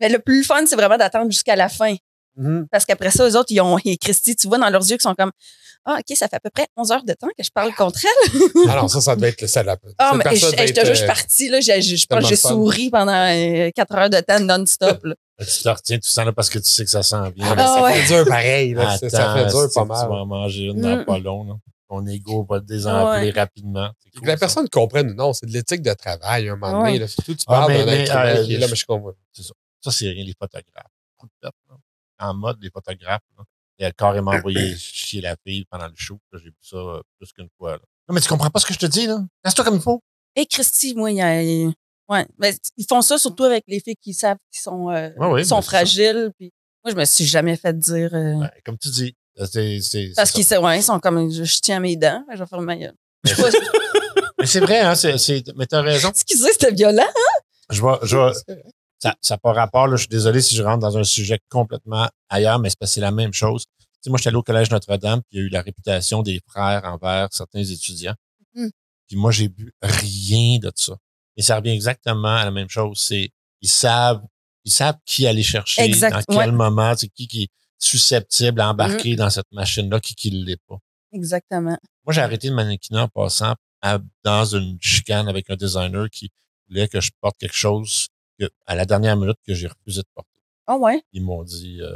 Speaker 2: Mais le plus fun, c'est vraiment d'attendre jusqu'à la fin.
Speaker 3: Mhm.
Speaker 2: Parce qu'après ça, eux autres, ils ont, et Christy, tu vois dans leurs yeux qu'ils sont comme, ah, OK, ça fait à peu près 11 heures de temps que je parle contre elle.
Speaker 3: Alors, ça, ça devait être le seul.
Speaker 2: Ah,
Speaker 3: Ah! cette
Speaker 2: mais je,
Speaker 3: personne doit
Speaker 2: je te jure,
Speaker 3: être,
Speaker 2: je suis
Speaker 3: euh,
Speaker 2: partie, là. Je, je, je pense que
Speaker 3: tellement
Speaker 2: j'ai
Speaker 3: fun.
Speaker 2: souri pendant euh, quatre heures de temps non-stop, là.
Speaker 1: Tu te retiens tout ça là parce que tu sais que ça sent bien.
Speaker 3: Ah, mais ça
Speaker 2: Ah
Speaker 3: fait dur pareil. là. Ça- ça fait
Speaker 1: Attends,
Speaker 3: dur
Speaker 1: si
Speaker 3: pas
Speaker 1: Tu vas
Speaker 3: mal.
Speaker 1: en manger une
Speaker 2: Mm.
Speaker 1: dans pas long. Là. Ton ego va te désenfler rapidement. C'est
Speaker 3: Puis
Speaker 1: cool,
Speaker 3: Que la
Speaker 1: ça.
Speaker 3: personne comprenne ou non, c'est de l'éthique de travail à un moment donné.
Speaker 2: Ouais.
Speaker 3: là. Surtout, tu
Speaker 1: Ah,
Speaker 3: parles
Speaker 1: mais-
Speaker 3: d'un
Speaker 1: mais,
Speaker 3: être humain
Speaker 1: euh,
Speaker 3: qui est là,
Speaker 1: je-
Speaker 3: mais je comprends.
Speaker 1: Ça, c'est rien, les photographes. Coup de tête, là. En mode, les photographes, là. il a carrément envoyé chier la fille pendant le show. là. J'ai vu ça euh, plus qu'une fois. là. Non, mais tu comprends pas ce que je te dis, là? Laisse-toi comme il faut.
Speaker 2: Et Christy, moi, il y a- il- ouais, ben, ils font ça surtout avec les filles qui savent qu'ils sont, euh,
Speaker 1: Ouais, ouais,
Speaker 2: qu'ils sont
Speaker 1: ben, c'est ça.
Speaker 2: fragiles. Puis moi, je me suis jamais fait dire. euh,
Speaker 1: Ben, comme tu dis. euh, c'est- c'est-
Speaker 2: parce
Speaker 1: c'est
Speaker 2: qu'ils sont, ouais, ils sont comme, je, je tiens mes dents, je vais faire ma gueule. Je sais pas,
Speaker 1: ça. Mais c'est vrai, hein? c'est c'est- mais t'as raison.
Speaker 2: Excusez, c'était violent.
Speaker 1: Je vais, je vais- ça n'a pas rapport. Là, je suis désolé si je rentre dans un sujet complètement ailleurs, mais c'est parce que c'est la même chose. Tu sais, moi, j'étais allé au Collège Notre-Dame, puis il y a eu la réputation des frères envers certains étudiants.
Speaker 2: Mmh.
Speaker 4: Mhm.
Speaker 1: Puis moi, j'ai bu rien de ça. Et ça revient exactement à la même chose. C'est ils savent, ils savent qui aller chercher,
Speaker 2: Exact,
Speaker 1: dans quel
Speaker 2: ouais. Mmh.
Speaker 1: moment, c'est qui qui est susceptible à embarquer dans cette machine-là, qui qui ne l'est pas.
Speaker 2: Exactement.
Speaker 1: Moi, j'ai arrêté le mannequinat en passant à- dans une chicane avec un designer qui voulait que je porte quelque chose que, à la dernière minute que j'ai refusé de porter.
Speaker 2: Ah ouais?
Speaker 1: Ils m'ont dit, euh,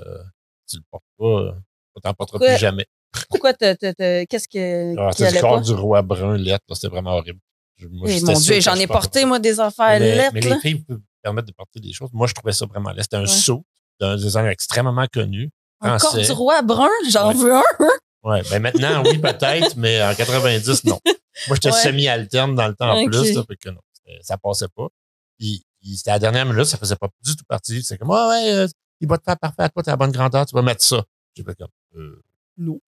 Speaker 1: tu le portes pas, euh, tu t'en porteras
Speaker 2: Pourquoi?
Speaker 1: plus jamais.
Speaker 2: Pourquoi t'as- t'as- t'as- qu'est-ce que.
Speaker 1: Alors,
Speaker 2: qui
Speaker 1: C'était
Speaker 2: allait
Speaker 1: le corps
Speaker 2: pas?
Speaker 1: Ah, du roi brun, lettre. là, C'était vraiment horrible. Je- moi,
Speaker 2: Eh,
Speaker 1: j'étais
Speaker 2: mon
Speaker 1: sûr
Speaker 2: Dieu,
Speaker 1: que
Speaker 2: j'en
Speaker 1: je
Speaker 2: ai
Speaker 1: portais
Speaker 2: porté,
Speaker 1: pas.
Speaker 2: moi, des
Speaker 1: mais,
Speaker 2: affaires
Speaker 1: mais
Speaker 2: lettres, là.
Speaker 1: les filles peuvent permettre de porter des choses. Moi, je trouvais ça vraiment laid. C'était un
Speaker 2: Ouais.
Speaker 1: saut d'un design extrêmement connu.
Speaker 2: Un corps
Speaker 1: français.
Speaker 2: du roi brun, j'en
Speaker 1: Ouais.
Speaker 2: veux un.
Speaker 1: Ouais, ben maintenant, oui, peut-être, mais en 90, non. Moi, j'étais
Speaker 2: Ouais.
Speaker 1: semi-alterne dans le temps en
Speaker 2: Ok.
Speaker 1: plus, là, fait que non, c'était- ça passait pas. Puis, puis c'était à la dernière minute, ça faisait pas du tout partie. C'est comme, ah ouais, euh, il va te faire parfait à toi, t'es à la bonne grandeur, tu vas mettre ça. J'ai fait comme, euh,
Speaker 2: Non.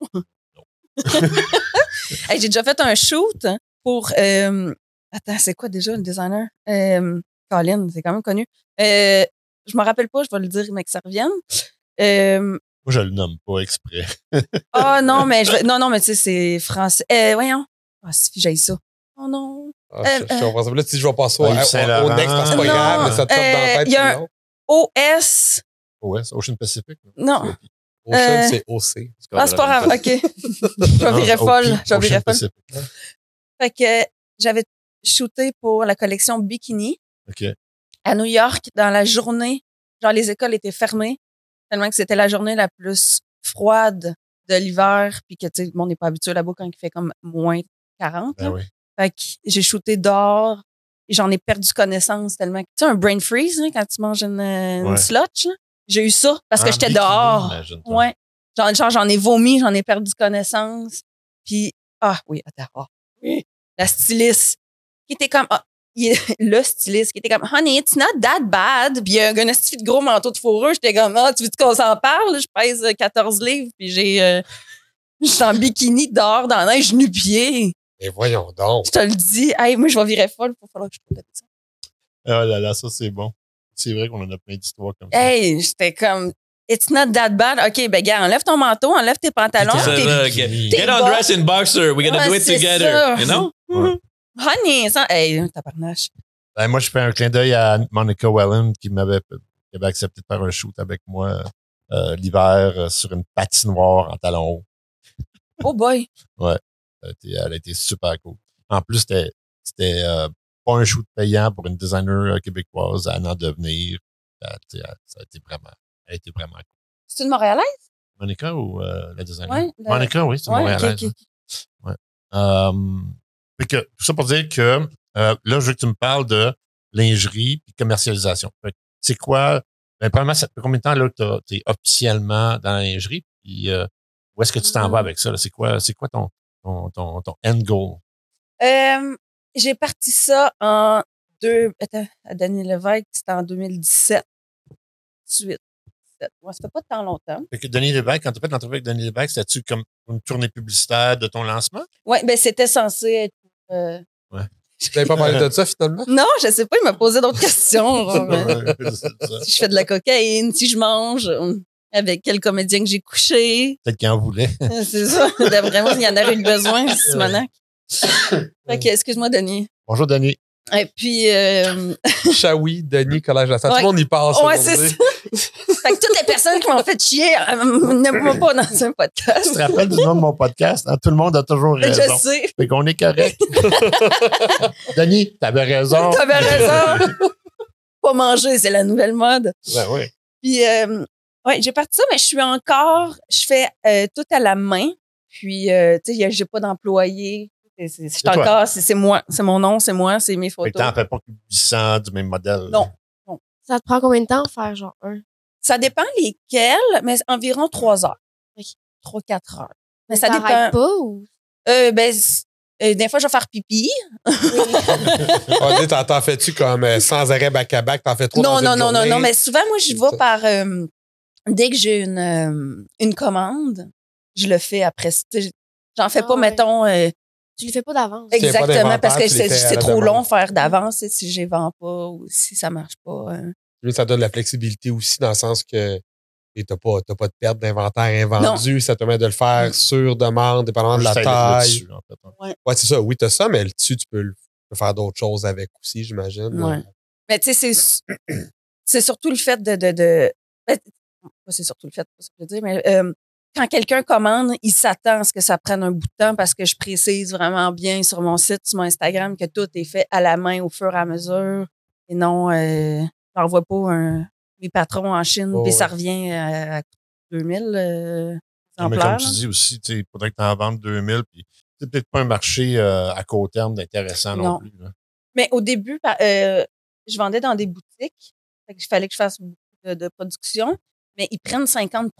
Speaker 2: Hey, j'ai déjà fait un shoot hein, pour. euh, attends, c'est quoi déjà le designer? Euh, Colin, c'est quand même connu. Euh, je me rappelle pas, je vais le dire, mais que ça revienne. Euh,
Speaker 1: moi, je le nomme pas exprès.
Speaker 2: Ah non, mais je vais- non, non, mais tu sais, c'est français. Euh, voyons. Ah, si j'ai ça. Oh non.
Speaker 3: Ah, je- je
Speaker 2: Euh,
Speaker 3: comprends ça. Là, si je vais passer au,
Speaker 1: Ah,
Speaker 3: au,
Speaker 1: Yves Saint-Laurent.
Speaker 3: au next, parce que c'est pas
Speaker 2: Non,
Speaker 3: grave, mais ça te tape dans
Speaker 2: euh,
Speaker 3: la tête.
Speaker 2: il y a
Speaker 3: sinon.
Speaker 2: OS.
Speaker 1: OS, Ocean Pacific. non?
Speaker 2: Non.
Speaker 3: Ocean,
Speaker 2: euh,
Speaker 3: c'est OC.
Speaker 2: Ah, c'est pas grave. OK. Je
Speaker 1: Non,
Speaker 2: vais virer
Speaker 1: OP,
Speaker 2: folle. Je vais
Speaker 1: Ocean
Speaker 2: virer folle.
Speaker 1: Pacific.
Speaker 2: Fait que j'avais shooté pour la collection Bikini.
Speaker 1: OK.
Speaker 2: à New York dans la journée. Genre, les écoles étaient fermées tellement que c'était la journée la plus froide de l'hiver. Puis que, tu sais, on n'est pas habitué là-bas quand il fait comme moins 40.
Speaker 1: Ben
Speaker 2: là.
Speaker 1: oui.
Speaker 2: Fait que j'ai shooté dehors et j'en ai perdu connaissance tellement que, tu sais, un brain freeze hein, quand tu manges une, une
Speaker 1: Ouais. Ah,
Speaker 2: slotch. là. J'ai eu ça parce que
Speaker 1: En
Speaker 2: j'étais
Speaker 1: bikini,
Speaker 2: dehors.
Speaker 1: imagine-toi.
Speaker 2: Ouais. Genre, genre, j'en ai vomi, j'en ai perdu connaissance. Puis, ah oui, attends, ah, oui. La styliste qui était comme, ah, il est- le styliste qui était comme, honey, it's not that bad. Puis il y a un gars de gros manteau de fourreux. J'étais comme, ah, tu veux qu'on s'en parle? Je pèse euh, 14 livres, puis j'ai, euh, je suis en bikini dehors dans la neige, nu-pied.
Speaker 3: Mais voyons donc.
Speaker 2: Je te le dis, hey, moi, je vais virer folle, il falloir que je trouve le petit.
Speaker 1: Ah là là, ça, c'est bon. C'est vrai qu'on en a plein d'histoires comme ça.
Speaker 2: Hey, j'étais comme, it's not that bad. OK, ben, gars, enlève ton manteau, enlève tes pantalons,
Speaker 1: T'es-
Speaker 2: tes
Speaker 5: get,
Speaker 1: T'es
Speaker 5: get on
Speaker 2: bon.
Speaker 5: dress in boxer. We're gonna
Speaker 2: Ouais,
Speaker 5: do it
Speaker 2: c'est
Speaker 5: together.
Speaker 2: ça.
Speaker 5: You know? Mm-hmm.
Speaker 2: Honey, ça, hey, tabarnache.
Speaker 1: Ben, moi, je fais un clin d'œil à Monica Wellen qui m'avait qui avait accepté de faire un shoot avec moi euh, l'hiver euh, sur une patinoire en talons hauts.
Speaker 2: Oh boy.
Speaker 1: Elle a été- Elle a été super cool. En plus, c'était c'était, euh, pas un shoot payant pour une designer euh, québécoise à en devenir. Elle, tu sais, elle- ça a été vraiment, elle a été vraiment cool.
Speaker 2: C'est une Montréalaise?
Speaker 1: Monica ou euh, la designer?
Speaker 2: Ouais, la-
Speaker 1: Monica, oui, c'est une
Speaker 2: Ouais, ok,
Speaker 1: Montréalaise.
Speaker 2: ok, ok.
Speaker 1: Euh, fait que, tout ça pour dire que euh, là, je veux que tu me parles de lingerie et commercialisation. Fait que C'est quoi? Ben, premièrement, ça fait combien de temps là, que tu es officiellement dans la lingerie? Puis, euh, où est-ce que tu t'en vas
Speaker 2: Mmh.
Speaker 1: avec ça? là? C'est quoi, c'est quoi ton, ton, ton, ton end goal?
Speaker 2: Euh, j'ai parti ça en deux. Attends, à Daniel Lévesque, c'était en 2017. 18. 17. Ouais, ça fait pas tant longtemps.
Speaker 1: Fait que Denis Lévesque, quand tu as fait l'entrevue avec Denis Lévesque, c'était-tu comme une tournée publicitaire de ton lancement?
Speaker 2: Ouais, ben, c'était censé être. euh,
Speaker 3: Tu n'avais pas parlé de ça, finalement?
Speaker 2: Non, je sais pas, il m'a posé d'autres questions. genre, euh,
Speaker 1: Peut-être
Speaker 2: si je fais de la cocaïne, si je mange, euh, avec quel comédien que j'ai couché.
Speaker 1: qu'il en voulait.
Speaker 2: Euh, C'est ça. D'après moi, il y en aurait eu besoin, ce monac. Fait que, excuse-moi, Denis.
Speaker 1: Bonjour, Denis.
Speaker 2: Et puis, euh,
Speaker 3: Chaoui, Denis, Collège La Salle. Tout le
Speaker 2: Ouais.
Speaker 3: monde y
Speaker 1: Oh,
Speaker 3: passe.
Speaker 2: Ouais,
Speaker 3: aujourd'hui.
Speaker 2: c'est fait que toutes les personnes qui m'ont fait chier, euh, ne moi pas dans un
Speaker 1: Tu te
Speaker 2: podcast.
Speaker 1: rappelles du nom de mon podcast? hein? Tout le monde a toujours raison.
Speaker 2: Je sais,
Speaker 1: Fait qu'on est correct. Denis, t'avais raison.
Speaker 2: t'avais raison. pas manger, c'est la nouvelle mode.
Speaker 3: Ben oui.
Speaker 2: Puis, euh, ouais, j'ai parti ça, mais je suis encore, je fais euh, tout à la main. Puis, euh, tu sais, y a- j'ai pas d'employé. C'est- c'est- Je suis
Speaker 1: toi.
Speaker 2: encore, c'est c'est moi, c'est mon nom, c'est moi, c'est mes
Speaker 1: Fait que
Speaker 2: photos.
Speaker 1: t'en fais pas que 800 du même modèle.
Speaker 2: Non.
Speaker 4: Ça te prend combien de temps de faire genre un?
Speaker 2: Ça dépend lesquels, mais environ trois heures.
Speaker 4: Ok.
Speaker 2: Trois, quatre heures. Mais ça dépend.
Speaker 4: T'arrêtes pas ou?
Speaker 2: Euh, ben, c- euh, des fois, je vais faire pipi.
Speaker 3: On dit, Ah, t'en t'en fais-tu comme euh, sans arrêt bac à bac, t'en fais trop
Speaker 2: Non,
Speaker 3: dans une
Speaker 2: non, non, non,
Speaker 3: journée?
Speaker 2: non, mais souvent, moi, je
Speaker 3: Ça.
Speaker 2: vais par. euh, dès que j'ai une, euh, une commande, je le fais après. Tu sais, J'en fais
Speaker 4: Ah
Speaker 2: pas,
Speaker 4: ouais.
Speaker 2: mettons, euh,
Speaker 4: tu les fais pas d'avance.
Speaker 3: pas
Speaker 2: exactement,
Speaker 3: d'inventaire,
Speaker 2: parce que
Speaker 3: tu les
Speaker 2: c'est
Speaker 3: fais à
Speaker 2: c'est
Speaker 3: la
Speaker 2: trop
Speaker 3: demande.
Speaker 2: long faire d'avance tu sais, si je les vends pas ou si ça marche pas. hein.
Speaker 3: Mais ça donne la flexibilité aussi dans le sens que tu n'as pas, t'as pas de perte d'inventaire invendu. Ça te permet de le faire sur demande, dépendamment de la
Speaker 1: Juste aller
Speaker 3: taille.
Speaker 1: là-dessus, en fait.
Speaker 3: Ouais, c'est ça. Oui, tu as ça, mais le dessus, tu peux, le- tu peux faire d'autres choses avec aussi, j'imagine.
Speaker 2: Ouais. Mais tu sais, c'est su- c'est surtout le fait de... de, de ben, pas c'est surtout le fait, c'est pas ça que je veux dire, mais euh, quand quelqu'un commande, il s'attend à ce que ça prenne un bout de temps parce que je précise vraiment bien sur mon site, sur mon Instagram, que tout est fait à la main au fur et à mesure. Et non, euh, j'envoie pas un, mes patrons en Chine,
Speaker 3: Oh,
Speaker 2: puis ça
Speaker 3: ouais.
Speaker 2: revient à, à 2000 euh,
Speaker 1: Non, Ah, mais
Speaker 2: exemplaires,
Speaker 1: comme tu
Speaker 2: là.
Speaker 1: dis aussi, tu sais, il faudrait que tu en vendes 2000. Puis c'est peut-être pas un marché euh, à court terme d'intéressant non,
Speaker 2: Non.
Speaker 1: plus. hein. là.
Speaker 2: Mais au début, par- euh, je vendais dans des boutiques. Fait que il fallait que je fasse beaucoup de, de production. Mais ils prennent 50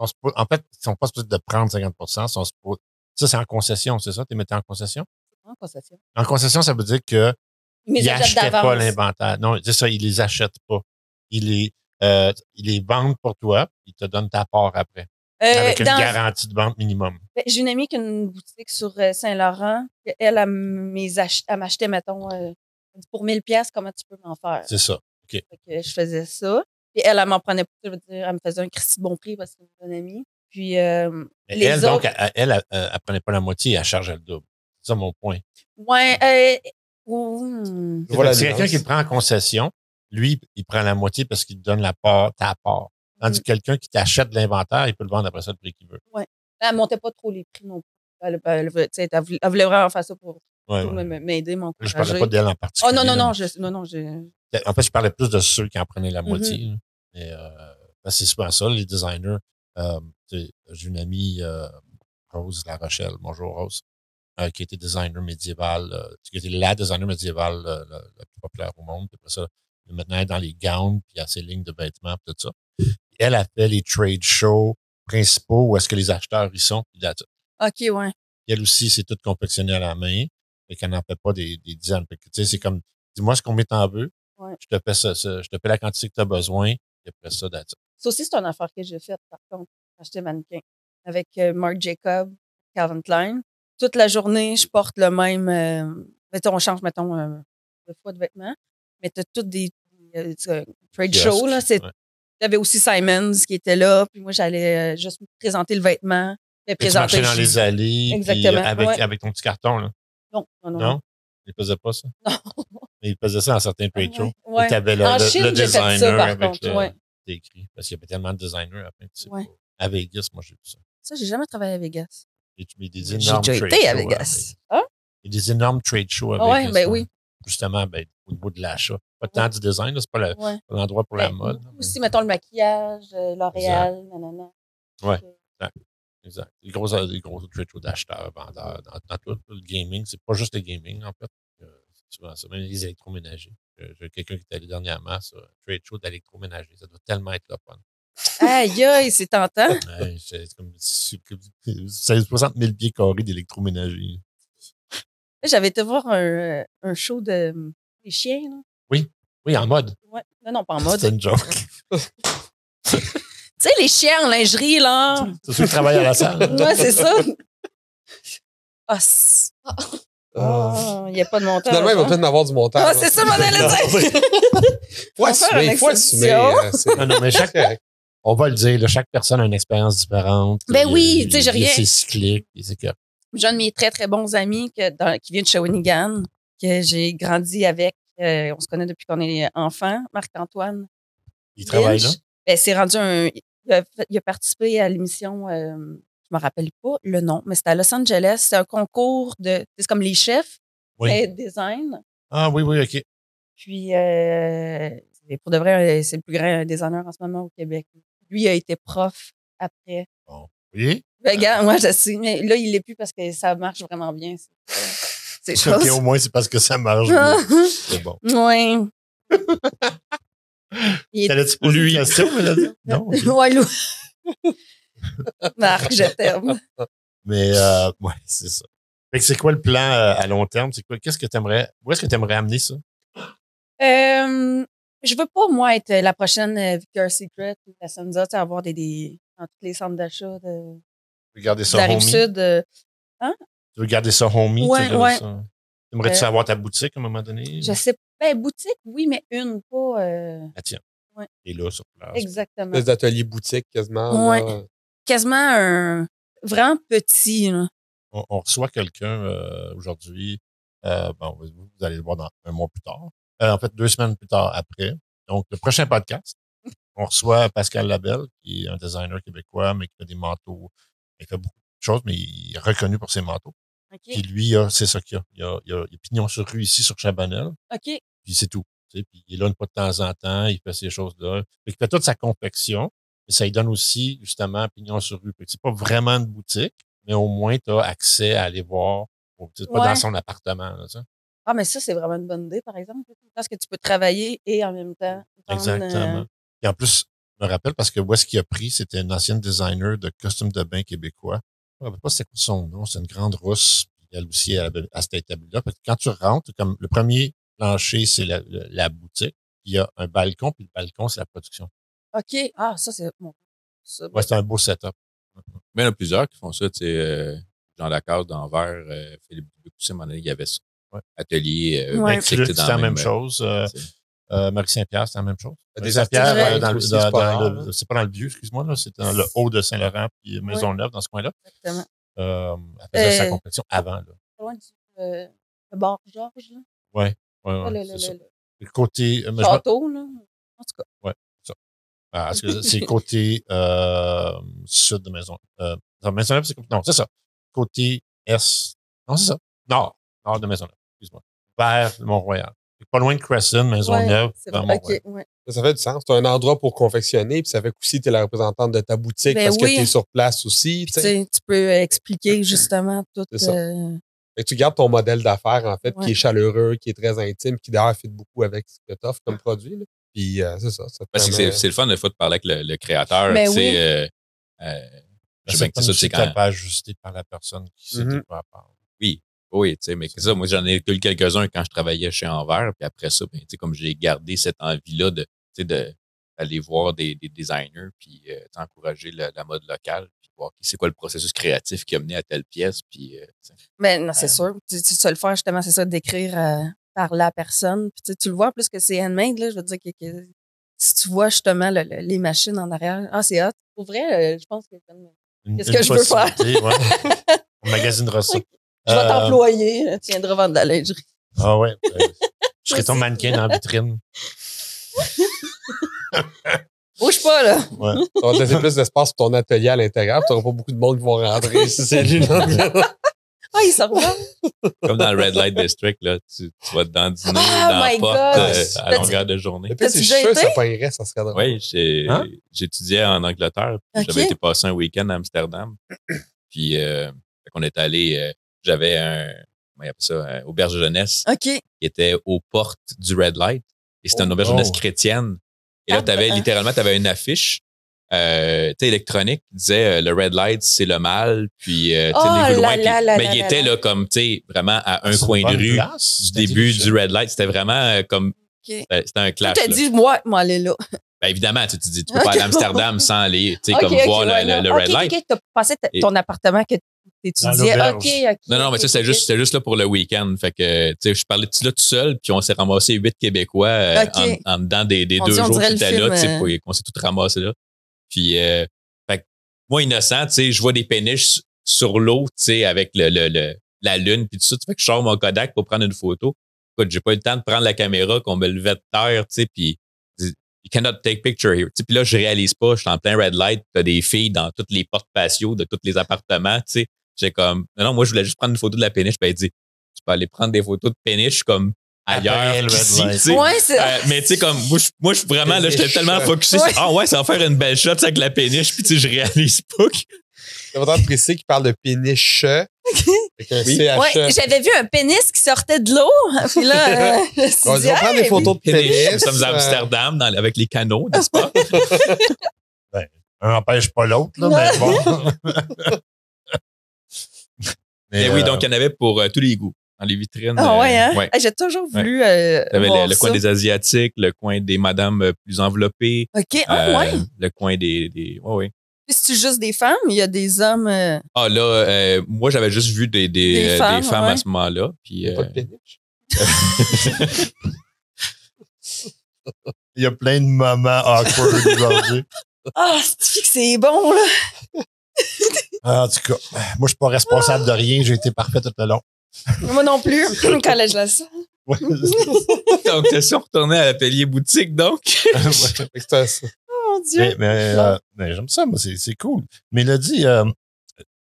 Speaker 1: On se pose- en fait, ils sont pas supposés de prendre 50 ils sont supposés- Ça, c'est en concession, c'est ça? Tu les mettais en concession?
Speaker 2: en concession.
Speaker 1: En concession, ça veut dire que
Speaker 2: Ils me les
Speaker 1: ils
Speaker 2: achètent
Speaker 1: n'achetaient pas
Speaker 2: d'avance.
Speaker 1: l'inventaire. Non, c'est ça, ils les achètent pas. Ils les, euh, ils les vendent pour toi, puis ils te donnent ta part après.
Speaker 2: Euh,
Speaker 1: avec une
Speaker 2: dans-
Speaker 1: garantie de vente minimum.
Speaker 2: Ben, J'ai une amie qui a une boutique sur euh, Saint-Laurent. Elle, elle, elle mes ach- elle m'achetait, mettons, euh, elle dit, pour 1000 pièces comment tu peux m'en faire?
Speaker 1: C'est ça.
Speaker 2: Fait que je faisais ça. Puis elle, elle m'en prenait pas. Je veux dire, elle me faisait un Christy bon prix parce que c'est une bonne amie. Puis euh,
Speaker 1: Mais
Speaker 2: Les
Speaker 1: elle, donc,
Speaker 2: autres-
Speaker 1: elle, elle, elle, elle, elle prenait pas la moitié, elle chargeait le double. C'est ça mon point.
Speaker 2: ouais, euh, hmm, ouh,
Speaker 3: Je vois la
Speaker 1: C'est quelqu'un
Speaker 3: nuance.
Speaker 1: qui le prend en concession, lui, il prend la moitié parce qu'il te donne la part, ta part.
Speaker 2: Mm.
Speaker 1: Tandis que quelqu'un qui t'achète l'inventaire, il peut le vendre après ça le prix qu'il veut.
Speaker 2: elle montait pas trop les prix non plus. Elle, elle, veut- tu sais, elle voulait elle voulait vraiment faire ça pour,
Speaker 1: Ouais,
Speaker 2: pour
Speaker 1: ouais.
Speaker 2: me- m'aider,
Speaker 1: Je
Speaker 2: m'encourager.
Speaker 1: parlais pas d'elle en particulier.
Speaker 2: Oh non, non,
Speaker 1: là.
Speaker 2: non, je, non, non, je,
Speaker 1: En fait, je parlais plus de ceux qui en prenaient la moitié. là. Mais euh, ben, c'est souvent ça, les designers. Euh, tu sais, J'ai une amie, euh, Rose La Rochelle, bonjour Rose, euh, qui était designer médiéval, euh, qui était la designer médiévale euh, la, la plus populaire au monde. Puis après ça, maintenant, elle est dans les gowns, puis elle a ses lignes de vêtements, puis tout ça. Puis elle a fait les trade shows principaux où est-ce que les acheteurs y sont, puis là,
Speaker 2: OK, ouais.
Speaker 1: puis elle aussi, c'est tout confectionné à la main. Fait qu'elle n'en fait pas des, des dizaines. Fait que, tu sais, c'est comme, dis-moi ce qu'on met en veux.
Speaker 2: Ouais.
Speaker 1: Je te fais ça, ça- je te fais la quantité que tu as besoin. Et après ça, that's it.
Speaker 2: Ça aussi, c'est une affaire que j'ai faite, par contre, quand j'étais mannequin, avec euh, Marc Jacob, Calvin Klein. Toute la journée, je porte le même. euh, mettons, on change, mettons, euh, deux fois de vêtements, mais tu as toutes des euh, tu sais, trade
Speaker 1: Kiosque.
Speaker 2: shows. là. C'est-
Speaker 1: Ouais.
Speaker 2: Il y avait aussi Simons qui était là, puis moi, j'allais euh, juste présenter le vêtement. mais
Speaker 1: Et Tu
Speaker 2: présenter
Speaker 1: marchais dans
Speaker 2: je-
Speaker 1: les allées. puis euh,
Speaker 2: Exactement,
Speaker 1: avec,
Speaker 2: ouais.
Speaker 1: avec ton petit carton, là.
Speaker 2: Non, non, non.
Speaker 1: Non? Il faisait pas ça? Mais il faisait ça dans certains trade shows.
Speaker 2: Ah, Ouais.
Speaker 1: Et t'avais le,
Speaker 2: En
Speaker 1: le- le
Speaker 2: Chine, j'ai fait ça,
Speaker 1: designer
Speaker 2: par
Speaker 1: avec euh,
Speaker 2: contre,
Speaker 1: le-
Speaker 2: ouais.
Speaker 1: c'est écrit. Parce qu'il y avait tellement de designers à la fin, tu sais,
Speaker 2: Ouais.
Speaker 1: pour- À Vegas, moi, j'ai vu ça.
Speaker 2: Ça, j'ai jamais travaillé à Vegas.
Speaker 1: Et tu mets des
Speaker 2: J'ai
Speaker 1: énormes
Speaker 2: déjà
Speaker 1: trade
Speaker 2: été à
Speaker 1: shows
Speaker 2: Vegas. Hein?
Speaker 1: Il y a des énormes trade shows à
Speaker 2: Ah ouais,
Speaker 1: Vegas.
Speaker 2: ben
Speaker 1: là.
Speaker 2: oui.
Speaker 1: Justement, ben, au niveau de l'achat. Pas tant du design, là, c'est pas le-
Speaker 2: Ouais.
Speaker 1: pas l'endroit pour la
Speaker 2: Ben,
Speaker 1: mode. là, mais-
Speaker 2: Aussi, mettons, le maquillage, euh, L'Oréal, nanana.
Speaker 1: Exact. Des gros, des gros trade shows d'acheteurs, vendeurs. Dans, dans tout le gaming, c'est pas juste le gaming, en fait. Euh, c'est souvent ça. Même les électroménagers. Euh, J'ai quelqu'un qui est allé dernièrement sur un trade show d'électroménager. Ça doit tellement être le fun.
Speaker 2: Aïe, aïe, c'est tentant.
Speaker 1: Ouais, c'est c'est comme, c'est comme- c'est 60 000 pieds carrés d'électroménager.
Speaker 2: J'avais été voir un, euh, un show de euh, des chiens. Là.
Speaker 1: Oui, en mode.
Speaker 2: Ouais. Non, non, pas en mode.
Speaker 1: C'est
Speaker 2: tu
Speaker 1: une joke.
Speaker 2: sais, les chiens en lingerie, là.
Speaker 1: C'est ceux qui travaillent à la salle.
Speaker 2: Ouais, c'est ça. Ah, c'est- ah, il n'y a pas de montage.
Speaker 3: Finalement, il va
Speaker 2: hein.
Speaker 3: peut-être en avoir du montage.
Speaker 2: Ah, c'est ça, mon allait dire. On
Speaker 3: Faut
Speaker 2: va faire
Speaker 3: assumer,
Speaker 2: une
Speaker 3: faut assumer.
Speaker 2: exception.
Speaker 3: euh, c'est-
Speaker 1: Non, non, mais chaque,
Speaker 3: c'est correct.
Speaker 1: on va le dire, là, chaque personne a une expérience différente. Il
Speaker 2: Ben
Speaker 1: y a-
Speaker 2: oui,
Speaker 1: il
Speaker 2: tu sais, j'ai
Speaker 1: y a-
Speaker 2: rien.
Speaker 1: C'est cyclique. et C'est que
Speaker 2: J'ai un de mes très, très bons amis que- dans- qui vient de Shawinigan. que j'ai grandi avec. Euh, on se connaît depuis qu'on est enfant, Marc-Antoine.
Speaker 1: Il travaille là.
Speaker 2: Lynch. Ben, c'est rendu un. Il a, fait- il a participé à l'émission, euh, je me rappelle pas le nom, mais c'était à Los Angeles. C'est un concours de. C'est comme les chefs,
Speaker 1: Oui.
Speaker 2: et design.
Speaker 1: Ah oui, oui, OK.
Speaker 2: Puis, euh, c'est- pour de vrai, euh, c'est le plus grand designer en ce moment au Québec. Lui a été prof après.
Speaker 1: Vous voyez?
Speaker 2: Ben, regarde, moi, je sais. Mais là, il l'est plus parce que ça marche vraiment bien. C'est- C'est
Speaker 1: OK,
Speaker 2: chose.
Speaker 1: au moins, c'est parce que ça marche. bien.
Speaker 2: oui.
Speaker 1: c'est bon.
Speaker 2: Et-
Speaker 1: T'allais-tu poser une question, Mélanie? Non. OK.
Speaker 2: Ouais, Lou. Marc, je t'aime.
Speaker 1: Mais euh, ouais, c'est ça. Fait que c'est quoi le plan euh, à long terme? C'est quoi? Qu'est-ce que t'aimerais? Où est-ce que t'aimerais amener ça?
Speaker 2: Euh, je veux pas, moi, être la prochaine euh, Victoria's Secret ou la Senza, tu sais, avoir des, des. dans tous les centres d'achat de,
Speaker 1: Regardez
Speaker 2: de
Speaker 1: ça,
Speaker 2: la
Speaker 1: homie.
Speaker 2: Rive-Sud. euh,
Speaker 1: Tu veux garder ça homie?
Speaker 2: Ouais,
Speaker 1: tu veux
Speaker 2: ouais. Euh,
Speaker 1: ça? T'aimerais-tu avoir ta boutique à un moment donné?
Speaker 2: je sais pas. Ben, boutique, oui, mais une, pas. euh,
Speaker 1: Ah, tiens.
Speaker 2: Ouais.
Speaker 1: Et là, sur place.
Speaker 2: exactement.
Speaker 3: Des ateliers boutiques quasiment. là.
Speaker 2: Quasiment un. Vraiment petit, là.
Speaker 1: on, on reçoit quelqu'un euh, aujourd'hui. Euh, bon, vous, vous allez le voir dans un mois plus tard. Euh, en fait, deux semaines plus tard après. Donc, le prochain podcast, on reçoit Pascal Labelle, qui est un designer québécois, mais qui fait des manteaux. Il fait beaucoup de choses, mais il est reconnu pour ses manteaux. Puis
Speaker 2: OK.
Speaker 1: lui, euh, c'est ça qu'il y a. Il y a, il y a, il y a pignon sur rue ici, sur Chabanel,
Speaker 2: OK.
Speaker 1: puis c'est tout. tu sais. Puis il est là une fois de temps en temps, il fait ces choses-là. Fait qu'il fait toute sa confection, mais ça lui donne aussi, justement, pignon sur rue. Fait que c'est pas vraiment une boutique, mais au moins, tu as accès à aller voir. au- C'est pas
Speaker 2: Ouais.
Speaker 1: dans son appartement, là, ça.
Speaker 2: Ah, mais ça, c'est vraiment une bonne idée, par exemple. Parce que tu peux travailler et en même temps. vendre, euh,
Speaker 1: Exactement. Et en plus, je me rappelle parce que où est-ce qu'il a pris, c'était une ancienne designer de costume de bain québécois. Je me rappelle pas c'était quoi son nom, c'est une grande russe. Puis Elle aussi, elle, avait- elle s'était établie là. Fait que quand tu rentres, comme le premier plancher, c'est la, la- la boutique. Puis Il y a un balcon, puis le balcon, c'est la production.
Speaker 2: OK. Ah, ça, c'est bon. Ça,
Speaker 1: Ouais, c'est un beau setup.
Speaker 5: Mais il y en a plusieurs qui font ça. Tu sais, euh, Jean Lacasse d'Anvers, euh, Philippe Ducoussin, à un moment donné, il y avait ça.
Speaker 1: Ouais.
Speaker 5: Atelier. euh,
Speaker 2: Ouais.
Speaker 1: Max
Speaker 5: boutique,
Speaker 1: Luc,
Speaker 5: c'est
Speaker 1: C'était
Speaker 5: dans
Speaker 1: la même
Speaker 5: euh,
Speaker 1: chose. Euh,
Speaker 5: tu sais.
Speaker 1: euh, Marie Saint-Pierre, c'est la même chose.
Speaker 3: Des
Speaker 1: Marie Saint-Pierre,
Speaker 3: artistes
Speaker 1: euh, dans, le-
Speaker 3: aussi,
Speaker 1: dans-
Speaker 3: c'est pas
Speaker 1: dans
Speaker 3: rare,
Speaker 1: le, c'est pas dans le vieux, excuse-moi, là, c'est dans le haut de Saint-Laurent, puis Maisonneuve, dans ce coin-là.
Speaker 2: Exactement.
Speaker 1: Euh, elle faisait sa
Speaker 2: Euh,
Speaker 1: compétition avant, là.
Speaker 2: Pas loin du euh, le bord Georges, Oh là.
Speaker 1: Ouais, ouais,
Speaker 2: le,
Speaker 1: c'est
Speaker 2: le,
Speaker 1: ça.
Speaker 2: le,
Speaker 1: Le côté. euh,
Speaker 2: le
Speaker 1: mais je me-
Speaker 2: château, là. En tout cas.
Speaker 1: ah, est-ce que c'est côté euh, sud de Maison. Euh, non, Maisonneuve, c'est comme- Non, c'est ça. Côté est. Non, c'est ça. Nord. Nord de Maisonneuve. Excuse-moi. Vers Mont-Royal. Pas loin de Crescent, Maisonneuve,
Speaker 2: Ouais, c'est
Speaker 1: vers
Speaker 2: vrai.
Speaker 1: Mont-Royal.
Speaker 2: OK, ouais.
Speaker 3: Ça fait du sens. C'est un endroit pour confectionner, puis ça fait aussi tu es la représentante de ta boutique
Speaker 2: Ben
Speaker 3: parce
Speaker 2: oui.
Speaker 3: que tu es sur place
Speaker 2: Puis,
Speaker 3: aussi. tu
Speaker 2: tu
Speaker 3: sais.
Speaker 2: sais, tu peux euh, expliquer justement tout.
Speaker 3: C'est ça.
Speaker 2: euh,
Speaker 3: Fait que tu gardes ton modèle d'affaires, en fait, qui
Speaker 2: Ouais.
Speaker 3: est chaleureux, qui est très intime, qui d'ailleurs fit beaucoup avec ce que tu offres comme produit. là. Puis euh, c'est ça. ça te
Speaker 5: Parce que Ben, c'est
Speaker 3: permet-
Speaker 5: c'est le fun des fois de parler avec le, le créateur.
Speaker 2: Ben
Speaker 5: tu sais,
Speaker 2: oui.
Speaker 5: euh, euh, je sais bien que
Speaker 1: comme
Speaker 5: ça,
Speaker 1: si
Speaker 5: c'est Mm-hmm.
Speaker 1: t'as
Speaker 5: quand.
Speaker 1: pas ajusté par la personne qui sait de
Speaker 3: Mhm.
Speaker 1: quoi elle parle.
Speaker 5: Oui, tu sais, mais c'est ça, moi, j'en ai eu quelques-uns quand je travaillais chez Anvers. Puis après ça, ben, tu sais, comme j'ai gardé cette envie-là de, tu sais, de- d'aller voir des, des designers, puis euh, d'encourager la, la mode locale, puis voir c'est quoi le processus créatif qui a mené à telle pièce. Puis, euh, tu sais.
Speaker 2: Mais non, c'est
Speaker 5: Euh.
Speaker 2: sûr. Tu, tu sais le faire justement, c'est ça, d'écrire euh, par la personne. Puis tu, sais, tu le vois en plus que c'est handmade, là, je veux dire que, que si tu vois justement le- le- les machines en arrière, ah, c'est hot. Pour vrai, euh, je pense que je
Speaker 1: Une-
Speaker 2: Qu'est-ce
Speaker 1: une
Speaker 2: que je veux faire?
Speaker 1: possibilité, ouais. On magasinera ça.
Speaker 2: vais
Speaker 1: Euh,
Speaker 2: t'employer, tu viendras vendre de la lingerie.
Speaker 1: Ah ouais. Euh, Je serais ton
Speaker 2: Vas-y.
Speaker 1: mannequin dans la vitrine.
Speaker 2: Bouge pas, là.
Speaker 1: Ouais.
Speaker 3: Ça va te laisser plus d'espace pour ton atelier à l'intérieur. Tu n'auras pas beaucoup de monde qui vont rentrer si c'est lui. là.
Speaker 2: Ah, il sort là.
Speaker 5: Comme dans le Red Light District, là, tu, tu vas dedans dîner
Speaker 2: Ah,
Speaker 5: dans la
Speaker 2: my
Speaker 5: porte
Speaker 2: God!
Speaker 5: euh, à
Speaker 2: T'as-tu-
Speaker 5: longueur de journée.
Speaker 3: Le pire, c'est
Speaker 2: T'as-tu
Speaker 3: je suis
Speaker 2: déjà
Speaker 3: sûr que ça
Speaker 2: été?
Speaker 3: pognerait, ça serait drôle.
Speaker 5: Oui, j'ai-
Speaker 1: Hein?
Speaker 5: j'étudiais en Angleterre. puis
Speaker 2: Ok.
Speaker 5: J'avais été passer un week-end à Amsterdam. Puis euh, on est allé, euh, j'avais un, comment il appelle ça, un auberge de jeunesse
Speaker 2: OK.
Speaker 5: qui était aux portes du Red Light. Et c'était
Speaker 1: Oh,
Speaker 5: une auberge de
Speaker 1: oh.
Speaker 5: jeunesse chrétienne. Et là, t'avais, littéralement, tu avais une affiche euh, tu sais, électronique qui disait euh, le Red Light, c'est le mal. Puis, euh, tu sais,
Speaker 2: Oh
Speaker 5: les
Speaker 2: là
Speaker 5: loin. Puis-
Speaker 2: là là
Speaker 5: mais
Speaker 2: là
Speaker 5: il
Speaker 2: là
Speaker 5: était
Speaker 2: là.
Speaker 5: là comme, tu sais, vraiment à un
Speaker 1: C'est une
Speaker 5: coin de
Speaker 1: bonne
Speaker 5: rue
Speaker 1: place,
Speaker 5: du
Speaker 1: c'est
Speaker 5: début
Speaker 1: intelligent.
Speaker 5: du Red Light. C'était vraiment euh, comme. euh, C'était un
Speaker 2: Tu
Speaker 5: clash.
Speaker 2: t'as
Speaker 5: là.
Speaker 2: dit, moi, moi, aller là.
Speaker 5: Ben, évidemment, tu te dis, tu peux pas
Speaker 2: Ok,
Speaker 5: aller à Amsterdam sans aller, tu sais,
Speaker 2: OK,
Speaker 5: comme
Speaker 2: OK,
Speaker 5: voir le-
Speaker 2: ouais,
Speaker 5: le,
Speaker 2: non.
Speaker 5: le
Speaker 2: OK,
Speaker 5: Red Light.
Speaker 2: OK, t'as passé ta-
Speaker 5: Et-
Speaker 2: ton appartement que
Speaker 1: Dans
Speaker 2: t'étudiais.
Speaker 1: l'auberge.
Speaker 2: OK, OK.
Speaker 5: Non, non, mais ça,
Speaker 2: OK,
Speaker 5: c'était juste,
Speaker 2: OK.
Speaker 5: c'était juste là pour le week-end. Fait que, tu sais, je parlais de ça là tout seul, puis on s'est ramassé huit Québécois euh,
Speaker 2: Ok.
Speaker 5: en, en dedans des, des
Speaker 2: On
Speaker 5: deux
Speaker 2: dit, on
Speaker 5: jours
Speaker 2: dirait
Speaker 5: qui
Speaker 2: le
Speaker 5: étaient
Speaker 2: film,
Speaker 5: là, tu sais,
Speaker 2: euh.
Speaker 5: pour- qu'on s'est tout ramassé là. Puis, euh, fait que, moi, innocent, tu sais, je vois des péniches sur l'eau, tu sais, avec le, le, le- la lune, puis tout ça. Tu fais que je sors mon Kodak pour prendre une photo. écoute, j'ai pas eu le temps de prendre la caméra, qu'on me levait de terre, tu sais, puis you cannot take picture here. Tu sais, puis là, je réalise pas, je suis en plein red light, t'as des filles dans toutes les portes patio de tous les appartements, tu sais. J'ai comme, non, non, moi, je voulais juste prendre une photo de la péniche, ben, elle dit, tu peux aller prendre des photos de péniche comme
Speaker 1: Après
Speaker 5: ailleurs,
Speaker 1: le red
Speaker 5: ici,
Speaker 1: light.
Speaker 5: tu sais.
Speaker 2: Ouais, c'est-
Speaker 5: Euh, mais tu sais, comme, moi, je, moi, je suis vraiment, là, j'étais
Speaker 3: Péniche.
Speaker 5: tellement focusé. sur,
Speaker 2: Ouais.
Speaker 5: Ah ouais, ça va faire une belle shot, tu sais, avec la péniche, puis tu sais, je réalise pas que
Speaker 3: C'est important de préciser qu'il parle de péniche. Avec un E, CHE.
Speaker 2: Ouais, j'avais vu un pénis qui sortait de l'eau. Puis là, euh, je me suis
Speaker 3: On
Speaker 2: dit,
Speaker 3: va prendre
Speaker 2: hey,
Speaker 3: des photos de pénis.
Speaker 5: péniche. Nous sommes à
Speaker 3: euh,
Speaker 5: Amsterdam dans- avec les canaux, n'est-ce pas?
Speaker 1: Un n'empêche pas l'autre, là,
Speaker 2: Non.
Speaker 1: mais bon.
Speaker 5: Mais oui,
Speaker 1: euh,
Speaker 5: donc il y en avait pour euh, tous les goûts. Dans les vitrines.
Speaker 2: Ah ouais,
Speaker 5: euh,
Speaker 2: hein? Hey, J'ai toujours voulu euh,
Speaker 5: Il y avait
Speaker 2: voir
Speaker 5: le, le coin
Speaker 2: ça.
Speaker 5: des Asiatiques, le coin des madames euh, plus enveloppées.
Speaker 2: OK, ah
Speaker 5: euh,
Speaker 2: ouais.
Speaker 5: Le coin des. des ouais, ouais.
Speaker 2: Puis c'est-tu juste des femmes? Il y a des hommes... euh,
Speaker 5: Ah là, euh, moi j'avais juste vu des, des,
Speaker 2: Des
Speaker 5: euh, des
Speaker 2: femmes,
Speaker 5: femmes
Speaker 2: ouais.
Speaker 5: à ce moment-là.
Speaker 3: il
Speaker 5: Puis,
Speaker 3: y a
Speaker 5: euh,
Speaker 3: Pas de péniche.
Speaker 1: Il y a plein de moments awkward aujourd'hui.
Speaker 2: Ah, c'est-tu que c'est bon, là?
Speaker 1: En tout cas, moi, je suis pas responsable de rien. J'ai été parfait tout le long.
Speaker 2: Moi non plus, quand là, je la sens.
Speaker 1: Ouais.
Speaker 5: donc, c'est ça, on retournait à l'atelier boutique, donc.
Speaker 3: Fait que c'est un- c'est
Speaker 2: Oh mon Dieu!
Speaker 1: mais mais, euh, mais j'aime ça, moi, c'est c'est cool. Mélodie, euh,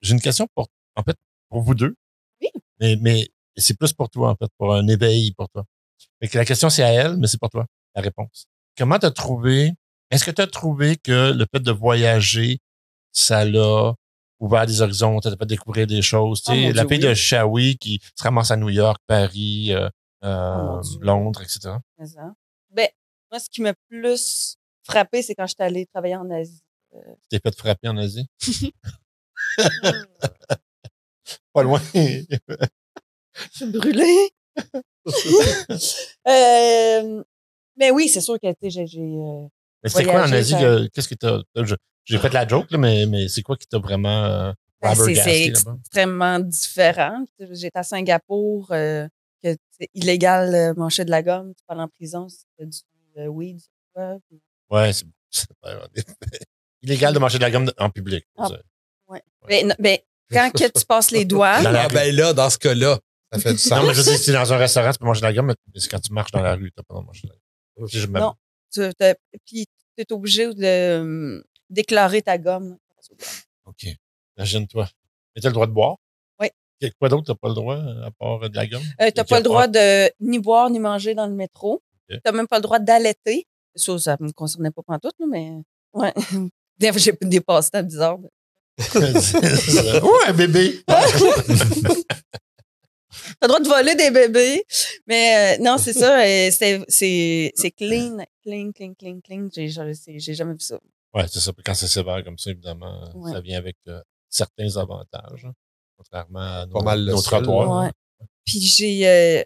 Speaker 1: j'ai une question pour, en fait, pour vous deux.
Speaker 2: Oui.
Speaker 1: Mais, mais c'est plus pour toi, en fait, pour un éveil pour toi. Fait que la question, c'est à elle, mais c'est pour toi, la réponse. Comment t'as trouvé, est-ce que tu as trouvé que le fait de voyager, ça l'a ouvert des horizons, ça t'a fait découvrir des choses? Tu
Speaker 2: Oh
Speaker 1: sais,
Speaker 2: mon
Speaker 1: la
Speaker 2: Dieu,
Speaker 1: fille
Speaker 2: oui.
Speaker 1: de Shawi qui se ramasse à New York, Paris, euh, euh,
Speaker 2: Oh mon Dieu.
Speaker 1: Londres, etc.
Speaker 2: Mais, hein. Ben, moi, ce qui m'a plus frappé, c'est quand j'étais allée travailler en Asie.
Speaker 1: Tu t'es fait frapper en Asie?
Speaker 2: Hmm.
Speaker 4: Hum.
Speaker 1: Pas loin.
Speaker 2: Brûlée! Euh, mais oui, c'est sûr que, tu sais, j'ai- j'ai... euh,
Speaker 1: Mais c'était quoi en
Speaker 2: Voyager,
Speaker 1: Asie?
Speaker 2: ça-
Speaker 1: le- Qu'est-ce que t'as. euh, je- J'ai fait la joke, là, mais, mais c'est quoi qui t'a vraiment euh,
Speaker 2: Ben, c'est-
Speaker 1: flabbergasté
Speaker 2: c'est
Speaker 1: là-bas?
Speaker 2: extrêmement différent. J'étais à Singapour, euh, que c'est illégal euh, manger de la gomme, tu peux aller en prison si tu du euh, weed. quoi.
Speaker 1: Ouais, c'est. c'est- ouais, en effet. Illégal de manger de la gomme de- en public.
Speaker 2: Ah.
Speaker 1: Ça.
Speaker 2: Ben, non, ben, quand que tu passes les doigts,
Speaker 1: Dans la
Speaker 3: Ah
Speaker 1: rue.
Speaker 3: ben là, dans ce cas-là, ça fait du
Speaker 1: Non,
Speaker 3: sens.
Speaker 1: mais je sais, si t'es dans un restaurant, tu peux manger de la gomme, mais c'est quand tu marches dans la rue, t'as pas le droit de manger de la gomme. Je me-
Speaker 2: Non. tu te- puis tu es obligé de euh, déclarer ta gomme.
Speaker 1: OK. Imagine-toi. Mais t'as le droit de boire?
Speaker 2: Oui.
Speaker 1: Qu- Quoi d'autre t'as pas le droit euh, à part euh, de la gomme?
Speaker 2: Euh, tu n'as pas le droit de ni boire ni manger dans le métro.
Speaker 1: Ok.
Speaker 2: Tu n'as même pas le droit d'allaiter. Ça, ça me concernait pas pantoute, là, mais... Ouais. Des fois, J'ai des passe-temps bizarres.
Speaker 1: oh, un bébé!
Speaker 2: T'as le droit de voler des bébés. Mais euh, non, c'est ça. euh, c'est- c'est c'est clean, clean, clean, clean, clean. J'ai j'ai- c'est- j'ai jamais vu ça.
Speaker 1: Ouais, c'est ça. Quand c'est sévère comme ça, évidemment, euh,
Speaker 2: Ouais.
Speaker 1: ça vient avec euh, certains avantages, hein, contrairement à nos,
Speaker 3: Pas mal le
Speaker 1: nos
Speaker 3: seul,
Speaker 1: trottoirs.
Speaker 2: Ouais.
Speaker 1: hein.
Speaker 2: Puis j'ai... euh,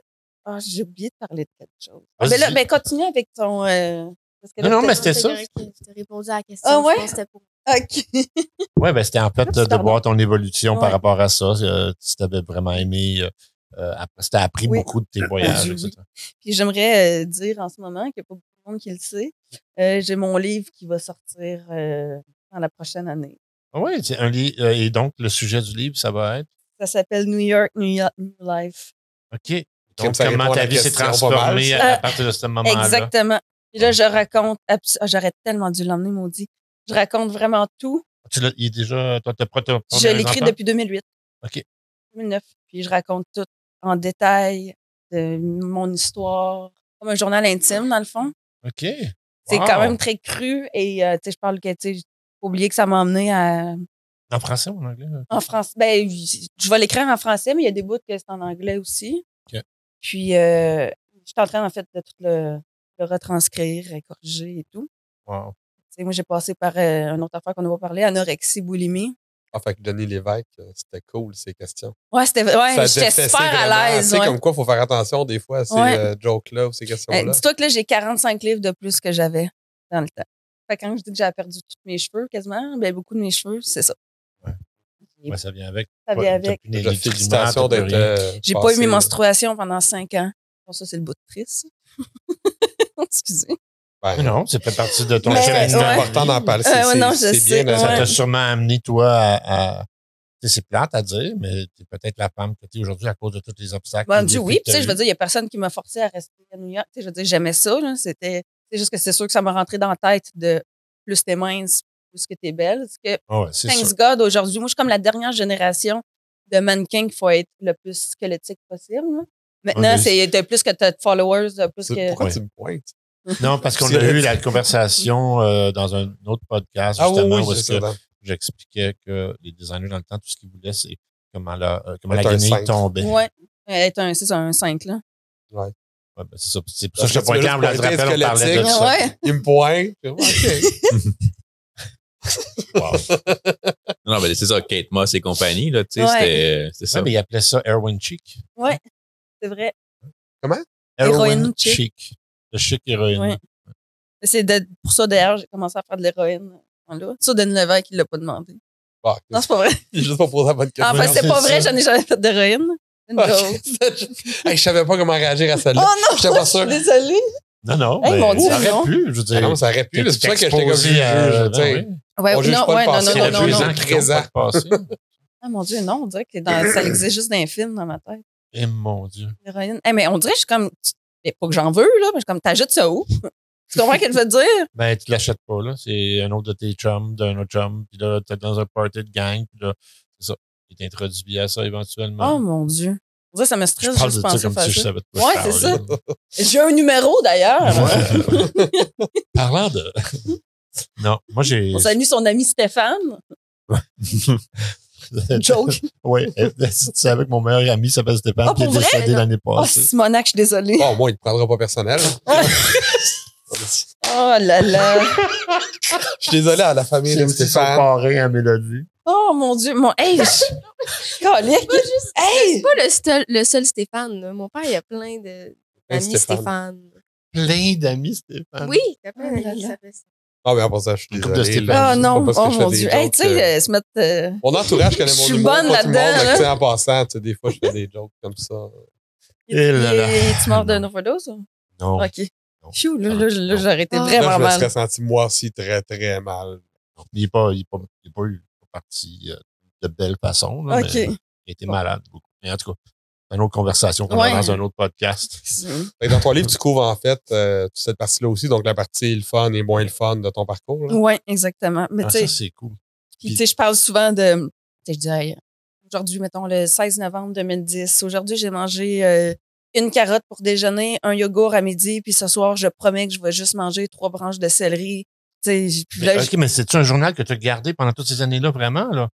Speaker 2: ah, j'ai oublié de parler de quelque chose. Ah,
Speaker 1: Vas-y.
Speaker 2: ben là, ben continue avec ton... euh, parce que
Speaker 1: Non,
Speaker 2: là,
Speaker 1: non, mais
Speaker 2: peut-être-
Speaker 1: c'était ça.
Speaker 4: correct, T'as répondu à la question.
Speaker 2: Ah ouais?
Speaker 4: Je pense que c'était pour
Speaker 2: OK.
Speaker 1: Ouais, ben c'était en fait
Speaker 2: Ah,
Speaker 1: euh, de
Speaker 2: pardon.
Speaker 1: voir ton évolution par
Speaker 2: Ouais.
Speaker 1: rapport à ça. euh, si t'avais vraiment aimé, euh, euh, app- si t'as appris
Speaker 2: Oui.
Speaker 1: beaucoup de tes voyages,
Speaker 2: oui.
Speaker 1: etc.
Speaker 2: Puis j'aimerais euh, dire en ce moment qu'il n'y a pas beaucoup de monde qui le sait. euh, j'ai mon livre qui va sortir euh, dans la prochaine année.
Speaker 1: Ah ouais, c'est un li- euh, et donc le sujet du livre, ça va être
Speaker 2: Ça s'appelle New York, New York, New Life.
Speaker 1: OK.
Speaker 3: Comme
Speaker 1: Donc
Speaker 3: ça
Speaker 1: comment
Speaker 3: répond à
Speaker 1: ta
Speaker 3: la
Speaker 1: vie s'est
Speaker 3: question pas mal,
Speaker 1: transformée
Speaker 2: ça.
Speaker 1: à, à partir de ce moment-là.
Speaker 2: Exactement. Puis là, je raconte, abs- ah, j'aurais tellement dû l'emmener, maudit. Je raconte vraiment tout.
Speaker 1: Ah, Tu l'as- il est déjà toi t'as pas ton
Speaker 2: Je
Speaker 1: premier
Speaker 2: l'écris
Speaker 1: enfant?
Speaker 2: depuis 2008.
Speaker 1: OK.
Speaker 2: 2009. Puis je raconte tout en détail de mon histoire. Comme un journal intime, dans le fond.
Speaker 1: OK.
Speaker 2: C'est
Speaker 1: Wow.
Speaker 2: quand même très cru et, euh, tu sais, je parle que, tu sais, j'ai pas oublié que ça m'a emmené à,
Speaker 1: En français ou en anglais? euh?
Speaker 2: en français. Ben, j- je vais l'écrire en français, mais il y a des bouts que c'est en anglais aussi.
Speaker 1: OK.
Speaker 2: Puis, euh, je suis en train, en fait, de tout le, le retranscrire, et corriger et tout.
Speaker 1: Wow.
Speaker 2: Tu sais, moi, j'ai passé par euh, une autre affaire qu'on n'a pas parlé, anorexie, boulimie.
Speaker 3: Ah, fait que Denis Lévesque, euh, c'était cool ces questions.
Speaker 2: Ouais, c'était ouais,
Speaker 3: Ça
Speaker 2: j'étais
Speaker 3: défaissait
Speaker 2: super
Speaker 3: vraiment.
Speaker 2: à
Speaker 3: Tu
Speaker 2: l'aise.
Speaker 3: sais,
Speaker 2: ouais.
Speaker 3: comme quoi, il faut faire attention des fois à ces
Speaker 2: Ouais.
Speaker 3: euh, jokes-là ou ces
Speaker 2: Euh,
Speaker 3: questions-là.
Speaker 2: Dis-toi que là, j'ai 45 livres de plus que j'avais dans le temps. Fait que quand je dis que j'ai perdu tous mes cheveux, quasiment, ben beaucoup de mes cheveux, c'est ça.
Speaker 1: Ouais, Ben, ça vient avec.
Speaker 2: Ça vient
Speaker 1: T'as
Speaker 2: avec.
Speaker 1: plus d'énergie,
Speaker 3: La
Speaker 1: t'as plus
Speaker 3: félicitation
Speaker 1: rien.
Speaker 3: d'être. euh,
Speaker 2: J'ai pas eu
Speaker 3: passé-
Speaker 2: mes menstruations pendant 5 ans. Bon, ça, c'est le bout de triste. Excusez.
Speaker 1: Mais
Speaker 3: Ben,
Speaker 1: Non, c'est pas partie de ton
Speaker 2: Mais-
Speaker 1: chemin.
Speaker 3: C'est
Speaker 2: ouais.
Speaker 3: important d'en parler.
Speaker 2: Euh,
Speaker 3: C'est hein.
Speaker 2: ouais, non, je
Speaker 3: c'est- c'est
Speaker 2: sais,
Speaker 3: bien.
Speaker 1: Ça
Speaker 2: ouais.
Speaker 1: t'a sûrement amené, toi, à, à- Tu sais, C'est plate à dire, mais tu es peut-être la femme que tu es aujourd'hui à cause de tous les obstacles.
Speaker 2: Bon,
Speaker 1: et
Speaker 2: Bah, dit
Speaker 1: les
Speaker 2: oui,
Speaker 1: défis
Speaker 2: puis tu
Speaker 1: que
Speaker 2: sais,
Speaker 1: t'as
Speaker 2: je veux
Speaker 1: eus.
Speaker 2: dire, il y a personne qui m'a forcé à rester à New York. Tu sais, je veux dire, j'aimais ça, là. C'était, c'est juste que c'est sûr que ça m'a rentré dans la tête de plus t'es mince, plus que t'es belle. Parce que,
Speaker 1: Ah ouais, c'est
Speaker 2: thanks
Speaker 1: sûr.
Speaker 2: God, aujourd'hui, moi, je suis comme la dernière génération de mannequins qu'il faut être le plus squelettique possible, là. Maintenant,
Speaker 1: Ouais,
Speaker 2: c'est de plus que t'as de followers, de plus que.
Speaker 3: Pourquoi
Speaker 1: Ouais.
Speaker 3: tu me pointes?
Speaker 1: Non, parce qu'on a eu la conversation euh, dans un autre podcast,
Speaker 3: Ah oui,
Speaker 1: justement,
Speaker 3: oui,
Speaker 1: où
Speaker 3: c'est
Speaker 1: est-ce
Speaker 3: ça.
Speaker 1: que
Speaker 3: dans-
Speaker 1: j'expliquais que les designers, dans le temps, tout ce qu'ils voulaient, c'est comment la, euh, comment la
Speaker 3: Être un
Speaker 1: guenille
Speaker 3: cinq.
Speaker 1: tombait.
Speaker 2: Ouais. Être un, c'est ça, un 5, là.
Speaker 1: Ouais, ben, c'est ça. C'est pour ça que je
Speaker 3: Parce
Speaker 1: te
Speaker 3: que tu
Speaker 1: pointais,
Speaker 3: veux
Speaker 1: on le
Speaker 3: juste pointer
Speaker 1: rappelle, on parlait de
Speaker 3: squelettique.
Speaker 1: ça.
Speaker 2: Ouais.
Speaker 3: Il me pointe. OK.
Speaker 1: Wow.
Speaker 5: Non, non, mais c'est ça, Kate Moss et compagnie, là, tu sais,
Speaker 2: Ouais.
Speaker 5: c'était, euh, c'est ça.
Speaker 1: Ça, mais ils appelaient ça Erwin Cheek.
Speaker 2: C'est vrai.
Speaker 1: Erwin
Speaker 2: Héroïne chic.
Speaker 1: Cheek. Le chic héroïne.
Speaker 2: Ouais. C'est de- pour ça, d'ailleurs, j'ai commencé à faire de l'héroïne. Là. Ça, Denis Levesque, il l'a pas demandé.
Speaker 3: Bon,
Speaker 2: Non, c'est pas vrai.
Speaker 3: juste pour poser la bonne question.
Speaker 2: Enfin, c'est
Speaker 1: c'est
Speaker 2: pas vrai,
Speaker 1: ça.
Speaker 2: j'en ai jamais fait d'héroïne. Une
Speaker 3: Ok.
Speaker 2: joke.
Speaker 3: Hey, je savais pas comment réagir à
Speaker 2: Oh
Speaker 3: celle-là.
Speaker 2: non!
Speaker 3: J'étais pas
Speaker 2: Je suis
Speaker 3: sûr.
Speaker 2: désolée.
Speaker 1: Non, non.
Speaker 2: Hey,
Speaker 1: mais
Speaker 2: mon Dieu,
Speaker 1: ça aurait
Speaker 2: non.
Speaker 1: pu, je veux
Speaker 3: Ah
Speaker 1: dire.
Speaker 3: non, ça aurait pu. là, C'est pour ça que j'étais comme
Speaker 1: Exposé
Speaker 3: juge.
Speaker 1: à-
Speaker 3: tu sais.
Speaker 1: ben oui.
Speaker 2: Ouais,
Speaker 3: On juge
Speaker 2: non,
Speaker 3: pas le
Speaker 2: ouais, Ah, non,
Speaker 3: passé,
Speaker 1: C'est
Speaker 2: non,
Speaker 1: le
Speaker 2: non, non,
Speaker 1: présent
Speaker 2: non.
Speaker 1: qui compte pas le passé.
Speaker 2: Ah mon Dieu, non, on dirait que dans- ça existe juste dans les films dans ma tête.
Speaker 1: Eh mon Dieu.
Speaker 2: L'héroïne. Eh, mais on dirait que je suis comme. tu- mais pas que j'en veux, là, mais je suis comme, t'ajoutes ça où? tu comprends ce que je veux dire?
Speaker 1: Ben, tu l'achètes pas, là. C'est un autre de tes chums, d'un autre chum, puis là, t'es dans un party de gang, puis là, c'est ça. Tu t'introduis à ça
Speaker 2: Oh
Speaker 1: éventuellement.
Speaker 2: mon Dieu. On dirait que ça me
Speaker 1: je
Speaker 2: stresse
Speaker 1: parle
Speaker 2: juste
Speaker 1: de ça
Speaker 2: penser
Speaker 1: comme
Speaker 2: faire
Speaker 1: si je
Speaker 2: ça.
Speaker 1: savais de quoi je
Speaker 2: Ouais, c'est
Speaker 1: parlais.
Speaker 2: J'ai un numéro d'ailleurs.
Speaker 1: Ouais. Parlant de. Non, moi, j'ai.
Speaker 2: On salue son ami Stéphane. Joke.
Speaker 1: Oui, tu savais que mon meilleur ami s'appelle Stéphane,
Speaker 2: Ah,
Speaker 1: qui est
Speaker 2: pour vrai?
Speaker 1: décédé l'année
Speaker 2: Oh,
Speaker 1: passée.
Speaker 2: Simonac, je suis désolée.
Speaker 3: Bon, moi, il ne prendra pas personnel.
Speaker 2: Oh là là.
Speaker 3: Je suis désolé à la famille de Stéphane.
Speaker 1: parrain à Mélodie.
Speaker 2: Oh mon Dieu. Mon. Hey, je. Colique. Hey! Oh,
Speaker 4: C'est pas le seul, le seul Stéphane. là. Mon père, il a plein de
Speaker 3: Hey,
Speaker 4: d'amis
Speaker 3: Stéphane.
Speaker 4: Stéphane.
Speaker 1: Plein d'amis, Stéphane.
Speaker 4: Oui, il y a plein
Speaker 2: Oh là
Speaker 4: d'amis qui
Speaker 2: là.
Speaker 4: s'appellent Stéphane.
Speaker 3: Ah, mais pour ça, je suis
Speaker 1: Une coupe de
Speaker 3: désolé.
Speaker 1: Stéphane.
Speaker 2: Oh
Speaker 3: là.
Speaker 1: Ah,
Speaker 3: C'est
Speaker 2: non.
Speaker 3: pas parce que
Speaker 2: Oh
Speaker 3: je fais
Speaker 2: mon
Speaker 3: des
Speaker 2: Dieu. Hey,
Speaker 3: jokes,
Speaker 2: tu sais,
Speaker 3: euh,
Speaker 2: euh, se mettre. euh,
Speaker 3: Mon entourage connaît
Speaker 2: Je
Speaker 3: mon
Speaker 2: suis
Speaker 3: humour,
Speaker 2: bonne
Speaker 3: pas tout le
Speaker 2: là-dedans,
Speaker 3: monde,
Speaker 2: hein.
Speaker 3: mais tu sais, en passant, tu sais, des fois, je fais des jokes comme ça.
Speaker 1: Eh là là.
Speaker 2: Et tu meurs d'une overdose? ou?
Speaker 1: Non.
Speaker 2: OK.
Speaker 1: Non.
Speaker 2: Phew, là, là, là,
Speaker 1: Non.
Speaker 2: j'aurais été
Speaker 4: Ah.
Speaker 3: Là,
Speaker 2: vraiment
Speaker 3: je me serais
Speaker 2: mal.
Speaker 3: senti, moi aussi, très, très mal.
Speaker 1: Il n'est pas, il est pas, il est pas, eu- il est pas parti euh, de belle façon. Là,
Speaker 2: OK.
Speaker 1: mais il était malade beaucoup. Mais en tout cas, c'est une autre conversation qu'on
Speaker 2: Ouais.
Speaker 1: a dans un autre podcast.
Speaker 3: Fait que Dans ton livre, tu couvres, en fait, euh, toute cette partie-là aussi, donc la partie le fun et moins le fun de ton parcours. là.
Speaker 2: Oui, exactement. Mais
Speaker 1: Ah,
Speaker 2: tu
Speaker 1: ça,
Speaker 2: sais,
Speaker 1: c'est cool.
Speaker 2: Puis, tu sais, je parle souvent de. Tu sais, je dirais, aujourd'hui, mettons, le 16 novembre 2010. Aujourd'hui, j'ai mangé euh, une carotte pour déjeuner, un yogourt à midi, puis ce soir, je promets que je vais juste manger trois branches de céleri. Tu sais, j- puis
Speaker 1: Mais,
Speaker 2: là,
Speaker 1: OK, mais c'est-tu un journal que tu as gardé pendant toutes ces années-là, vraiment? Là?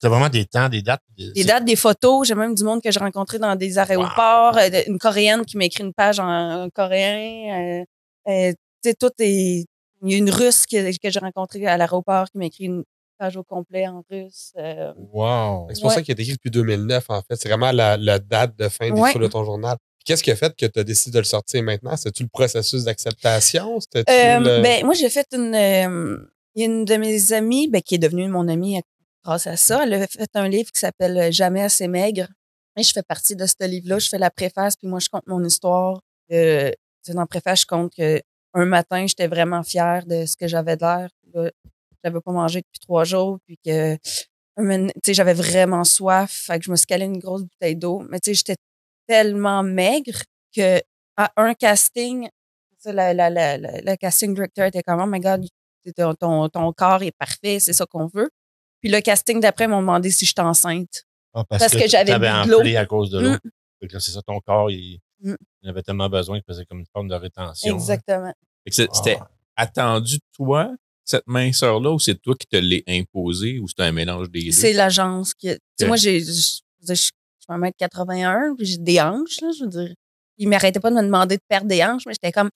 Speaker 1: Tu as vraiment des temps, des dates. des-
Speaker 2: des
Speaker 1: c'est-
Speaker 2: dates, des photos. J'ai même du monde que j'ai rencontré dans des aéroports. euh, de- Une coréenne qui m'a écrit une page en, en coréen. euh, euh, tu sais, tout est. Il y a une russe que, que j'ai rencontrée à l'aéroport qui m'a écrit une page au complet en russe. euh,
Speaker 1: Wow.
Speaker 3: C'est pour
Speaker 2: Ouais.
Speaker 3: ça qu'il est écrit depuis 2009, en fait. C'est vraiment la, la date de fin
Speaker 2: Ouais.
Speaker 3: d'écriture de ton journal. Puis Qu'est-ce qui a fait que tu as décidé de le sortir maintenant? C'était-tu le processus d'acceptation? C'était-tu
Speaker 2: Euh,
Speaker 3: le-
Speaker 2: ben, moi, j'ai fait une. euh, il y a une de mes amies ben, qui est devenue mon amie à- grâce à ça. Elle a fait un livre qui s'appelle euh, Jamais assez maigre. Et je fais partie de ce livre-là. Je fais la préface, puis moi, je compte mon histoire. Euh, tu sais, dans la préface, je compte que un matin, j'étais vraiment fière de ce que j'avais de l'air. Puis là, J'avais pas mangé depuis trois jours, puis que un moment- tu sais, j'avais vraiment soif. Fait que je me suis calé une grosse bouteille d'eau. Mais tu sais, j'étais tellement maigre que à un casting, ça, la, la, la, la, la casting director était comme, oh my God, t'es- ton, ton, ton corps est parfait, c'est ça qu'on veut. Puis le casting d'après m'ont demandé si j'étais enceinte.
Speaker 1: Ah, parce,
Speaker 2: Parce que
Speaker 1: tu
Speaker 2: j'avais
Speaker 1: t'avais
Speaker 2: bu de l'eau.
Speaker 1: enflé à cause de l'eau.
Speaker 2: Mm.
Speaker 1: Fait que là, C'est ça, ton corps, il,
Speaker 2: Mm.
Speaker 1: il en avait tellement besoin qu'il faisait comme une forme de
Speaker 5: hein?
Speaker 1: rétention.
Speaker 2: Exactement.
Speaker 5: Fait que c'est-
Speaker 1: Ah.
Speaker 5: C'était attendu de toi, cette minceur-là, ou c'est toi qui te l'es imposé, ou c'est un mélange des deux?
Speaker 2: C'est l'agence qui. tu sais,
Speaker 5: Ok.
Speaker 2: Moi, j'ai, je, je- je suis 1m81, puis j'ai des hanches, là, je veux dire. Ils m'arrêtaient pas de me demander de perdre des hanches, mais j'étais comme,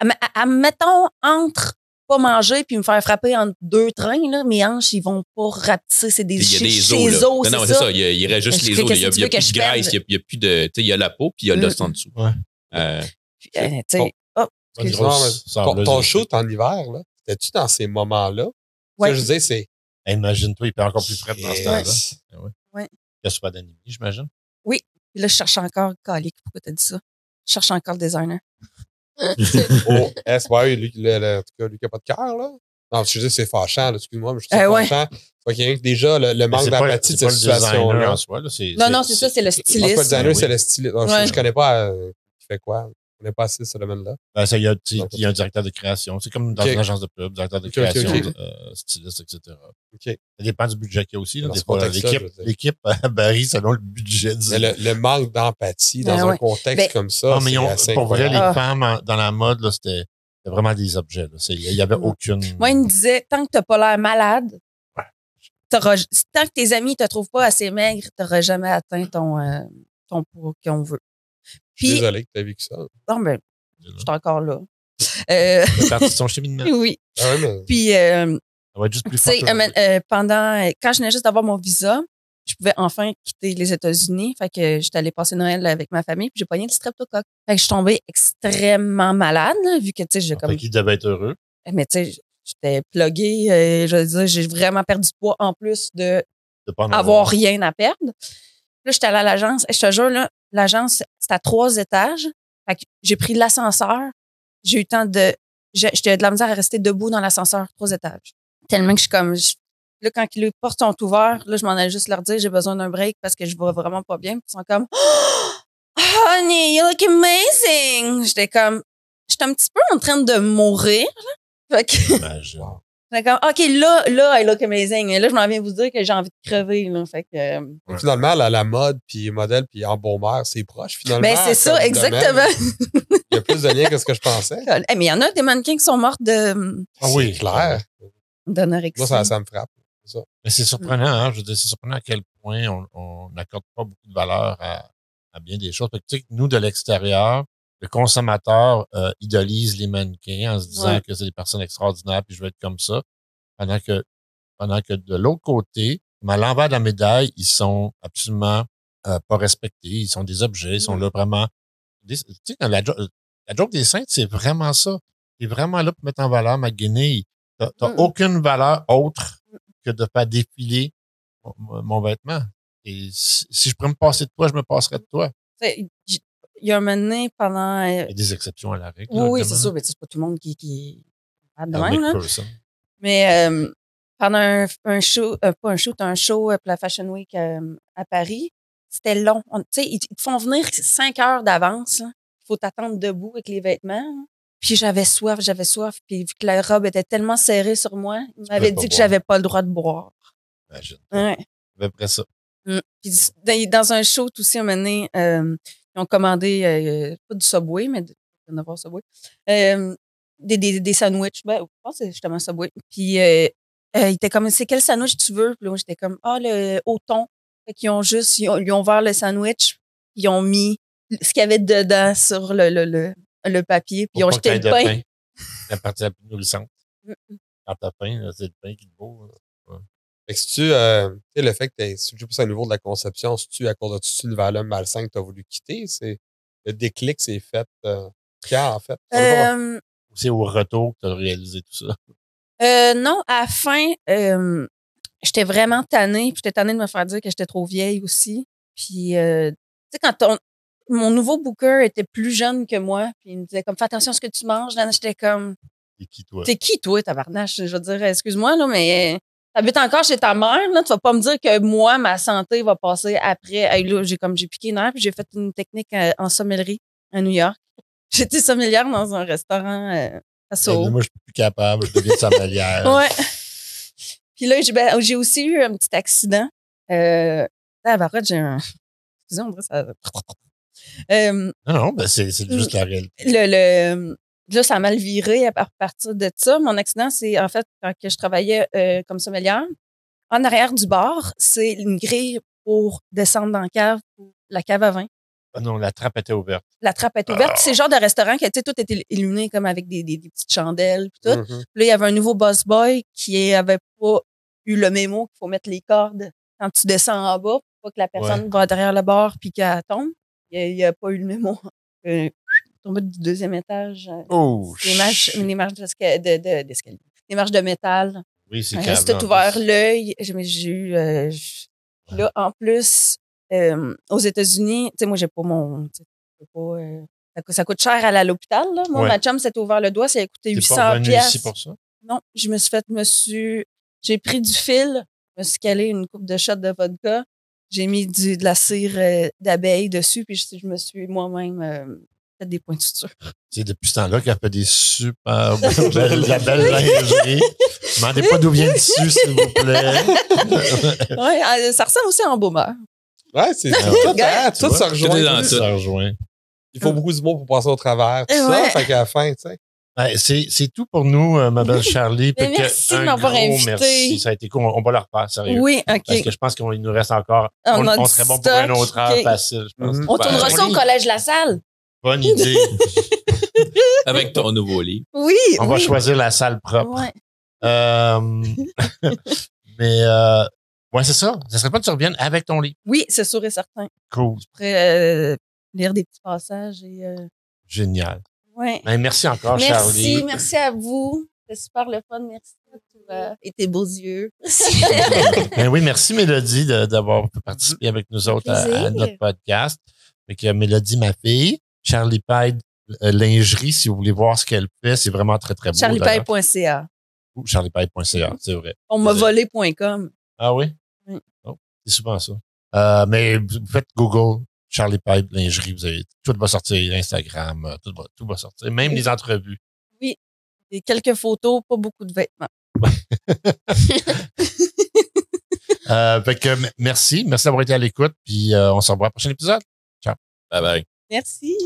Speaker 2: à, à- à- mettons, entre pas manger puis me faire frapper entre deux trains, là, mes hanches, ils vont pas rapetisser. C'est des
Speaker 5: Puis Il y a des os.
Speaker 2: c'est
Speaker 5: là.
Speaker 2: des os,
Speaker 5: non, non,
Speaker 2: c'est
Speaker 5: c'est
Speaker 2: ça.
Speaker 5: ça. Il, y a- il reste juste
Speaker 2: Je
Speaker 5: les
Speaker 2: fais
Speaker 5: os.
Speaker 2: que
Speaker 5: là. Il y a,
Speaker 2: si tu
Speaker 5: il y a
Speaker 2: veux que
Speaker 5: plus
Speaker 2: je
Speaker 5: de graisse.
Speaker 2: perde.
Speaker 5: Il y a, il y a plus de. Tu sais, il y a la peau, puis il y a l'os en dessous.
Speaker 1: Ouais.
Speaker 5: Euh,
Speaker 2: Puis, euh, tu sais, oh,
Speaker 1: Une
Speaker 2: excuse-moi.
Speaker 1: grosse
Speaker 3: ton,
Speaker 1: sableuse.
Speaker 3: ton shoot en hiver, là, c'était-tu dans ces moments-là?
Speaker 2: Ouais.
Speaker 3: Ça, je disais, c'est.
Speaker 1: Hey, Imagine-toi, il peut encore plus frais dans ce temps-là.
Speaker 3: Yes.
Speaker 1: Il y a souvent d'anémie, j'imagine.
Speaker 2: Puis là, je cherche encore Calique. Pourquoi t'as dit ça? Je cherche encore le designer.
Speaker 3: Oh, S, ouais, lui, le- le- en tout cas, lui qui n'a pas de cœur, là. Non, je dis, c'est fâchant, là, excuse-moi, mais je trouve ça
Speaker 2: Euh, ouais.
Speaker 3: fâchant. Fait qu'il y a déjà le, le manque
Speaker 1: C'est pas-
Speaker 3: d'empathie de
Speaker 1: c'est
Speaker 3: cette
Speaker 1: pas le designer
Speaker 3: situation-là.
Speaker 1: en soi, là, c'est-
Speaker 2: Non, non, c'est ça, c'est le
Speaker 3: Je pense que le
Speaker 2: styliste.
Speaker 3: designer,
Speaker 1: Ben
Speaker 3: c'est
Speaker 1: oui.
Speaker 3: le style. Non, je-
Speaker 2: Ouais.
Speaker 3: Je connais pas euh, qui fait quoi. Je connais pas assez ce domaine-là.
Speaker 1: Ben, ça, il, y a, tu sais, il y a un directeur de création. C'est comme dans
Speaker 3: Ok.
Speaker 1: une agence de pub, directeur de
Speaker 3: Ok, ok,
Speaker 1: création,
Speaker 3: ok.
Speaker 1: euh, styliste, etc.
Speaker 3: OK.
Speaker 1: Ça dépend du budget qu'il y a aussi. là.
Speaker 3: Dans
Speaker 1: Des
Speaker 3: ce
Speaker 1: fois,
Speaker 3: contexte-là,
Speaker 1: L'équipe
Speaker 3: je veux dire.
Speaker 1: l'équipe euh, varie selon le budget. du-
Speaker 3: Mais le, le manque d'empathie dans
Speaker 2: Ben
Speaker 3: un
Speaker 2: ouais.
Speaker 3: contexte
Speaker 2: Ben-
Speaker 3: comme ça.
Speaker 1: non, Ah, mais
Speaker 3: c'est
Speaker 1: ils ont-
Speaker 3: assez
Speaker 1: pour vrai, les
Speaker 3: incroyable.
Speaker 2: Ah.
Speaker 1: femmes en- dans la mode, là, c'était c'était vraiment des objets. là. C'est- Il n'y avait
Speaker 2: Ouais.
Speaker 1: aucune.
Speaker 2: Moi, il me disait, tant que t'as pas l'air malade,
Speaker 1: Ouais.
Speaker 2: t'auras- tant que tes amis te trouvent pas assez maigre, t'auras jamais atteint ton, euh, ton poids qu'on veut. Puis,
Speaker 3: Désolé que tu as vécu ça.
Speaker 2: non, mais je suis encore là. Euh,
Speaker 1: C'est parti de son cheminement.
Speaker 2: oui.
Speaker 3: Ah ouais, mais
Speaker 2: Puis, euh,
Speaker 1: Ça va être juste plus
Speaker 2: tu
Speaker 1: fort.
Speaker 2: sais,
Speaker 1: que-
Speaker 2: euh, euh, pendant, euh, quand je venais juste d'avoir mon visa, je pouvais enfin quitter les États-Unis. Fait que j'étais allée passer Noël avec ma famille, puis j'ai pogné le streptocoque. Fait que je suis tombée extrêmement malade, là, vu que, tu sais, j'ai comme
Speaker 1: Fait qu'il devait être heureux.
Speaker 2: Mais tu sais, j'étais pluguée. euh, je veux dire, j'ai vraiment perdu du poids en plus de
Speaker 1: De pas en
Speaker 2: avoir rien à perdre. Là, j'étais allée à l'agence. Et je te jure, là, l'agence, c'est à trois étages. Fait que j'ai pris l'ascenseur. J'ai eu le temps de... j'ai- J'étais de la misère à rester debout dans l'ascenseur, trois étages. Tellement que je suis comme... je- là, quand les portes sont ouvertes, là, je m'en allais juste leur dire, j'ai besoin d'un break parce que je vais vraiment pas bien. Puis ils sont comme... Oh, honey, you look amazing! J'étais comme... J'étais un petit peu en train de mourir. là. Fait que...
Speaker 1: Imagine.
Speaker 2: Fait comme, OK, là, là, I look amazing. Et là, je m'en viens vous dire que j'ai envie de crever, là. Fait que, euh,
Speaker 1: Ouais.
Speaker 3: finalement, la, la mode, puis modèle, puis embaumeur, c'est proche, finalement.
Speaker 2: ben, c'est
Speaker 3: comme
Speaker 2: ça,
Speaker 3: domaine.
Speaker 2: exactement.
Speaker 3: Il y a plus de liens que ce que je pensais.
Speaker 2: Eh, mais il y en a des mannequins qui sont morts de,
Speaker 1: Ah oui.
Speaker 3: C'est clair.
Speaker 2: d'anorexie.
Speaker 3: Moi, ça, ça me frappe.
Speaker 1: Mais c'est surprenant, hein? Je veux dire, c'est surprenant à quel point on- on n'accorde pas beaucoup de valeur à, à bien des choses. Fait que, tu sais, que nous, de l'extérieur, le consommateur euh, idolise les mannequins en se disant
Speaker 2: Ouais.
Speaker 1: que c'est des personnes extraordinaires, puis je veux être comme ça. Pendant que, pendant que de l'autre côté, comme à l'envers de la médaille, ils sont absolument euh, pas respectés. Ils sont des objets, ils
Speaker 2: Mmh.
Speaker 1: sont là vraiment. des- tu sais, dans la, jo- euh, la joke des saintes, c'est vraiment ça. T'es vraiment là pour mettre en valeur ma guenille. T'as t'as
Speaker 2: Mm.
Speaker 1: aucune valeur autre
Speaker 2: Mmh.
Speaker 1: que de faire défiler mon- mon, mon vêtement. Et si, si je pourrais me passer de toi, je me passerais de toi.
Speaker 2: Fait, j- Il y a un moment donné, pendant... euh,
Speaker 1: Il y a des exceptions à la règle.
Speaker 2: oui, oui, c'est sûr, mais tu sais, c'est pas tout le monde qui, qui est
Speaker 1: Ah
Speaker 2: capable de même, hein. là.
Speaker 1: personne.
Speaker 2: Mais euh, pendant un, un show, euh, pas un show, un show euh, pour la Fashion Week euh, à Paris, c'était long. On- Tu sais, ils, ils te font venir cinq heures d'avance. Il faut t'attendre debout avec les vêtements. là. Puis j'avais soif, j'avais soif. Puis vu que la robe était tellement serrée sur moi, ils m'avaient
Speaker 1: pas
Speaker 2: dit que
Speaker 1: boire.
Speaker 2: j'avais pas le droit de boire. hein.
Speaker 1: Imagine.
Speaker 2: Ouais.
Speaker 1: À peu près ça.
Speaker 2: Mm. Puis dans, dans un show tout aussi, un moment donné, euh, ils ont commandé, euh, pas du Subway, mais de, de n'avoir Subway, euh, des, des, des sandwichs. Ben, je pense que c'est justement Subway. Puis euh, euh, ils étaient comme, c'est quel sandwich tu veux? Puis là, moi, j'étais comme, ah, le au thon. Fait qu'ils ont juste, ils ont, ils ont ouvert le sandwich, ils ont mis ce qu'il y avait dedans sur le, le, le, le papier, puis ils ont
Speaker 1: Faut pas que
Speaker 2: jeté le
Speaker 1: t'aies de
Speaker 2: pain.
Speaker 1: La partie la plus nourrissante.
Speaker 2: Mm.
Speaker 1: Quand t'as faim, là, c'est le pain qui te vaut. là.
Speaker 3: Fait que si tu, euh, tu sais, le fait que t'es, si tu pousses à niveau de la conception, si tu, à cause de tout une valeur malsain que tu as voulu quitter, c'est, le déclic, c'est fait, euh, quand, en fait. On est pas-
Speaker 2: Euh,
Speaker 1: C'est au retour que tu as réalisé tout ça.
Speaker 2: Euh, non, à la fin, euh, j'étais vraiment tannée. puis J'étais tannée de me faire dire que j'étais trop vieille aussi. Puis, euh, tu sais, quand on- mon nouveau booker était plus jeune que moi, puis il me disait comme, fais attention à ce que tu manges. Là, j'étais comme,
Speaker 1: Et qui, toi?
Speaker 2: t'es qui toi, tabarnache? Je veux dire, excuse-moi, là, mais euh, t'habites encore chez ta mère, là. Tu vas pas me dire que moi, ma santé va passer après. Hey, là, j'ai comme, j'ai piqué une heure, puis j'ai fait une technique euh, en sommellerie à New York. J'étais sommelière dans un restaurant euh, à Soho.
Speaker 1: Ben, Moi, je suis plus capable. Je deviens sommelière.
Speaker 2: Ouais. Puis là, j'ai ben, j'ai aussi eu un petit accident. Euh, à Barotte, j'ai un. Excusez, on dirait ça. Euh,
Speaker 1: Non, non, ben c'est c'est juste
Speaker 2: Mm.
Speaker 1: la réalité.
Speaker 2: le, le- là, ça a mal viré à par- partir de ça. Mon accident, c'est en fait quand que je travaillais euh, comme sommelière. En arrière du bar, c'est une grille pour descendre dans la cave, pour la cave à vin.
Speaker 1: Ah Non, la trappe était ouverte.
Speaker 2: La trappe est ouverte.
Speaker 1: Ah.
Speaker 2: C'est le genre de restaurant que, tu sais, tout était illuminé comme avec des, des- des petites chandelles. Puis tout.
Speaker 3: Mhm.
Speaker 2: Puis Là, il y avait un nouveau boss boy qui avait pas eu le mémo qu'il faut mettre les cordes quand tu descends en bas pour pas que la personne va derrière le bord puis qu'elle tombe. Il a- Il a pas eu le mémo. Euh, tombé du deuxième étage. euh,
Speaker 1: Oh,
Speaker 2: Les marches, les marches d'esca- de- de- d'escalier. Les marches de métal.
Speaker 1: Oui, c'est
Speaker 2: Il
Speaker 1: calme,
Speaker 2: reste
Speaker 1: en
Speaker 2: tout
Speaker 1: plus.
Speaker 2: ouvert l'œil. J'ai mais j'ai eu. euh, je-
Speaker 1: Ouais.
Speaker 2: Là, en plus, euh, aux États-Unis, tu sais, moi, j'ai pas mon. tu sais, j'ai pas, euh, ça, coûte- ça coûte cher à l'hôpital. là. Moi,
Speaker 1: Ouais.
Speaker 2: ma chum s'est ouvert le doigt, ça a coûté
Speaker 1: T'es
Speaker 2: 800
Speaker 1: pas revenu
Speaker 2: pièces.
Speaker 1: ici pour ça?
Speaker 2: Non, je me suis fait, je me suis, j'ai pris du fil, je me suis calé une coupe de shot de vodka, j'ai mis du, de la cire euh, d'abeille dessus, puis je, je me suis moi-même euh, fait des points de suture.
Speaker 1: C'est depuis ce temps-là qu'elle fait des super belles, de la belle lingerie. Demandez pas d'où vient le tissu, s'il vous plaît.
Speaker 2: Ouais, euh, ça ressemble aussi à un boomer.
Speaker 3: Ouais, c'est
Speaker 1: Ah
Speaker 3: ça.
Speaker 1: ouais.
Speaker 3: Tout, hein,
Speaker 2: Gars,
Speaker 3: tout
Speaker 1: vois,
Speaker 3: se
Speaker 5: tout est
Speaker 3: rejoint.
Speaker 5: dans
Speaker 3: tout.
Speaker 5: ça.
Speaker 1: Ça rejoint.
Speaker 3: Il faut beaucoup d'humour pour passer au travers. Tout
Speaker 2: Eh
Speaker 3: ça,
Speaker 2: ouais.
Speaker 3: fait qu'à la fin, tu sais.
Speaker 1: Ouais, Ben, c'est, c'est tout pour nous, euh, ma belle Charlie.
Speaker 2: Mais
Speaker 1: Fait que
Speaker 2: merci de
Speaker 1: un
Speaker 2: m'avoir
Speaker 1: gros
Speaker 2: invité.
Speaker 1: Merci. Ça a été cool. On, on va le refaire, sérieux.
Speaker 2: Oui,
Speaker 1: Parce
Speaker 2: OK.
Speaker 1: que je pense qu'il nous reste encore.
Speaker 2: On
Speaker 1: On,
Speaker 2: a
Speaker 1: on
Speaker 2: du
Speaker 1: serait bon pour un
Speaker 2: stock.
Speaker 1: autre heure
Speaker 2: OK.
Speaker 1: facile, je pense.
Speaker 3: Mhm.
Speaker 2: On
Speaker 5: Ben,
Speaker 2: tournera ça au
Speaker 1: oui.
Speaker 2: collège La Salle.
Speaker 1: Bonne idée.
Speaker 5: Avec ton nouveau livre.
Speaker 2: Oui.
Speaker 1: on va choisir la salle propre.
Speaker 2: Ouais.
Speaker 1: Euh, mais euh, ouais, c'est ça. Ça serait pas que tu reviennes avec ton livre.
Speaker 2: Oui, c'est sûr et certain.
Speaker 1: Cool.
Speaker 2: Après, euh, lire des petits passages et. euh,
Speaker 1: Génial.
Speaker 2: ouais.
Speaker 1: Ben, merci encore,
Speaker 2: merci,
Speaker 1: Charlie.
Speaker 2: merci à vous. C'est super le fun. Merci pour, euh, et tes beaux yeux.
Speaker 1: Ben oui, merci Mélodie de- d'avoir participé avec nous autres à, à
Speaker 4: plaisir.
Speaker 1: notre podcast. Fait que Mélodie, ma fille, Charlie Paille, euh, lingerie, si vous voulez voir ce qu'elle fait, c'est vraiment très, très beau. d'ailleurs.
Speaker 2: CharliePaille.ca.
Speaker 1: Ou charliepaille.ca, c'est vrai.
Speaker 2: On m'a
Speaker 1: Vous
Speaker 2: volé.com.
Speaker 1: Ah oui?
Speaker 2: Oui.
Speaker 1: Oh, c'est souvent ça. Euh, mais vous faites Google, Charlie Paille, lingerie, vous avez, tout va sortir, Instagram, euh, tout va, tout va sortir, même les entrevues.
Speaker 2: Des quelques photos, pas beaucoup de vêtements.
Speaker 1: Euh, fait que m- merci, merci d'avoir été à l'écoute, puis euh, on se revoit au prochain épisode.
Speaker 5: Bye bye.
Speaker 2: Merci.